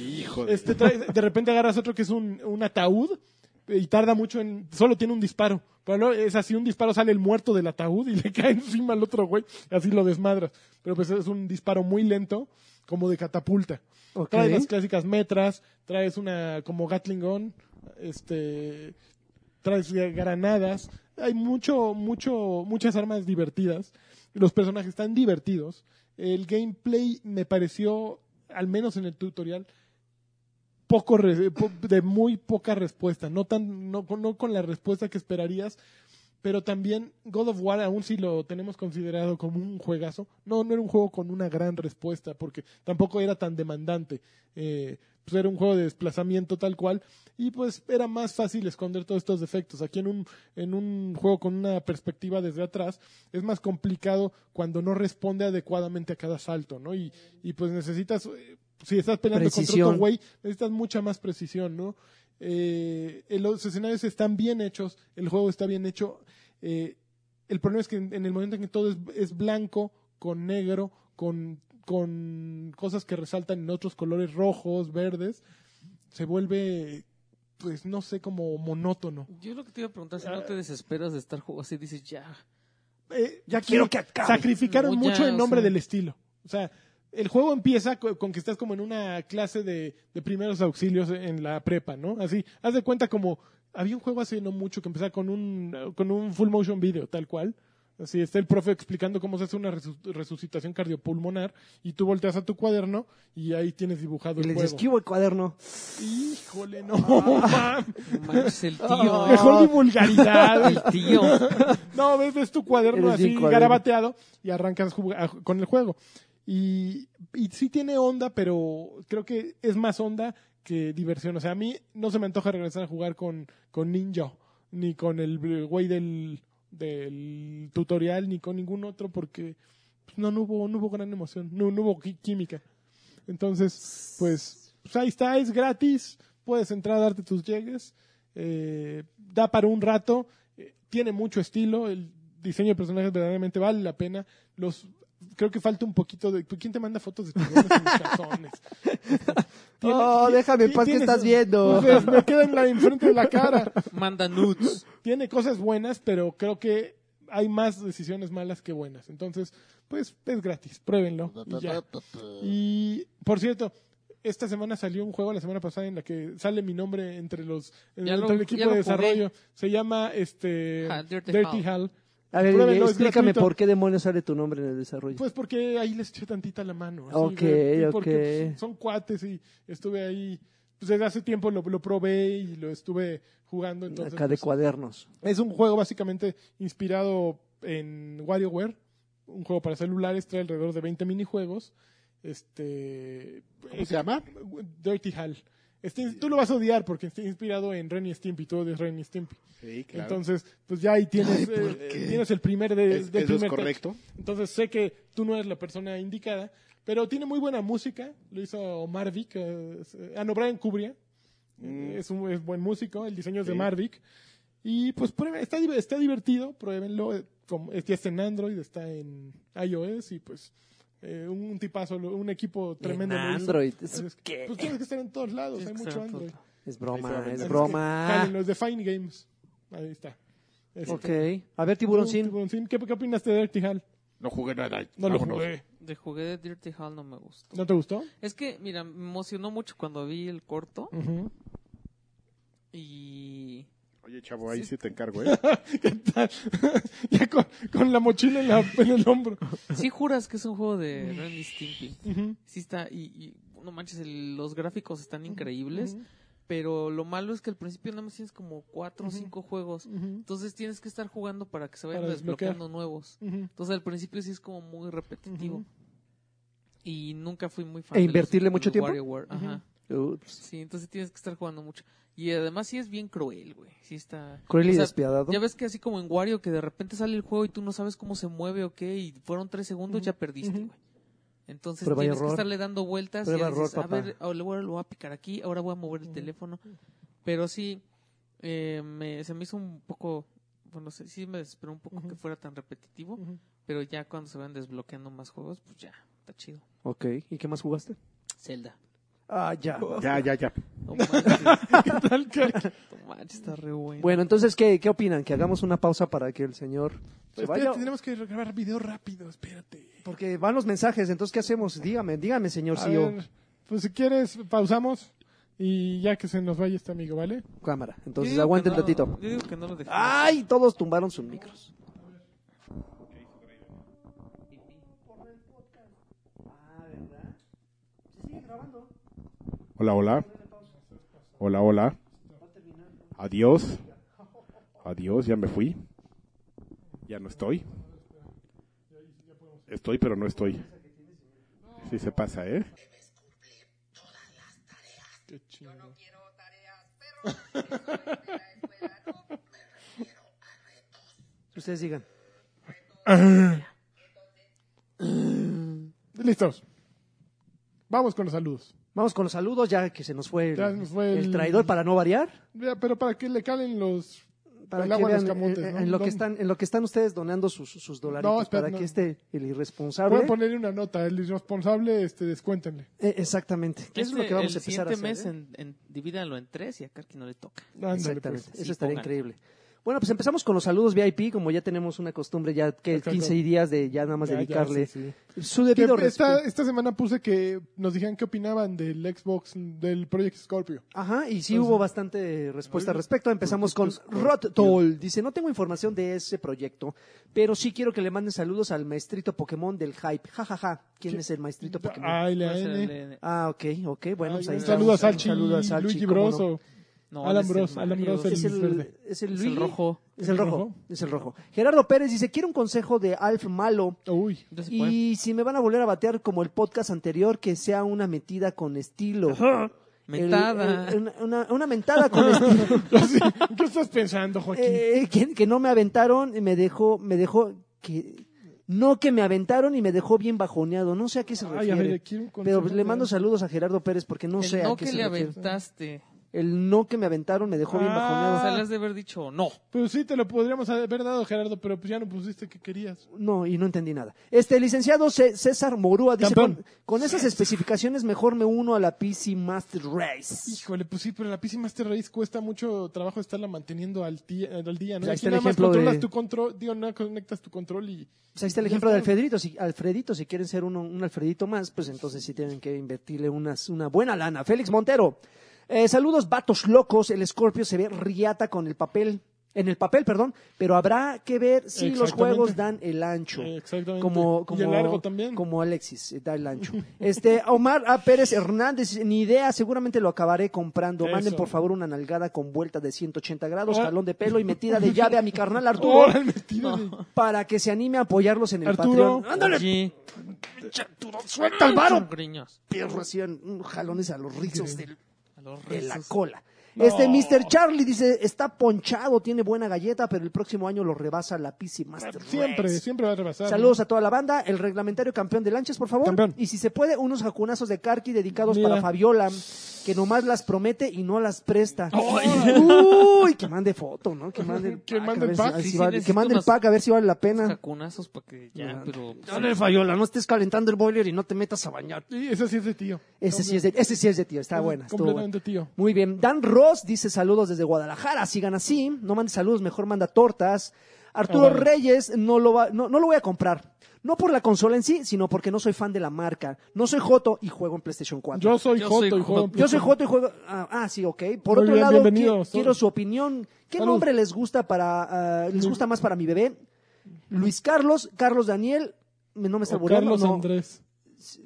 Speaker 4: Hijo de...
Speaker 1: Este, trae- de repente agarras otro que es un, un ataúd eh, y tarda mucho en... Solo tiene un disparo. Pero luego es así, un disparo sale el muerto del ataúd y le cae encima al otro güey. Así lo desmadras. Pero pues es un disparo muy lento, como de catapulta.
Speaker 2: Ok.
Speaker 1: Traes las clásicas metras, traes una como Gatling gun, este, traes eh, granadas. Hay mucho, mucho, muchas armas divertidas. Los personajes están divertidos. El gameplay me pareció, al menos en el tutorial, poco re- po- de muy poca respuesta, no tan no, con- no con la respuesta que esperarías, pero también God of War aún si lo tenemos considerado como un juegazo, no no era un juego con una gran respuesta porque tampoco era tan demandante, Eh, pues era un juego de desplazamiento tal cual y pues era más fácil esconder todos estos defectos. Aquí en un en un juego con una perspectiva desde atrás es más complicado cuando no responde adecuadamente a cada salto, ¿no? Y y pues necesitas eh, si estás peleando contra
Speaker 2: Precisión.
Speaker 1: otro güey, necesitas mucha más precisión, ¿no? Eh, eh, los escenarios están bien hechos, el juego está bien hecho. eh, el problema es que en, en el momento en que todo es, es blanco, con negro, con, con cosas que resaltan en otros colores rojos, verdes, se vuelve, pues no sé, como monótono.
Speaker 3: Yo lo que te iba a preguntar, si no te desesperas de estar jugando así, dices ya.
Speaker 1: Eh,
Speaker 2: Ya quiero que acabe.
Speaker 1: Sacrificaron
Speaker 3: No, ya,
Speaker 1: mucho en
Speaker 3: o
Speaker 1: nombre
Speaker 3: sea.
Speaker 1: del estilo. O sea, el juego empieza co- con que estás como en una clase de, de primeros auxilios en la prepa, ¿no? Así, haz de cuenta como había un juego hace no mucho que empezaba con un, con un full motion video, tal cual. Así está el profe explicando cómo se hace una resu- resucitación cardiopulmonar y tú volteas a tu cuaderno y ahí tienes dibujado
Speaker 2: Y
Speaker 1: el
Speaker 2: le dices,
Speaker 1: juego.
Speaker 2: ¿qué hubo el cuaderno?
Speaker 1: Híjole, no, mam.
Speaker 3: No manches, el tío.
Speaker 1: Ah. mejor ni vulgaridad.
Speaker 3: El tío.
Speaker 1: No, ves, ves tu cuaderno
Speaker 2: Eres
Speaker 1: así
Speaker 2: bien cuaderno.
Speaker 1: garabateado y arrancas jug- a- con el juego. Y, y sí tiene onda, pero creo que es más onda que diversión. O sea, a mí no se me antoja regresar a jugar con, con Ninja, ni con el bl- güey del, del tutorial, ni con ningún otro, porque pues, no, no, hubo, no hubo gran emoción, no, no hubo qui- química. Entonces, pues, pues ahí está, es gratis, puedes entrar a darte tus llegues, eh, da para un rato, eh, tiene mucho estilo, el diseño de personajes verdaderamente vale la pena, los creo que falta un poquito de ¿tú quién te manda fotos de tus goles y mis calzones? Tiene-
Speaker 2: Oh,
Speaker 1: ti-
Speaker 2: déjame en
Speaker 1: ti-
Speaker 2: paz, ¿qué
Speaker 1: tienes-
Speaker 2: estás viendo?
Speaker 1: Pues, me queda en la enfrente de la cara.
Speaker 3: Manda nudes.
Speaker 1: Tiene cosas buenas, pero creo que hay más decisiones malas que buenas. Entonces, pues es gratis, pruébenlo. Y ya. Y por cierto, esta semana salió un juego la semana pasada en la que sale mi nombre entre los en-
Speaker 3: Ya
Speaker 1: entre
Speaker 3: lo-
Speaker 1: el
Speaker 3: ya
Speaker 1: equipo
Speaker 3: lo
Speaker 1: de
Speaker 3: jugué.
Speaker 1: desarrollo. Se llama este
Speaker 3: Ah, Dirty
Speaker 1: Dirty
Speaker 3: Hal.
Speaker 1: Hal.
Speaker 2: A ver, eh,
Speaker 1: Pruébenlo, es
Speaker 2: explícame
Speaker 1: gratuito.
Speaker 2: por qué demonios sale tu nombre en el desarrollo.
Speaker 1: Pues porque ahí les eché tantita la mano. así,
Speaker 2: Ok,
Speaker 1: güey,
Speaker 2: ok.
Speaker 1: Porque son cuates y estuve ahí. Pues desde hace tiempo lo, lo probé y lo estuve jugando. Entonces,
Speaker 2: Acá de
Speaker 1: pues,
Speaker 2: cuadernos.
Speaker 1: es un juego básicamente inspirado en WarioWare. Un juego para celulares, trae alrededor de 20 minijuegos. Este.
Speaker 4: ¿Cómo se llama?
Speaker 1: Dirty Hal. Está in- tú lo vas a odiar porque está inspirado en Ren y Stimpy. Tú odias Ren y Stimpy.
Speaker 4: Sí, claro.
Speaker 1: Entonces, pues ya ahí tienes,
Speaker 4: ¿por
Speaker 1: eh,
Speaker 4: qué?
Speaker 1: tienes el primer de,
Speaker 4: Es-
Speaker 1: del
Speaker 4: eso es
Speaker 1: primer
Speaker 4: correcto.
Speaker 1: texto. Entonces sé que tú no eres la persona indicada, pero tiene muy buena música. Lo hizo Omar Vick, eh, es- eh, ah, no, Brian Cubria. Eh,
Speaker 2: Mm.
Speaker 1: Es un es buen músico, el diseño es de
Speaker 4: Sí.
Speaker 1: Marvick. Y pues prueben, está, div- está divertido, pruébenlo. eh, como- es- Ya está en Android, está en iOS y pues eh, un tipazo, lo- un equipo tremendo.
Speaker 2: En
Speaker 1: lo hizo.
Speaker 2: Android.
Speaker 1: Así es que,
Speaker 2: ¿Qué?
Speaker 1: Pues tienes que estar en todos lados,
Speaker 3: Tienes
Speaker 1: hay
Speaker 3: que
Speaker 1: mucho
Speaker 3: estar en
Speaker 1: Android.
Speaker 3: todo.
Speaker 2: Es
Speaker 4: Ahí se va a
Speaker 2: broma,
Speaker 4: vender.
Speaker 2: es
Speaker 1: Así
Speaker 2: broma.
Speaker 1: jalen, los de Fine Games. Ahí está. Este, uh,
Speaker 2: Ok. A ver, tiburón
Speaker 1: ¿tú,
Speaker 2: sin.
Speaker 1: Tiburoncín, ¿Qué, ¿Qué opinaste de Dirty Hal?
Speaker 4: No jugué nada.
Speaker 1: No lo
Speaker 4: Vámonos.
Speaker 1: jugué.
Speaker 3: De jugué de Dirty Hall no me gustó.
Speaker 1: ¿No te gustó?
Speaker 3: Es que, mira, me emocionó mucho cuando vi el corto y...
Speaker 4: Oye, chavo, ahí sí te encargo, ¿eh?
Speaker 1: ¿Qué tal? ya con, con la mochila en, la- en el hombro.
Speaker 3: Sí juras que es un juego de Randy Stimpy.
Speaker 1: Ujú.
Speaker 3: Sí está, y, y, no manches, el- los gráficos están increíbles, pero lo malo es que al principio nada más tienes como cuatro o cinco juegos,
Speaker 1: Ujú.
Speaker 3: entonces tienes que estar jugando para que se vayan
Speaker 1: Para desbloquear.
Speaker 3: desbloqueando nuevos.
Speaker 1: Ujú.
Speaker 3: Entonces al principio sí es como muy repetitivo. Y nunca fui muy fan
Speaker 2: ¿E
Speaker 3: de los-
Speaker 2: invertirle
Speaker 3: de
Speaker 2: mucho
Speaker 3: los
Speaker 2: tiempo?
Speaker 3: WarioWare, ajá.
Speaker 2: Ups.
Speaker 3: Sí, entonces tienes que estar jugando mucho. Y además sí es bien cruel, güey. Sí está...
Speaker 2: Cruel y
Speaker 3: o sea,
Speaker 2: despiadado.
Speaker 3: Ya ves que así como en Wario, que de repente sale el juego y tú no sabes cómo se mueve o qué, y fueron tres segundos, ya perdiste, güey. Entonces
Speaker 2: Prueba y
Speaker 3: tienes que
Speaker 2: error.
Speaker 3: estarle dando vueltas
Speaker 2: Prueba
Speaker 3: y
Speaker 2: y
Speaker 3: ya dices,
Speaker 2: error,
Speaker 3: a
Speaker 2: papá.
Speaker 3: ver, ahora lo voy a picar aquí, ahora voy a mover el teléfono. Pero sí, eh, me- se me hizo un poco, bueno, sí, sí me desesperó un poco que fuera tan repetitivo,
Speaker 1: Ujú.
Speaker 3: pero ya cuando se van desbloqueando más juegos, pues ya, está chido.
Speaker 2: Ok. ¿Y qué más jugaste?
Speaker 3: Zelda.
Speaker 2: Ah, ya.
Speaker 4: Ya, ya, ya.
Speaker 3: No manches,
Speaker 1: ¿Qué tal? ¿Qué?
Speaker 3: no manches, está re bueno.
Speaker 2: Bueno, entonces, ¿qué, ¿qué opinan? ¿Que hagamos una pausa para que el señor se
Speaker 1: Espérate,
Speaker 2: vaya?
Speaker 1: Pues, tenemos que grabar video rápido, espérate.
Speaker 2: Porque van los mensajes, entonces, ¿qué hacemos? Dígame, dígame, señor E
Speaker 1: A
Speaker 2: CEO.
Speaker 1: ver, pues si quieres, pausamos y ya que se nos vaya este amigo, ¿vale?
Speaker 2: Cámara.
Speaker 3: Yo digo
Speaker 2: Entonces,
Speaker 3: que
Speaker 2: aguanten
Speaker 1: pues,
Speaker 3: no-
Speaker 2: tantito.
Speaker 3: Yo digo que no lo dejé.
Speaker 2: ¡Ay! Todos tumbaron sus micros.
Speaker 4: Hola, hola. Hola, hola. Adiós. Adiós, ya me fui. Ya no estoy. Estoy, pero no estoy. Sí se pasa, ¿eh?
Speaker 1: Qué chingo.
Speaker 7: quiero tareas, pero eso de la escuela no
Speaker 2: Ustedes digan.
Speaker 1: Listos. Vamos con los saludos.
Speaker 2: Vamos con los saludos, ya que se nos fue el,
Speaker 1: Ya nos fue
Speaker 2: el
Speaker 1: el-
Speaker 2: traidor para no variar.
Speaker 1: Ya, pero para que le calen los.
Speaker 2: Para
Speaker 1: el
Speaker 2: que
Speaker 1: agua a los
Speaker 2: vean,
Speaker 1: camotes,
Speaker 2: eh,
Speaker 1: ¿no?
Speaker 2: en, lo que
Speaker 1: ¿Dónde?
Speaker 2: están, en lo que están ustedes donando sus, sus dolaritos
Speaker 1: espera,
Speaker 2: para
Speaker 1: no.
Speaker 2: que este, el irresponsable...
Speaker 1: Voy a ponerle una nota. El irresponsable, este, descuéntenle.
Speaker 2: Eh, exactamente. que eso es lo
Speaker 3: Este,
Speaker 2: que vamos
Speaker 3: el
Speaker 2: a empezar a hacer.
Speaker 3: siguiente mes
Speaker 2: ¿eh?
Speaker 3: en, en- divídalo en tres y a Karki no le toca.
Speaker 1: Ándale,
Speaker 2: Exactamente.
Speaker 1: pues.
Speaker 2: Eso
Speaker 3: Sí,
Speaker 2: estaría
Speaker 3: pongan.
Speaker 2: increíble. Bueno, pues empezamos con los saludos VIP, como ya tenemos una costumbre ya que
Speaker 1: Exacto.
Speaker 2: 15 días de ya nada más
Speaker 1: Ya, ya,
Speaker 2: dedicarle
Speaker 1: sí, sí.
Speaker 2: su
Speaker 1: Que
Speaker 2: debido
Speaker 1: esta,
Speaker 2: respeto.
Speaker 1: esta semana puse que nos dijeran qué opinaban del Xbox, del Project Scorpio.
Speaker 2: Ajá, y sí
Speaker 1: Pues
Speaker 2: hubo bastante respuesta al respecto. Empezamos con Rod
Speaker 1: pues,
Speaker 2: Toll. Dice, no tengo información de ese proyecto, pero sí quiero que le manden saludos al maestrito Pokémon del hype. Ja, ja, ja. ¿Quién es el
Speaker 1: Ah,
Speaker 2: maestrito Pokémon?
Speaker 1: Ay, la
Speaker 3: Puede ser
Speaker 1: N.
Speaker 3: el de-
Speaker 2: Ah, ok, ok. Bueno,
Speaker 1: Ay,
Speaker 2: pues ahí
Speaker 1: un
Speaker 2: está.
Speaker 1: saludo a
Speaker 2: Un
Speaker 1: Salchi,
Speaker 2: saludo a Salchi,
Speaker 1: Luigi
Speaker 2: cómo no.
Speaker 1: Broso.
Speaker 3: no,
Speaker 1: Alan
Speaker 3: es el
Speaker 1: Bros, Alan
Speaker 3: Mario.
Speaker 1: Bros, el-
Speaker 2: Es el,
Speaker 1: verde.
Speaker 2: es el
Speaker 3: Es
Speaker 2: Luigi.
Speaker 3: el rojo.
Speaker 2: Es el
Speaker 1: ¿El
Speaker 2: rojo.
Speaker 1: rojo?
Speaker 2: Es el rojo. Gerardo Pérez dice, quiero un consejo de Alf Malo.
Speaker 1: Uy.
Speaker 3: No se puede.
Speaker 2: Y si me van a volver a batear como el podcast anterior, que sea una metida con estilo.
Speaker 1: Ah,
Speaker 2: El-
Speaker 3: Mentada.
Speaker 2: el- una, una- una mentada con estilo.
Speaker 1: Así, ¿Qué estás pensando, Joaquín?
Speaker 2: Eh, que, que no me aventaron y me dejó, me dejó que... No que me aventaron y me dejó bien bajoneado. No sé a qué se
Speaker 1: Ay, a
Speaker 2: refiere.
Speaker 1: ver, quiero un
Speaker 2: pero pues,
Speaker 1: consejo
Speaker 2: le mando
Speaker 1: de-
Speaker 2: saludos a Gerardo Pérez porque no
Speaker 3: El
Speaker 2: sé
Speaker 3: no
Speaker 2: a qué
Speaker 3: que
Speaker 2: se
Speaker 3: le
Speaker 2: refiere.
Speaker 3: aventaste.
Speaker 2: El no que me aventaron me dejó bien
Speaker 1: Ah.
Speaker 2: bajoneado.
Speaker 3: O sea, le has de haber dicho no.
Speaker 1: Pues sí, te lo podríamos haber dado, Gerardo, pero pues ya no pusiste que querías.
Speaker 2: No, y no entendí nada. Este, licenciado C- César Morúa dice,
Speaker 1: Campeón.
Speaker 2: con, con esas especificaciones mejor me uno a la PC Master Race.
Speaker 1: Híjole, pues sí, pero la PC Master Race cuesta mucho trabajo estarla manteniendo al, día- al día, ¿no?
Speaker 2: Ahí
Speaker 1: Aquí
Speaker 2: está el
Speaker 1: nada más
Speaker 2: ejemplo de-
Speaker 1: controlas tu control, digo, nada, conectas tu control y...
Speaker 2: Pues ahí está el
Speaker 1: Ya
Speaker 2: ejemplo de
Speaker 1: está.
Speaker 2: Alfredito. Si, Alfredito, si quieren ser uno, un Alfredito más, pues entonces sí tienen que invertirle unas, una buena lana. Félix Montero. Eh, saludos, vatos locos. El Scorpio se ve riata con el papel. En el papel, perdón. Pero habrá que ver si los
Speaker 1: Exactamente.
Speaker 2: juegos dan el ancho.
Speaker 1: Eh, Exactamente.
Speaker 2: como,
Speaker 1: y
Speaker 2: como,
Speaker 1: el largo también.
Speaker 2: como Alexis, eh, da el ancho. Este, Omar A. Pérez Hernández, ni idea, seguramente lo acabaré comprando. Manden
Speaker 1: Eso.
Speaker 2: por favor una nalgada con vuelta de 180 grados,
Speaker 1: Ah.
Speaker 2: jalón de pelo y metida de llave a mi carnal Arturo
Speaker 1: Órale, metido de-
Speaker 2: para que se anime a apoyarlos en el
Speaker 1: Arturo.
Speaker 2: Patreon. ¡Ándale,
Speaker 3: Oye,
Speaker 2: suelta el varo!
Speaker 3: son griños.
Speaker 2: Perro, así, mm, jalones a los rizos del-
Speaker 3: A los
Speaker 2: de la
Speaker 3: rezos.
Speaker 2: cola. Este Mr. Charlie dice, está ponchado, tiene buena galleta, pero el próximo año lo rebasa la PC Master
Speaker 1: Siempre,
Speaker 2: Race.
Speaker 1: siempre va a rebasar.
Speaker 2: Pues, Saludos a toda la banda, el reglamentario campeón de lanchas, por favor.
Speaker 1: Campeón.
Speaker 2: Y si se puede, unos jacunazos de Karki dedicados
Speaker 1: Mira.
Speaker 2: para Fabiola, que nomás las promete y no las presta.
Speaker 3: Ay.
Speaker 2: Uy, que mande foto, ¿no? Que mande el pack.
Speaker 1: Que mande
Speaker 2: a ver
Speaker 1: el
Speaker 2: si-
Speaker 1: pack.
Speaker 2: a ver si
Speaker 3: Sí, sí,
Speaker 2: vale- que
Speaker 3: necesito
Speaker 2: mande el
Speaker 3: unos-
Speaker 2: pack, a ver si vale la pena.
Speaker 3: Jacunazos para que ya, pero. pues,
Speaker 2: Dale, Fabiola, no estés calentando el boiler y no te metas a bañar.
Speaker 1: Y ese sí es de tío.
Speaker 2: Ese sí es de, ese sí es de tío, está buena. estuvo buena.
Speaker 1: Completamente tío.
Speaker 2: Muy bien. Dan Ross dice saludos desde Guadalajara. Sigan así. No mandes saludos, mejor manda tortas. Arturo
Speaker 1: Ah, vale.
Speaker 2: Reyes no lo, va- no, no lo voy a comprar. No por la consola en sí, sino porque no soy fan de la marca. No soy Joto y juego en PlayStation 4.
Speaker 1: Yo soy
Speaker 3: Yo
Speaker 1: Joto
Speaker 3: soy
Speaker 1: y juego en
Speaker 3: Joto.
Speaker 2: Yo soy
Speaker 1: PlayStation.
Speaker 2: Joto y juego. Ah, ah, sí, ok. Por
Speaker 1: Muy
Speaker 2: otro
Speaker 1: bien,
Speaker 2: lado,
Speaker 1: bienvenido,
Speaker 2: qui-
Speaker 1: Sol.
Speaker 2: quiero su opinión. ¿Qué
Speaker 1: Salud.
Speaker 2: nombre les gusta para ah, les gusta más para mi bebé? Luis Carlos, Carlos Daniel, no me está
Speaker 1: O
Speaker 2: burlando.
Speaker 1: Carlos
Speaker 2: no.
Speaker 1: Andrés.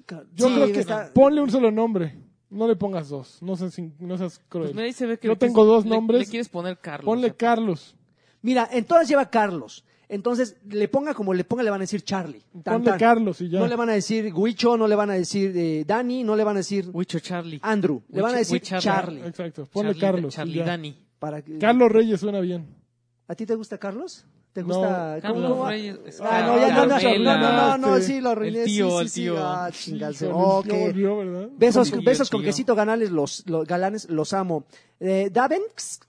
Speaker 2: Ca-
Speaker 1: Yo
Speaker 2: sí,
Speaker 1: creo que
Speaker 2: está-
Speaker 1: ponle un solo nombre. No le pongas dos. No seas, in- no seas cruel.
Speaker 3: Pues mira, ahí se ve que
Speaker 1: Yo
Speaker 3: le quieres-
Speaker 1: tengo dos
Speaker 3: le-
Speaker 1: nombres.
Speaker 3: Le quieres poner Carlos.
Speaker 1: Ponle
Speaker 3: o sea,
Speaker 1: Carlos.
Speaker 2: Mira, en todas lleva Carlos. Entonces, le ponga como le ponga, le van a decir Charlie. Tan,
Speaker 1: Ponle
Speaker 2: tan.
Speaker 1: Carlos y ya.
Speaker 2: No le van a decir Huicho, no le van a decir eh, Dani, no le van a decir
Speaker 3: Huicho Charlie.
Speaker 2: Andrew. Le
Speaker 3: Huicho-
Speaker 2: van a decir
Speaker 3: Huicho-
Speaker 2: Charlie.
Speaker 1: Exacto. Ah, Ponle
Speaker 3: Charlie-
Speaker 1: Carlos. y
Speaker 3: Charlie
Speaker 1: ya.
Speaker 3: Dani.
Speaker 2: Para que-
Speaker 1: Carlos Reyes suena bien.
Speaker 2: ¿A ti te gusta Carlos? ¿Te
Speaker 1: No.
Speaker 2: gusta
Speaker 1: Carlos
Speaker 2: ¿cómo- cómo va?
Speaker 3: Reyes.
Speaker 2: Ah, no, ya no, no,
Speaker 1: Carmela.
Speaker 2: no, no, no, no, sí, lo arruiné.
Speaker 3: El
Speaker 2: sí,
Speaker 3: tío,
Speaker 2: sí,
Speaker 3: el
Speaker 2: sí,
Speaker 3: tío.
Speaker 2: ah, chingarse.
Speaker 1: Híjole,
Speaker 2: Oh,
Speaker 1: ya
Speaker 2: qué-
Speaker 1: volvió, ¿verdad?
Speaker 2: Besos,
Speaker 3: Tío,
Speaker 2: besos
Speaker 3: tío.
Speaker 2: con quesito galanes los, los galanes, los amo. Eh, Davenx,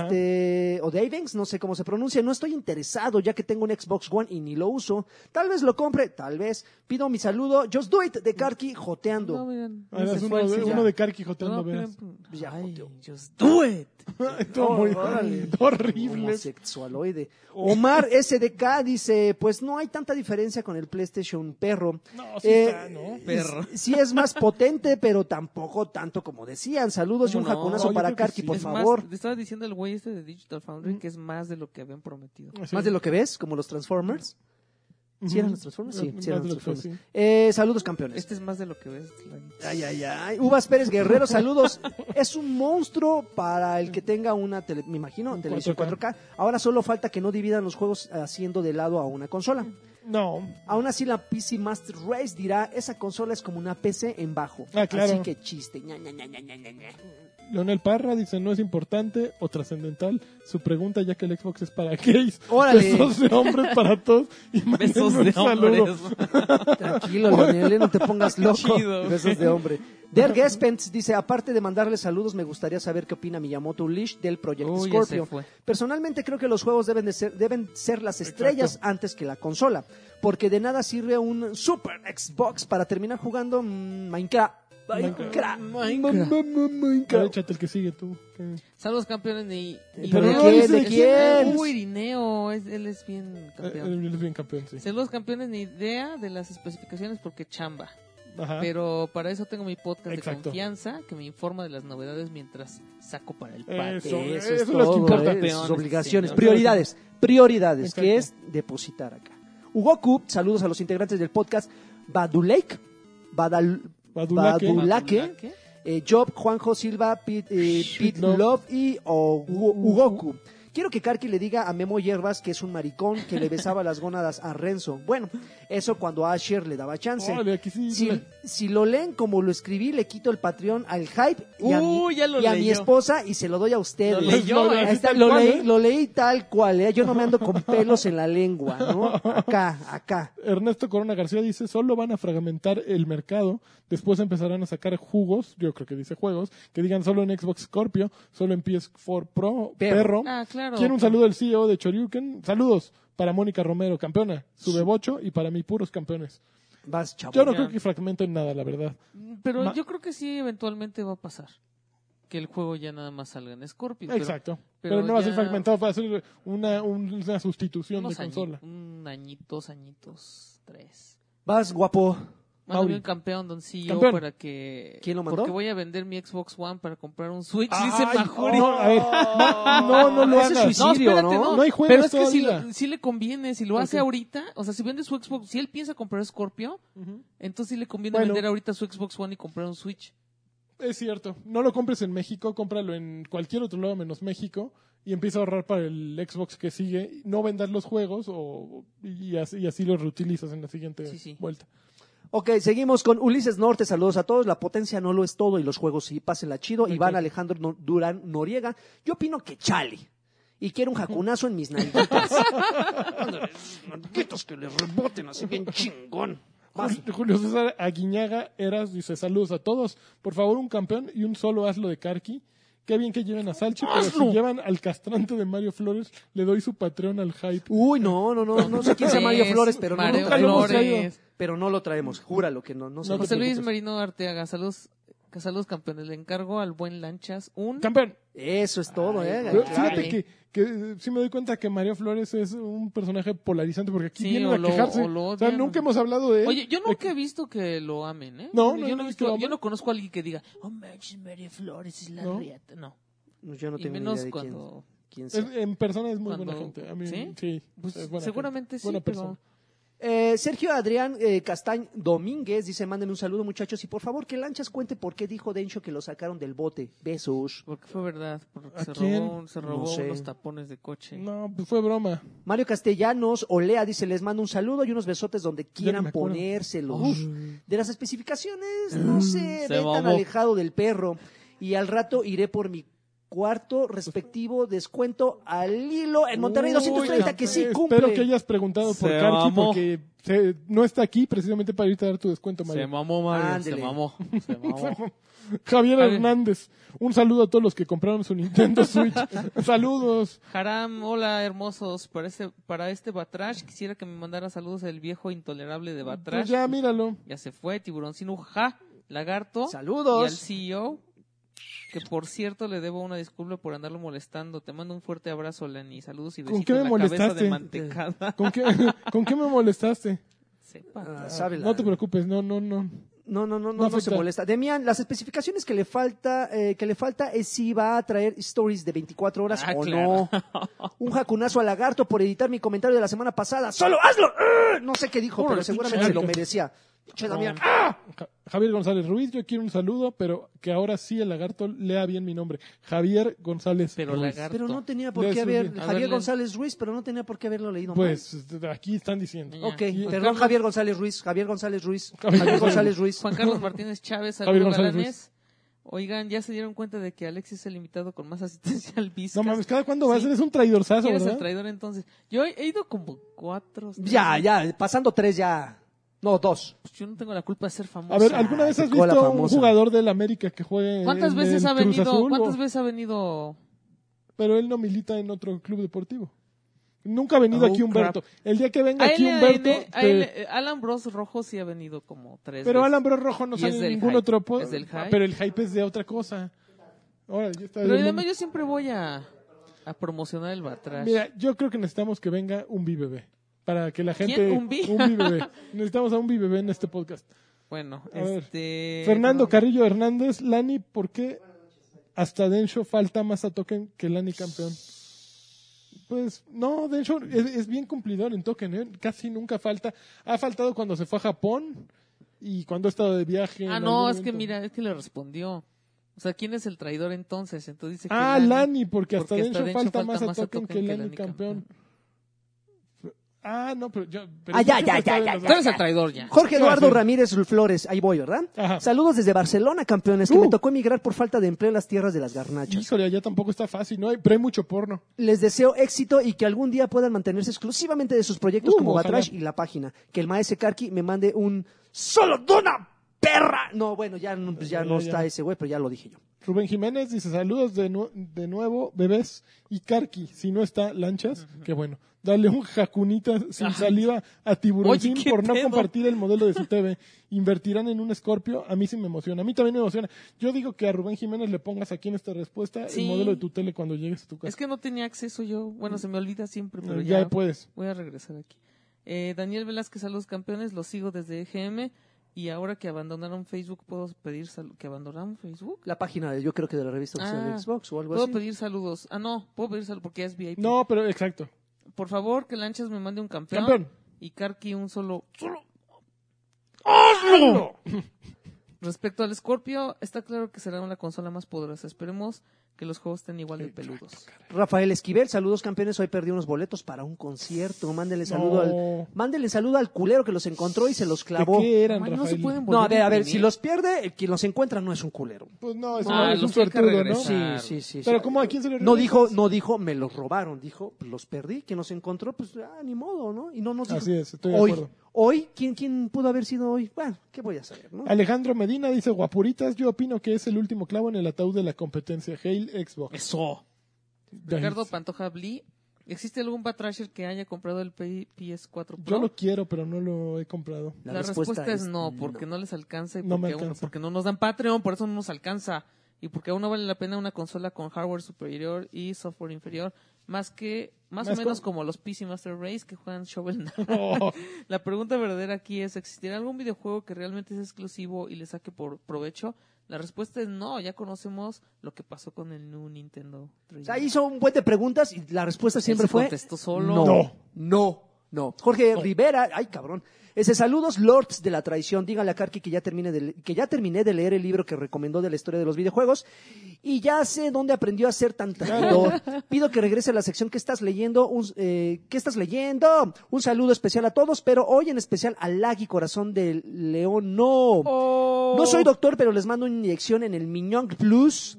Speaker 2: este, o Davenx, no sé cómo se pronuncia, no estoy interesado ya que tengo un Xbox One y ni lo uso. Tal vez lo compre, tal vez. Pido mi saludo, Just Do It de Karki joteando.
Speaker 3: No, miren,
Speaker 1: Ah, eras
Speaker 3: ese
Speaker 1: uno,
Speaker 3: fue el
Speaker 1: de,
Speaker 3: sí,
Speaker 1: uno
Speaker 3: ya.
Speaker 1: de Karki joteando,
Speaker 3: No,
Speaker 1: veas.
Speaker 3: miren,
Speaker 2: Ya
Speaker 3: ay,
Speaker 2: joteó.
Speaker 3: just do it.
Speaker 1: Estuvo muy
Speaker 2: Órale.
Speaker 1: horrible.
Speaker 2: Homosexualoide.
Speaker 3: Oh.
Speaker 2: Omar SDK dice, pues no hay tanta diferencia con el PlayStation perro.
Speaker 1: No, Oh, sí
Speaker 2: Eh,
Speaker 1: está, ¿no?
Speaker 3: Perro.
Speaker 2: Sí es más potente, pero tampoco tanto como decían. Saludos y un
Speaker 3: ¿Cómo no?
Speaker 2: jaconazo
Speaker 1: No, yo
Speaker 2: para
Speaker 1: creo que
Speaker 2: Karki,
Speaker 1: sí.
Speaker 2: por
Speaker 3: Es más,
Speaker 2: favor.
Speaker 3: te estaba diciendo el güey este de Digital Foundry que es más de lo que habían prometido.
Speaker 1: Sí.
Speaker 2: Más de lo que ves, como los Transformers. ¿Sí eran los Transformers? Sí,
Speaker 1: Ujú.
Speaker 2: sí
Speaker 1: Más
Speaker 2: eran los
Speaker 1: de lo que
Speaker 2: Transformers.
Speaker 1: fue,
Speaker 2: Eh, saludos, campeones.
Speaker 3: Este es más de lo que ves.
Speaker 2: Ay, ay, ay. Uvas Pérez Guerrero, saludos. es un monstruo para el que tenga una, tele- me imagino, televisión 4K.
Speaker 1: 4K.
Speaker 2: Ahora solo falta que no dividan los juegos haciendo de lado a una consola.
Speaker 1: No.
Speaker 2: Aún así, la PC Master Race dirá: esa consola es como una PC en bajo.
Speaker 1: Ah, claro.
Speaker 2: Así que chiste. Ña, ña, ña, ña, ña, ña, ña.
Speaker 1: Leonel Parra dice, no es importante o trascendental su pregunta, ya que el Xbox es para gays.
Speaker 2: Órale.
Speaker 1: Besos de hombres para todos. Y mándenme
Speaker 3: Besos de
Speaker 1: un saludo.
Speaker 3: hombres.
Speaker 2: Tranquilo, Leonel, eh, no te pongas loco.
Speaker 3: Chido.
Speaker 2: Besos de hombre. Der Gespens dice, aparte de mandarle saludos, me gustaría saber qué opina Miyamoto Lish del proyecto
Speaker 3: Uy, ya se
Speaker 2: Scorpio.
Speaker 3: fue.
Speaker 2: Personalmente creo que los juegos deben, de ser, deben ser las estrellas antes que la consola, porque de nada sirve un Super Xbox para terminar jugando mm, Minecraft. Minecraft.
Speaker 1: No, no, no, Inca. A ver, échate el que sigue tú. que- eh,
Speaker 3: Saludos campeones y... y-
Speaker 2: ¿Pero
Speaker 1: de
Speaker 3: no,
Speaker 1: quién?
Speaker 3: es
Speaker 1: ¿De
Speaker 2: quién?
Speaker 3: Uy, Irineo, es- él es bien
Speaker 1: Eh,
Speaker 3: campeón.
Speaker 1: Él es bien campeón, sí.
Speaker 3: Saludos campeones, ni idea de las especificaciones porque chamba.
Speaker 1: Ajá.
Speaker 3: Pero para eso tengo mi podcast
Speaker 1: Exacto.
Speaker 3: de confianza que me informa de las novedades mientras saco para el patio.
Speaker 1: Eso,
Speaker 2: Eso,
Speaker 1: eso
Speaker 2: es
Speaker 1: es lo que
Speaker 2: todo,
Speaker 1: importa.
Speaker 2: ¿eh?
Speaker 3: Peones,
Speaker 2: Sus obligaciones,
Speaker 3: sí, ¿no?
Speaker 2: prioridades, prioridades,
Speaker 1: Exacto.
Speaker 2: que es depositar acá. Hugoku, saludos a los integrantes del podcast Badulake, Badal,
Speaker 1: Badulaque.
Speaker 2: Badulaque,
Speaker 3: Badulaque.
Speaker 2: eh, Job, Juanjo Silva, Pete, eh, Pete
Speaker 1: Love.
Speaker 2: Love y Ogu- Hugoku. Quiero que Karki le diga a Memo Hierbas que es un maricón que le besaba las gónadas a Renzo. Bueno, eso cuando a Asher le daba chance.
Speaker 1: Órale, aquí sí.
Speaker 2: Si, si lo leen como lo escribí, le quito el Patreon al hype y, a, mi,
Speaker 3: Uy, ya lo
Speaker 2: y a mi
Speaker 3: leyó.
Speaker 2: esposa y se lo doy a ustedes.
Speaker 3: Lo leyó,
Speaker 2: Ahí
Speaker 3: así
Speaker 2: está,
Speaker 1: tal
Speaker 2: lo,
Speaker 1: cual,
Speaker 2: leí,
Speaker 1: ¿eh?
Speaker 2: lo leí tal cual, ¿eh? yo no me ando con pelos en la lengua, ¿no? Acá, acá.
Speaker 1: Ernesto Corona García dice, solo van a fragmentar el mercado, después empezarán a sacar jugos, yo creo que dice juegos, que digan solo en Xbox Scorpio, solo en PS4 Pro,
Speaker 2: Perro.
Speaker 1: Perro.
Speaker 3: Ah, claro.
Speaker 1: Quiero un saludo del CEO de Choryuken. Saludos para Mónica Romero, campeona, sube bocho, y para mí puros campeones.
Speaker 2: Vas, chavo.
Speaker 1: Yo no
Speaker 3: Ah, Ya.
Speaker 1: creo que fragmenten nada, la verdad.
Speaker 3: Pero
Speaker 1: Ma-
Speaker 3: yo creo que sí, eventualmente va a pasar. Que el juego ya nada más salga en Scorpio. pero
Speaker 1: Exacto.
Speaker 3: pero
Speaker 1: Pero, no va a
Speaker 3: ya-
Speaker 1: ser fragmentado, va a ser una, una sustitución de
Speaker 3: unos añi-
Speaker 1: consola.
Speaker 3: Un añito, dos añitos, tres.
Speaker 2: Vas, guapo.
Speaker 3: Mándame
Speaker 1: Mauri.
Speaker 3: un campeón, don CEO,
Speaker 1: Campeón.
Speaker 3: para que...
Speaker 2: ¿Quién lo mandó?
Speaker 3: Porque voy a vender mi Xbox One para comprar un Switch,
Speaker 1: Ah, Ay,
Speaker 3: dice Majuri.
Speaker 1: no, a ver, no, no, no lo
Speaker 2: Ese es
Speaker 1: hagas.
Speaker 2: suicidio,
Speaker 3: espérate,
Speaker 2: ¿no?
Speaker 1: No hay juegos
Speaker 3: Pero es que si,
Speaker 1: todavía.
Speaker 3: lo- si le conviene, si lo hace
Speaker 1: Ok.
Speaker 3: ahorita, o sea, si vende su Xbox, si él piensa comprar Scorpio, entonces sí le conviene
Speaker 1: Bueno.
Speaker 3: vender ahorita su Xbox One y comprar un Switch.
Speaker 1: Es cierto. No lo compres en México, cómpralo en cualquier otro lado menos México y empieza a ahorrar para el Xbox que sigue. No vendas los juegos o, y, así, y así los reutilizas en la siguiente
Speaker 3: Sí, sí.
Speaker 1: vuelta.
Speaker 2: Ok, seguimos con Ulises Norte. Saludos a todos. La potencia no lo es todo y los juegos sí, pásenla chido. Iván Alejandro No- Durán Noriega. Yo opino que chale. Y quiero un jacunazo en mis nalguitas. Nalguitas que le reboten así bien chingón. Vas.
Speaker 1: Jul- Julio César Aguiñaga Eras dice saludos a todos. Por favor, un campeón y un solo hazlo de Karki. Qué bien que lleven a Salchi, pero si llevan al castrante de Mario Flores, le doy su Patreon al hype.
Speaker 2: Uy, no, no, no, no sé quién sea Mario
Speaker 3: Es
Speaker 2: Flores, pero no,
Speaker 3: Mario
Speaker 2: nunca lo hemos
Speaker 1: Flores.
Speaker 2: traído. Pero no lo traemos, júralo que no, no sé.
Speaker 1: No
Speaker 3: José Luis
Speaker 1: preocupes.
Speaker 3: Merino Arteaga, saludos, que saludos campeones. Le encargo al buen Lanchas un...
Speaker 1: ¡Campeón!
Speaker 2: Eso es todo,
Speaker 3: Ay,
Speaker 2: eh.
Speaker 3: güey.
Speaker 1: Pero
Speaker 3: Ay,
Speaker 1: fíjate
Speaker 3: ay.
Speaker 1: que, que eh, sí me doy cuenta que Mario Flores es un personaje polarizante porque aquí
Speaker 3: Sí,
Speaker 1: vienen
Speaker 3: o
Speaker 1: a
Speaker 3: lo-
Speaker 1: quejarse.
Speaker 3: o lo
Speaker 1: O sea,
Speaker 3: odian.
Speaker 1: nunca hemos hablado de él.
Speaker 3: Oye, yo
Speaker 1: De-
Speaker 3: nunca he visto que lo amen, ¿eh?
Speaker 1: Eh, No, no,
Speaker 3: yo
Speaker 1: no
Speaker 3: he
Speaker 1: es
Speaker 3: visto,
Speaker 1: que lo amen.
Speaker 3: yo no conozco a alguien que diga, oh, manches, Mary Flores es la
Speaker 1: No.
Speaker 3: riata. No,
Speaker 2: Yo no
Speaker 3: y
Speaker 2: tengo ni
Speaker 3: menos
Speaker 2: idea de quién-
Speaker 3: cuando...
Speaker 2: quién sea.
Speaker 1: Es- en persona es muy buena
Speaker 3: Cuando-
Speaker 1: gente. A mí,
Speaker 3: ¿Sí?
Speaker 1: sí,
Speaker 3: Pues,
Speaker 1: es buena
Speaker 3: seguramente
Speaker 1: gente.
Speaker 3: sí,
Speaker 1: Buena
Speaker 3: pero-
Speaker 1: persona.
Speaker 2: Eh, Sergio Adrián eh, Castañ Domínguez dice, mándenme un saludo muchachos y por favor que Lanchas cuente por qué dijo Dencho que lo sacaron del bote. Besos.
Speaker 3: Porque fue verdad, porque
Speaker 1: ¿A
Speaker 3: se
Speaker 1: quién?
Speaker 3: robó, un- se
Speaker 2: No
Speaker 3: robó
Speaker 2: sé.
Speaker 3: unos tapones de coche.
Speaker 1: No, pues fue broma.
Speaker 2: Mario Castellanos Olea dice, les mando un saludo y unos besotes donde quieran
Speaker 1: me acuerdo. Mm,
Speaker 2: ponérselos.
Speaker 1: Uf.
Speaker 2: De las especificaciones, no sé,
Speaker 3: se
Speaker 2: ve tan
Speaker 3: mamó.
Speaker 2: alejado del perro. Y al rato iré por mi cuarto respectivo descuento al hilo en Monterrey
Speaker 1: Uy,
Speaker 2: 230 que sí
Speaker 1: espero
Speaker 2: cumple.
Speaker 1: que hayas preguntado por
Speaker 3: Se
Speaker 1: Karki
Speaker 3: mamó.
Speaker 1: porque se- no está aquí precisamente para irte a dar tu descuento, Mario.
Speaker 3: mamó
Speaker 2: Ándele.
Speaker 3: Se mamó.
Speaker 1: Javier
Speaker 3: Javier.
Speaker 1: Hernández, un saludo a todos los que compraron su Nintendo Switch. Saludos.
Speaker 3: Haram, hola hermosos. Para este, para este Batrash quisiera que me mandara saludos el viejo intolerable de Batrash.
Speaker 1: Pues
Speaker 3: ya.
Speaker 1: ya, míralo.
Speaker 3: se fue, tiburoncino, ja, lagarto. Y al
Speaker 2: Saludos.
Speaker 3: CEO, que por cierto le debo una disculpa por andarlo molestando. Te mando un fuerte abrazo, Lenny. Saludos y
Speaker 1: ¿Con
Speaker 3: besitos
Speaker 1: qué me
Speaker 3: en la cabeza
Speaker 1: molestaste?
Speaker 3: de mantecada.
Speaker 1: ¿Con qué, ¿Con qué me molestaste?
Speaker 3: Sepa.
Speaker 2: Ah, sábela.
Speaker 1: No te preocupes, no, no, no.
Speaker 2: No, no, no, no, no se
Speaker 1: afecta.
Speaker 2: molesta. Demian, las especificaciones que le falta, eh, que le falta es si va a traer stories de 24 horas
Speaker 3: Ah,
Speaker 2: o
Speaker 3: claro.
Speaker 2: no. Un jacunazo a ¡Ah! lagarto por editar mi comentario de la semana pasada. ¡Solo hazlo! ¡Ur! No sé qué dijo, pero seguramente se lo merecía. Che, Damián.
Speaker 3: Con-
Speaker 1: Ja- Javier González Ruiz, yo quiero un saludo, pero que ahora sí el lagarto lea bien mi nombre. Javier González
Speaker 3: Pero
Speaker 1: Ruiz.
Speaker 3: lagarto.
Speaker 2: Pero no tenía por
Speaker 1: Le
Speaker 2: qué haber.
Speaker 1: subí.
Speaker 3: A
Speaker 2: Javier
Speaker 3: ver, le-
Speaker 2: González Ruiz, pero no tenía por qué haberlo leído. mal.
Speaker 1: Pues aquí están diciendo.
Speaker 3: Ya.
Speaker 2: Ok,
Speaker 1: Y-
Speaker 2: perdón,
Speaker 3: Carlos-
Speaker 2: Javier González Ruiz. Javier González Ruiz.
Speaker 1: Javier
Speaker 2: Javier González
Speaker 1: González
Speaker 2: Ruiz.
Speaker 3: Juan Carlos Martínez Chávez,
Speaker 1: Javier
Speaker 3: saludos
Speaker 1: González
Speaker 3: galanes. Oigan, ya se dieron cuenta de que Alexis es el invitado con más asistencia al Vizcas.
Speaker 1: No mames, ¿cada cuándo vas?
Speaker 3: Sí.
Speaker 1: Eres un traidorzazo,
Speaker 3: ¿Quién es el
Speaker 1: ¿verdad?
Speaker 3: traidor entonces? Yo he he ido como cuatro. tres.
Speaker 2: Ya, ya, pasando tres ya. No, dos.
Speaker 3: Pues Yo no tengo la culpa de ser famoso.
Speaker 1: A ver, ¿alguna vez
Speaker 2: te
Speaker 1: has
Speaker 2: cola
Speaker 1: visto un
Speaker 2: famosa.
Speaker 1: jugador del América que juegue
Speaker 3: ¿Cuántas
Speaker 1: en-
Speaker 3: veces
Speaker 1: en
Speaker 3: ha
Speaker 1: Cruz
Speaker 3: venido?
Speaker 1: Azul,
Speaker 3: ¿Cuántas
Speaker 1: o-
Speaker 3: veces ha venido?
Speaker 1: Pero él no milita en otro club deportivo. Nunca ha venido
Speaker 3: Oh,
Speaker 1: aquí Humberto. El día que venga
Speaker 3: A
Speaker 1: aquí
Speaker 3: él, a
Speaker 1: Humberto...
Speaker 3: él, a
Speaker 1: te-
Speaker 3: él, eh, Alan Bros Rojo sí ha venido como tres
Speaker 1: Pero
Speaker 3: veces.
Speaker 1: Alan Bro Rojo no
Speaker 3: Y
Speaker 1: sale
Speaker 3: es
Speaker 1: en
Speaker 3: del
Speaker 1: ningún
Speaker 3: hype.
Speaker 1: otro... po-
Speaker 3: Es del hype.
Speaker 1: Pero el hype es de otra cosa. Ahora, ya está
Speaker 3: Pero
Speaker 1: bien.
Speaker 3: además yo siempre voy a, a promocionar el Batrash.
Speaker 1: Mira, yo creo que necesitamos que venga un bebé para que la
Speaker 3: ¿Quién?
Speaker 1: gente
Speaker 3: ¿Un bi?
Speaker 1: bebé. Necesitamos a un bebé en este podcast.
Speaker 3: Bueno,
Speaker 1: A ver.
Speaker 3: este...
Speaker 1: Fernando
Speaker 3: perdón.
Speaker 1: Carrillo Hernández, Lani, ¿por qué hasta Densho falta más a token que Lani campeón? Pues no, Densho es, es bien cumplidor en token, ¿eh? casi nunca falta. Ha faltado cuando se fue a Japón y cuando ha estado de viaje. en
Speaker 3: Ah,
Speaker 1: algún
Speaker 3: no, es
Speaker 1: momento.
Speaker 3: que mira, es que le respondió. O sea, ¿quién es el traidor entonces? Entonces dice que
Speaker 1: Ah, Lani, porque hasta
Speaker 3: porque
Speaker 1: Densho
Speaker 3: hasta Densho
Speaker 1: falta,
Speaker 3: falta
Speaker 1: más a
Speaker 3: más a
Speaker 1: token
Speaker 3: token
Speaker 1: que
Speaker 3: que
Speaker 1: Lani
Speaker 3: Lani
Speaker 1: campeón. Ah, no, pero yo... pero
Speaker 2: Ah, ya,
Speaker 1: siempre
Speaker 2: ya,
Speaker 1: está
Speaker 2: ya,
Speaker 1: de
Speaker 2: ya,
Speaker 1: los
Speaker 3: Tú eres el traidor ya.
Speaker 1: ¿Qué
Speaker 2: Jorge
Speaker 1: va a
Speaker 2: Eduardo
Speaker 1: hacer?
Speaker 2: Ramírez Flores, ahí voy, ¿verdad?
Speaker 1: Ajá.
Speaker 2: Saludos desde Barcelona, campeones, que
Speaker 1: Uh.
Speaker 2: me tocó emigrar por falta de empleo en las tierras de las garnachas.
Speaker 1: Híjole, allá tampoco está fácil, ¿no? Hay- Pero hay mucho porno.
Speaker 2: Les deseo éxito y que algún día puedan mantenerse exclusivamente de sus proyectos
Speaker 1: Uh,
Speaker 2: como
Speaker 1: ojalá.
Speaker 2: Batrash y la página. Que el maese Karki me mande un solo dona perra. No, bueno, ya, no- pues ya
Speaker 1: Ya,
Speaker 2: no
Speaker 1: ya.
Speaker 2: está ese güey, pero ya lo dije yo.
Speaker 1: Rubén Jiménez dice saludos de, nu- de nuevo, bebés y Karki. Si no está lanchas, qué bueno. Dale un jacunita sin saliva a Tiburoncín
Speaker 3: Oye, ¿qué
Speaker 1: por no
Speaker 3: pedo?
Speaker 1: compartir el modelo de su TV. Invertirán en un Scorpio. A mí sí me emociona. A mí también me emociona. Yo digo que a Rubén Jiménez le pongas aquí en esta respuesta
Speaker 3: Sí.
Speaker 1: el modelo de tu tele cuando llegues a tu casa. Eh,
Speaker 3: Es que no tenía acceso yo. Bueno, se me olvida siempre, pero
Speaker 1: ya,
Speaker 3: ya,
Speaker 1: puedes.
Speaker 3: voy a regresar aquí. Eh, Daniel Velázquez, saludos campeones, los sigo desde EGM y ahora que abandonaron Facebook puedo pedir salu- que abandonaron Facebook.
Speaker 2: La página, de- yo creo que de la revista oficial
Speaker 3: Ah,
Speaker 2: de Xbox o algo
Speaker 3: Puedo
Speaker 2: así.
Speaker 1: pues,
Speaker 3: pedir saludos. Ah, no, puedo pedir saludos porque ya es VIP.
Speaker 1: No, pero exacto.
Speaker 3: Por favor, que Lanchas me mande un campeón,
Speaker 1: Campeón.
Speaker 3: y Karki un solo. ¡Solo! Respecto al Scorpio, está claro que será una consola más poderosa. Esperemos que los juegos estén igual de peludos.
Speaker 2: Rafael Esquivel, saludos campeones, hoy perdí unos boletos para un concierto. Mándenle saludo
Speaker 1: No.
Speaker 2: al mándenle saludo al culero que los encontró y se los
Speaker 1: ¿De
Speaker 2: clavó.
Speaker 1: qué eran,
Speaker 3: Ay, no
Speaker 1: Rafael?
Speaker 3: se pueden
Speaker 2: No,
Speaker 3: volver
Speaker 2: a ver, a ver,
Speaker 3: imprimir.
Speaker 2: si los pierde, el quien los encuentra no es un culero.
Speaker 1: Pues no, es,
Speaker 3: Ah,
Speaker 1: no, es un
Speaker 3: los hay que
Speaker 1: suertudo, ¿no?
Speaker 3: regresar.
Speaker 2: Sí,
Speaker 3: Claro.
Speaker 2: sí, sí.
Speaker 1: Pero
Speaker 2: sí.
Speaker 1: ¿cómo a quién se le
Speaker 2: no
Speaker 1: regresas?
Speaker 2: dijo, no dijo, me los robaron, dijo, pues los perdí, quien los encontró, pues ah, ni modo, ¿no? Y no nos dijo.
Speaker 1: Así es, estoy de
Speaker 2: hoy,
Speaker 1: acuerdo.
Speaker 2: hoy, ¿quién, quién pudo haber sido hoy? Bueno, ¿qué voy a saber, no?
Speaker 1: Alejandro Medina dice, guapuritas, yo opino que es el último clavo en el ataúd de la competencia. Hail Xbox.
Speaker 3: Eso. Ricardo Pantoja Bli, ¿existe algún Batrasher que haya comprado el P- PS4 Pro?
Speaker 1: Yo lo quiero, pero no lo he comprado.
Speaker 3: La, respuesta, es no, porque no les alcanza y
Speaker 1: No me
Speaker 3: porque, aún-
Speaker 1: alcanza.
Speaker 3: porque no nos dan Patreon, por eso no nos alcanza. Y porque aún no vale la pena una consola con hardware superior y software inferior, más que más
Speaker 1: Más
Speaker 3: o menos
Speaker 1: co-
Speaker 3: como los PC Master Race que juegan Shovel Knight.
Speaker 1: Oh,
Speaker 3: La pregunta verdadera aquí es, ¿existirá algún videojuego que realmente es exclusivo y le saque por provecho? La respuesta es no, ya conocemos lo que pasó con el new Nintendo 3.
Speaker 2: O sea, hizo un buen de preguntas y la respuesta siempre
Speaker 3: Él se
Speaker 2: fue
Speaker 3: contestó solo.
Speaker 2: No, no, no. Jorge Rivera, ay cabrón. Ese saludos lords de la traición. Díganle a Karki que ya termine de, le- que ya terminé de leer el libro que recomendó de la historia de los videojuegos y ya sé dónde aprendió a ser tan traidor. Pido que regrese a la sección que estás leyendo, un, eh, ¿qué estás leyendo? Un saludo especial a todos, pero hoy en especial al Lagui Corazón de León. No.
Speaker 3: Oh,
Speaker 2: No soy doctor, pero les mando una inyección en el Miñón Plus.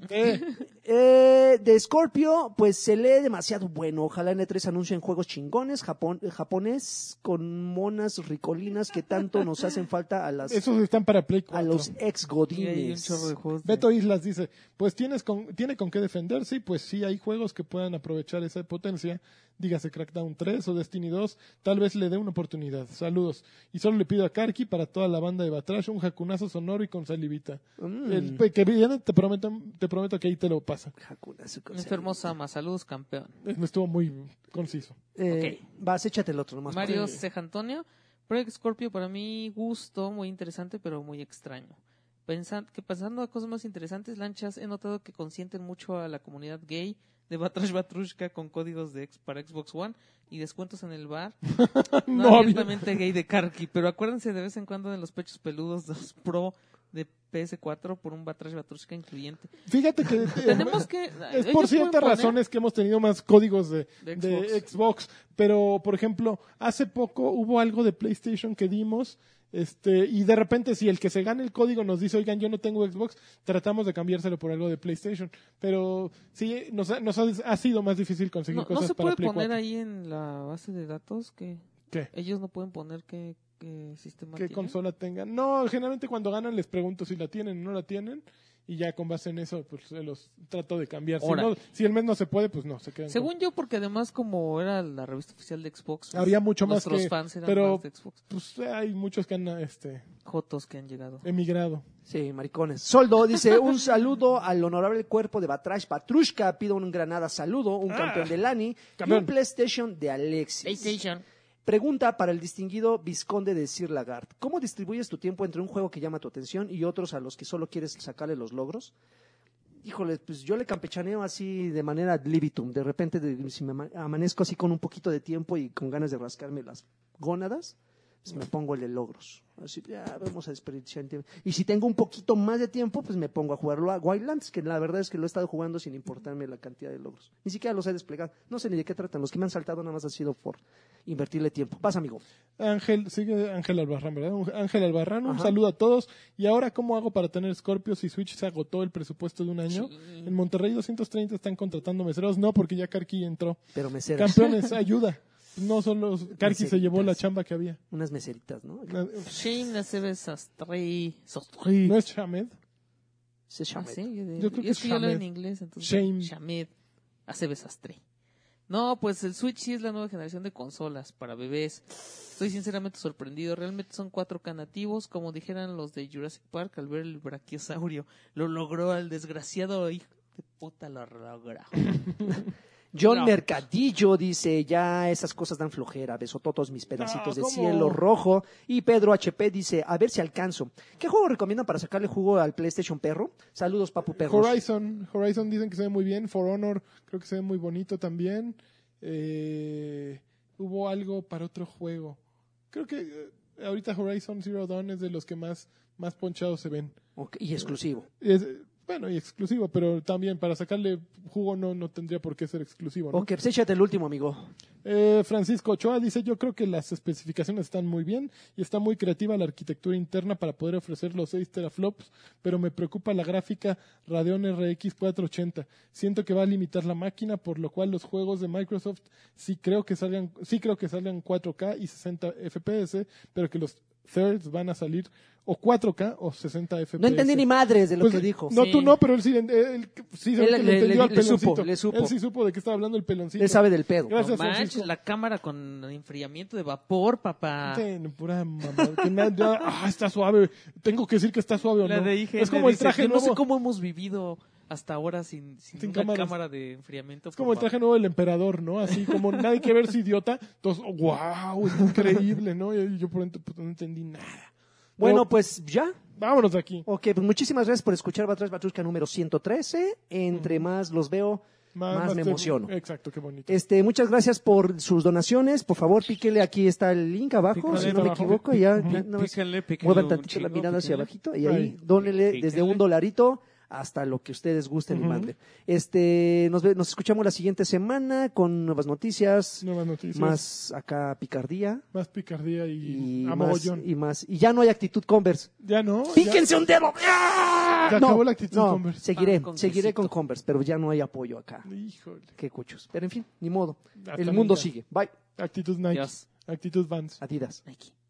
Speaker 2: Eh, de Scorpio, pues se lee demasiado bueno. Ojalá N3 anuncien juegos chingones, Japón, eh, japonés, con monas ricolinas que tanto nos hacen falta a las
Speaker 1: esos están para Play
Speaker 2: a
Speaker 1: 4.
Speaker 2: los ex
Speaker 3: Y hay un
Speaker 2: godines.
Speaker 3: chorro de juegos de-
Speaker 1: Beto Islas dice, pues tienes con, tiene con qué defenderse y pues sí hay juegos que puedan aprovechar esa potencia. Dígase Crackdown 3 o Destiny 2, tal vez le dé una oportunidad. Saludos. Y solo le pido a Karki para toda la banda de Batrash un jacunazo sonoro y con salivita.
Speaker 2: Mm.
Speaker 1: El pe- que viene, te prometo, te prometo que ahí te lo pasa.
Speaker 2: Hakuna Suku-
Speaker 3: Enfermo Sama, saludos campeón.
Speaker 1: Estuvo muy conciso.
Speaker 2: Eh, Vas, échate el otro nomás.
Speaker 3: Mario Ceja Antonio. Project Scorpio para mí gusto, muy interesante, pero muy extraño. Pensan- que pensando a cosas más interesantes, lanchas, he notado que consienten mucho a la comunidad gay de Batrash Batrushka con códigos de ex- para Xbox One y descuentos en el bar. No,
Speaker 1: No,
Speaker 3: abiertamente gay de Karki, pero acuérdense de vez en cuando de los pechos peludos de los Pro de PS4 por un Batrash Batrushka incluyente.
Speaker 1: Fíjate que eh,
Speaker 3: Tenemos que... eh,
Speaker 1: es
Speaker 3: ellos
Speaker 1: por
Speaker 3: pueden
Speaker 1: ciertas
Speaker 3: poner-
Speaker 1: razones que hemos tenido más códigos de,
Speaker 3: De
Speaker 1: de
Speaker 3: Xbox.
Speaker 1: Xbox. Pero, por ejemplo, hace poco hubo algo de PlayStation que dimos. Este, y de repente, si el que se gana el código nos dice, oigan, yo no tengo Xbox, tratamos de cambiárselo por algo de PlayStation. Pero sí, nos ha, nos ha, ha sido más difícil conseguir
Speaker 3: No, no
Speaker 1: cosas
Speaker 3: se
Speaker 1: para
Speaker 3: puede
Speaker 1: Play
Speaker 3: poner
Speaker 1: 4.
Speaker 3: ahí en la base de datos que
Speaker 1: ¿Qué?
Speaker 3: ellos no pueden poner qué, qué sistema
Speaker 1: ¿Qué
Speaker 3: tienen?
Speaker 1: consola tengan? No, generalmente cuando ganan les pregunto si la tienen o no la tienen. Y ya con base en eso, pues se los trato de cambiar. Si,
Speaker 3: Órale.
Speaker 1: no- si el mes no se puede, pues no, se quedan. con-
Speaker 3: Según yo, porque además como era la revista oficial de Xbox, pues,
Speaker 1: Había mucho más
Speaker 3: nuestros
Speaker 1: que-
Speaker 3: fans eran
Speaker 1: pero-
Speaker 3: más de Xbox.
Speaker 1: Pues hay muchos que han este,
Speaker 3: Jotos que han llegado.
Speaker 1: Eh, emigrado.
Speaker 2: Sí, maricones. Soldo dice, un saludo al honorable cuerpo de Batrash Patrushka. Pido un Granada saludo,
Speaker 3: Ah.
Speaker 2: un campeón de Lani y
Speaker 1: campeón.
Speaker 2: un PlayStation de Alexis. Pregunta para el distinguido Visconde de Sir Lagarde. ¿Cómo distribuyes tu tiempo entre un juego que llama tu atención y otros a los que solo quieres sacarle los logros? Híjole, pues yo le campechaneo así de manera ad libitum. De repente, de- si me ama- amanezco así con un poquito de tiempo y con ganas de rascarme las gónadas, pues me pongo el de logros. Así, ya, vamos a desperdiciar el tiempo. Y si tengo un poquito más de tiempo, pues me pongo a jugarlo a Wildlands, que la verdad es que lo he estado jugando sin importarme la cantidad de logros. Ni siquiera los he desplegado. No sé ni de qué tratan. Los que me han saltado nada más ha sido por invertirle tiempo. Vas, amigo.
Speaker 1: Ángel, sigue Ángel Albarrán, ¿verdad? Un- Ángel Albarrán, un
Speaker 2: Ajá.
Speaker 1: saludo a todos. ¿Y ahora cómo hago para tener Scorpio si Switch se agotó el presupuesto de un año? En Monterrey 230 están contratando meseros. No, porque ya Karki entró.
Speaker 2: Pero meseras.
Speaker 1: Campeones, ayuda. No solo Karki se llevó la chamba que había.
Speaker 2: Unas meseritas, ¿no?
Speaker 3: Shame the Seven Sastri.
Speaker 1: ¿No es Shamed?
Speaker 2: Se llama.
Speaker 3: Ah, sí, yo, de-
Speaker 1: Yo creo que
Speaker 3: es
Speaker 1: es
Speaker 3: que yo leo en
Speaker 1: Shamed.
Speaker 3: inglés, entonces.
Speaker 1: Shame.
Speaker 3: Shamed. Hace besastre. No, pues el Switch sí es la nueva generación de consolas para bebés. Estoy sinceramente sorprendido. Realmente son 4K nativos, como dijeran los de Jurassic Park al ver el brachiosaurio. Lo logró el desgraciado hijo de puta, lo logró.
Speaker 2: John
Speaker 3: No.
Speaker 2: Mercadillo dice, ya esas cosas dan flojera, besototos mis pedacitos
Speaker 1: No,
Speaker 2: de
Speaker 1: ¿cómo?
Speaker 2: cielo rojo. Y Pedro HP dice, a ver si alcanzo. ¿Qué juego recomiendan para sacarle jugo al PlayStation Perro? Saludos, Papu Perro.
Speaker 1: Horizon. Horizon dicen que se ve muy bien. For Honor creo que se ve muy bonito también. Eh, hubo algo para otro juego. Creo que eh, ahorita Horizon Zero Dawn es de los que más, más ponchados se ven.
Speaker 2: Ok, y exclusivo.
Speaker 1: Es, eh, bueno, y exclusivo, pero también para sacarle jugo no, no tendría por qué ser exclusivo. ¿no?
Speaker 2: Ok, pues échate el último, amigo.
Speaker 1: Eh, Francisco Ochoa dice, yo creo que las especificaciones están muy bien y está muy creativa la arquitectura interna para poder ofrecer los 6 teraflops, pero me preocupa la gráfica Radeon RX 480. Siento que va a limitar la máquina, por lo cual los juegos de Microsoft sí creo que salgan, sí creo que salgan 4K y 60 FPS, pero que los thirds van a salir o 4K o 60 FPS.
Speaker 2: No entendí ni madres de lo
Speaker 1: Pues,
Speaker 2: que dijo.
Speaker 1: No,
Speaker 3: Sí.
Speaker 1: tú no, pero él sí, él- él sí se ve
Speaker 2: Él
Speaker 1: que
Speaker 2: le-
Speaker 1: le,
Speaker 2: le-
Speaker 1: entendió al
Speaker 2: le supo,
Speaker 1: peloncito.
Speaker 2: le supo.
Speaker 1: Él sí supo de qué estaba hablando el peloncito.
Speaker 2: Él sabe del pedo.
Speaker 1: Gracias,
Speaker 3: No manches,
Speaker 1: Francisco.
Speaker 3: la cámara con enfriamiento de vapor, papá.
Speaker 1: Ten, pura mamada, que na- ya- ah, está suave. Tengo que decir que está suave o
Speaker 3: La
Speaker 1: no.
Speaker 3: de IGN
Speaker 1: es como el
Speaker 3: dice
Speaker 1: traje
Speaker 3: que
Speaker 1: nuevo.
Speaker 3: No sé cómo hemos vivido hasta ahora sin, sin,
Speaker 1: Sin
Speaker 3: una
Speaker 1: cámaras.
Speaker 3: cámara de enfriamiento.
Speaker 1: Es como el traje nuevo del emperador, ¿no? Así como nadie que verse idiota. Entonces, wow, es increíble, ¿no? Y yo por dentro pues, no entendí nada.
Speaker 2: Bueno,
Speaker 1: Pero,
Speaker 2: pues ya.
Speaker 1: vámonos de aquí.
Speaker 2: Ok, pues muchísimas gracias por escuchar Batrash Batrushka número 113. Entre más los veo, más, me
Speaker 1: te-
Speaker 2: emociono.
Speaker 1: Exacto, qué bonito.
Speaker 2: Este, muchas gracias por sus donaciones. Por favor, píquele. Aquí está el link abajo,
Speaker 1: Pícale
Speaker 2: si no me
Speaker 1: abajo.
Speaker 2: equivoco. Ya,
Speaker 1: Pí-
Speaker 2: nada más
Speaker 3: pícale, pícale
Speaker 2: muevan
Speaker 3: un
Speaker 2: tantito la
Speaker 3: chingo,
Speaker 2: mirada hacia
Speaker 3: pícale.
Speaker 2: abajito y ahí
Speaker 1: Ahí.
Speaker 2: dónele
Speaker 3: Pícale.
Speaker 2: desde un dolarito hasta lo que ustedes gusten y manden. Este, nos, ve- nos escuchamos la siguiente semana con nuevas noticias,
Speaker 1: Nuevas noticias. Más,
Speaker 2: más acá picardía
Speaker 1: picardía y,
Speaker 2: y
Speaker 1: a
Speaker 2: más,
Speaker 1: mogollón.
Speaker 2: y más. Y ya no hay actitud Converse.
Speaker 1: Ya no. ya-
Speaker 2: ¡Píquense un dedo! ¡Ah!
Speaker 1: Ya
Speaker 2: No,
Speaker 1: acabó la actitud
Speaker 2: no,
Speaker 1: Converse.
Speaker 2: Seguiré,
Speaker 3: Pan Ah, con
Speaker 2: seguiré
Speaker 3: quesito.
Speaker 2: con Converse, pero ya no hay apoyo acá.
Speaker 1: Híjole.
Speaker 2: Qué cuchos. Pero en fin, ni modo.
Speaker 1: Hasta
Speaker 2: el mundo
Speaker 1: nunca.
Speaker 2: sigue. Bye.
Speaker 1: Actitud Nike.
Speaker 3: Dios.
Speaker 1: Actitud Vans.
Speaker 2: Adidas.
Speaker 3: Nike.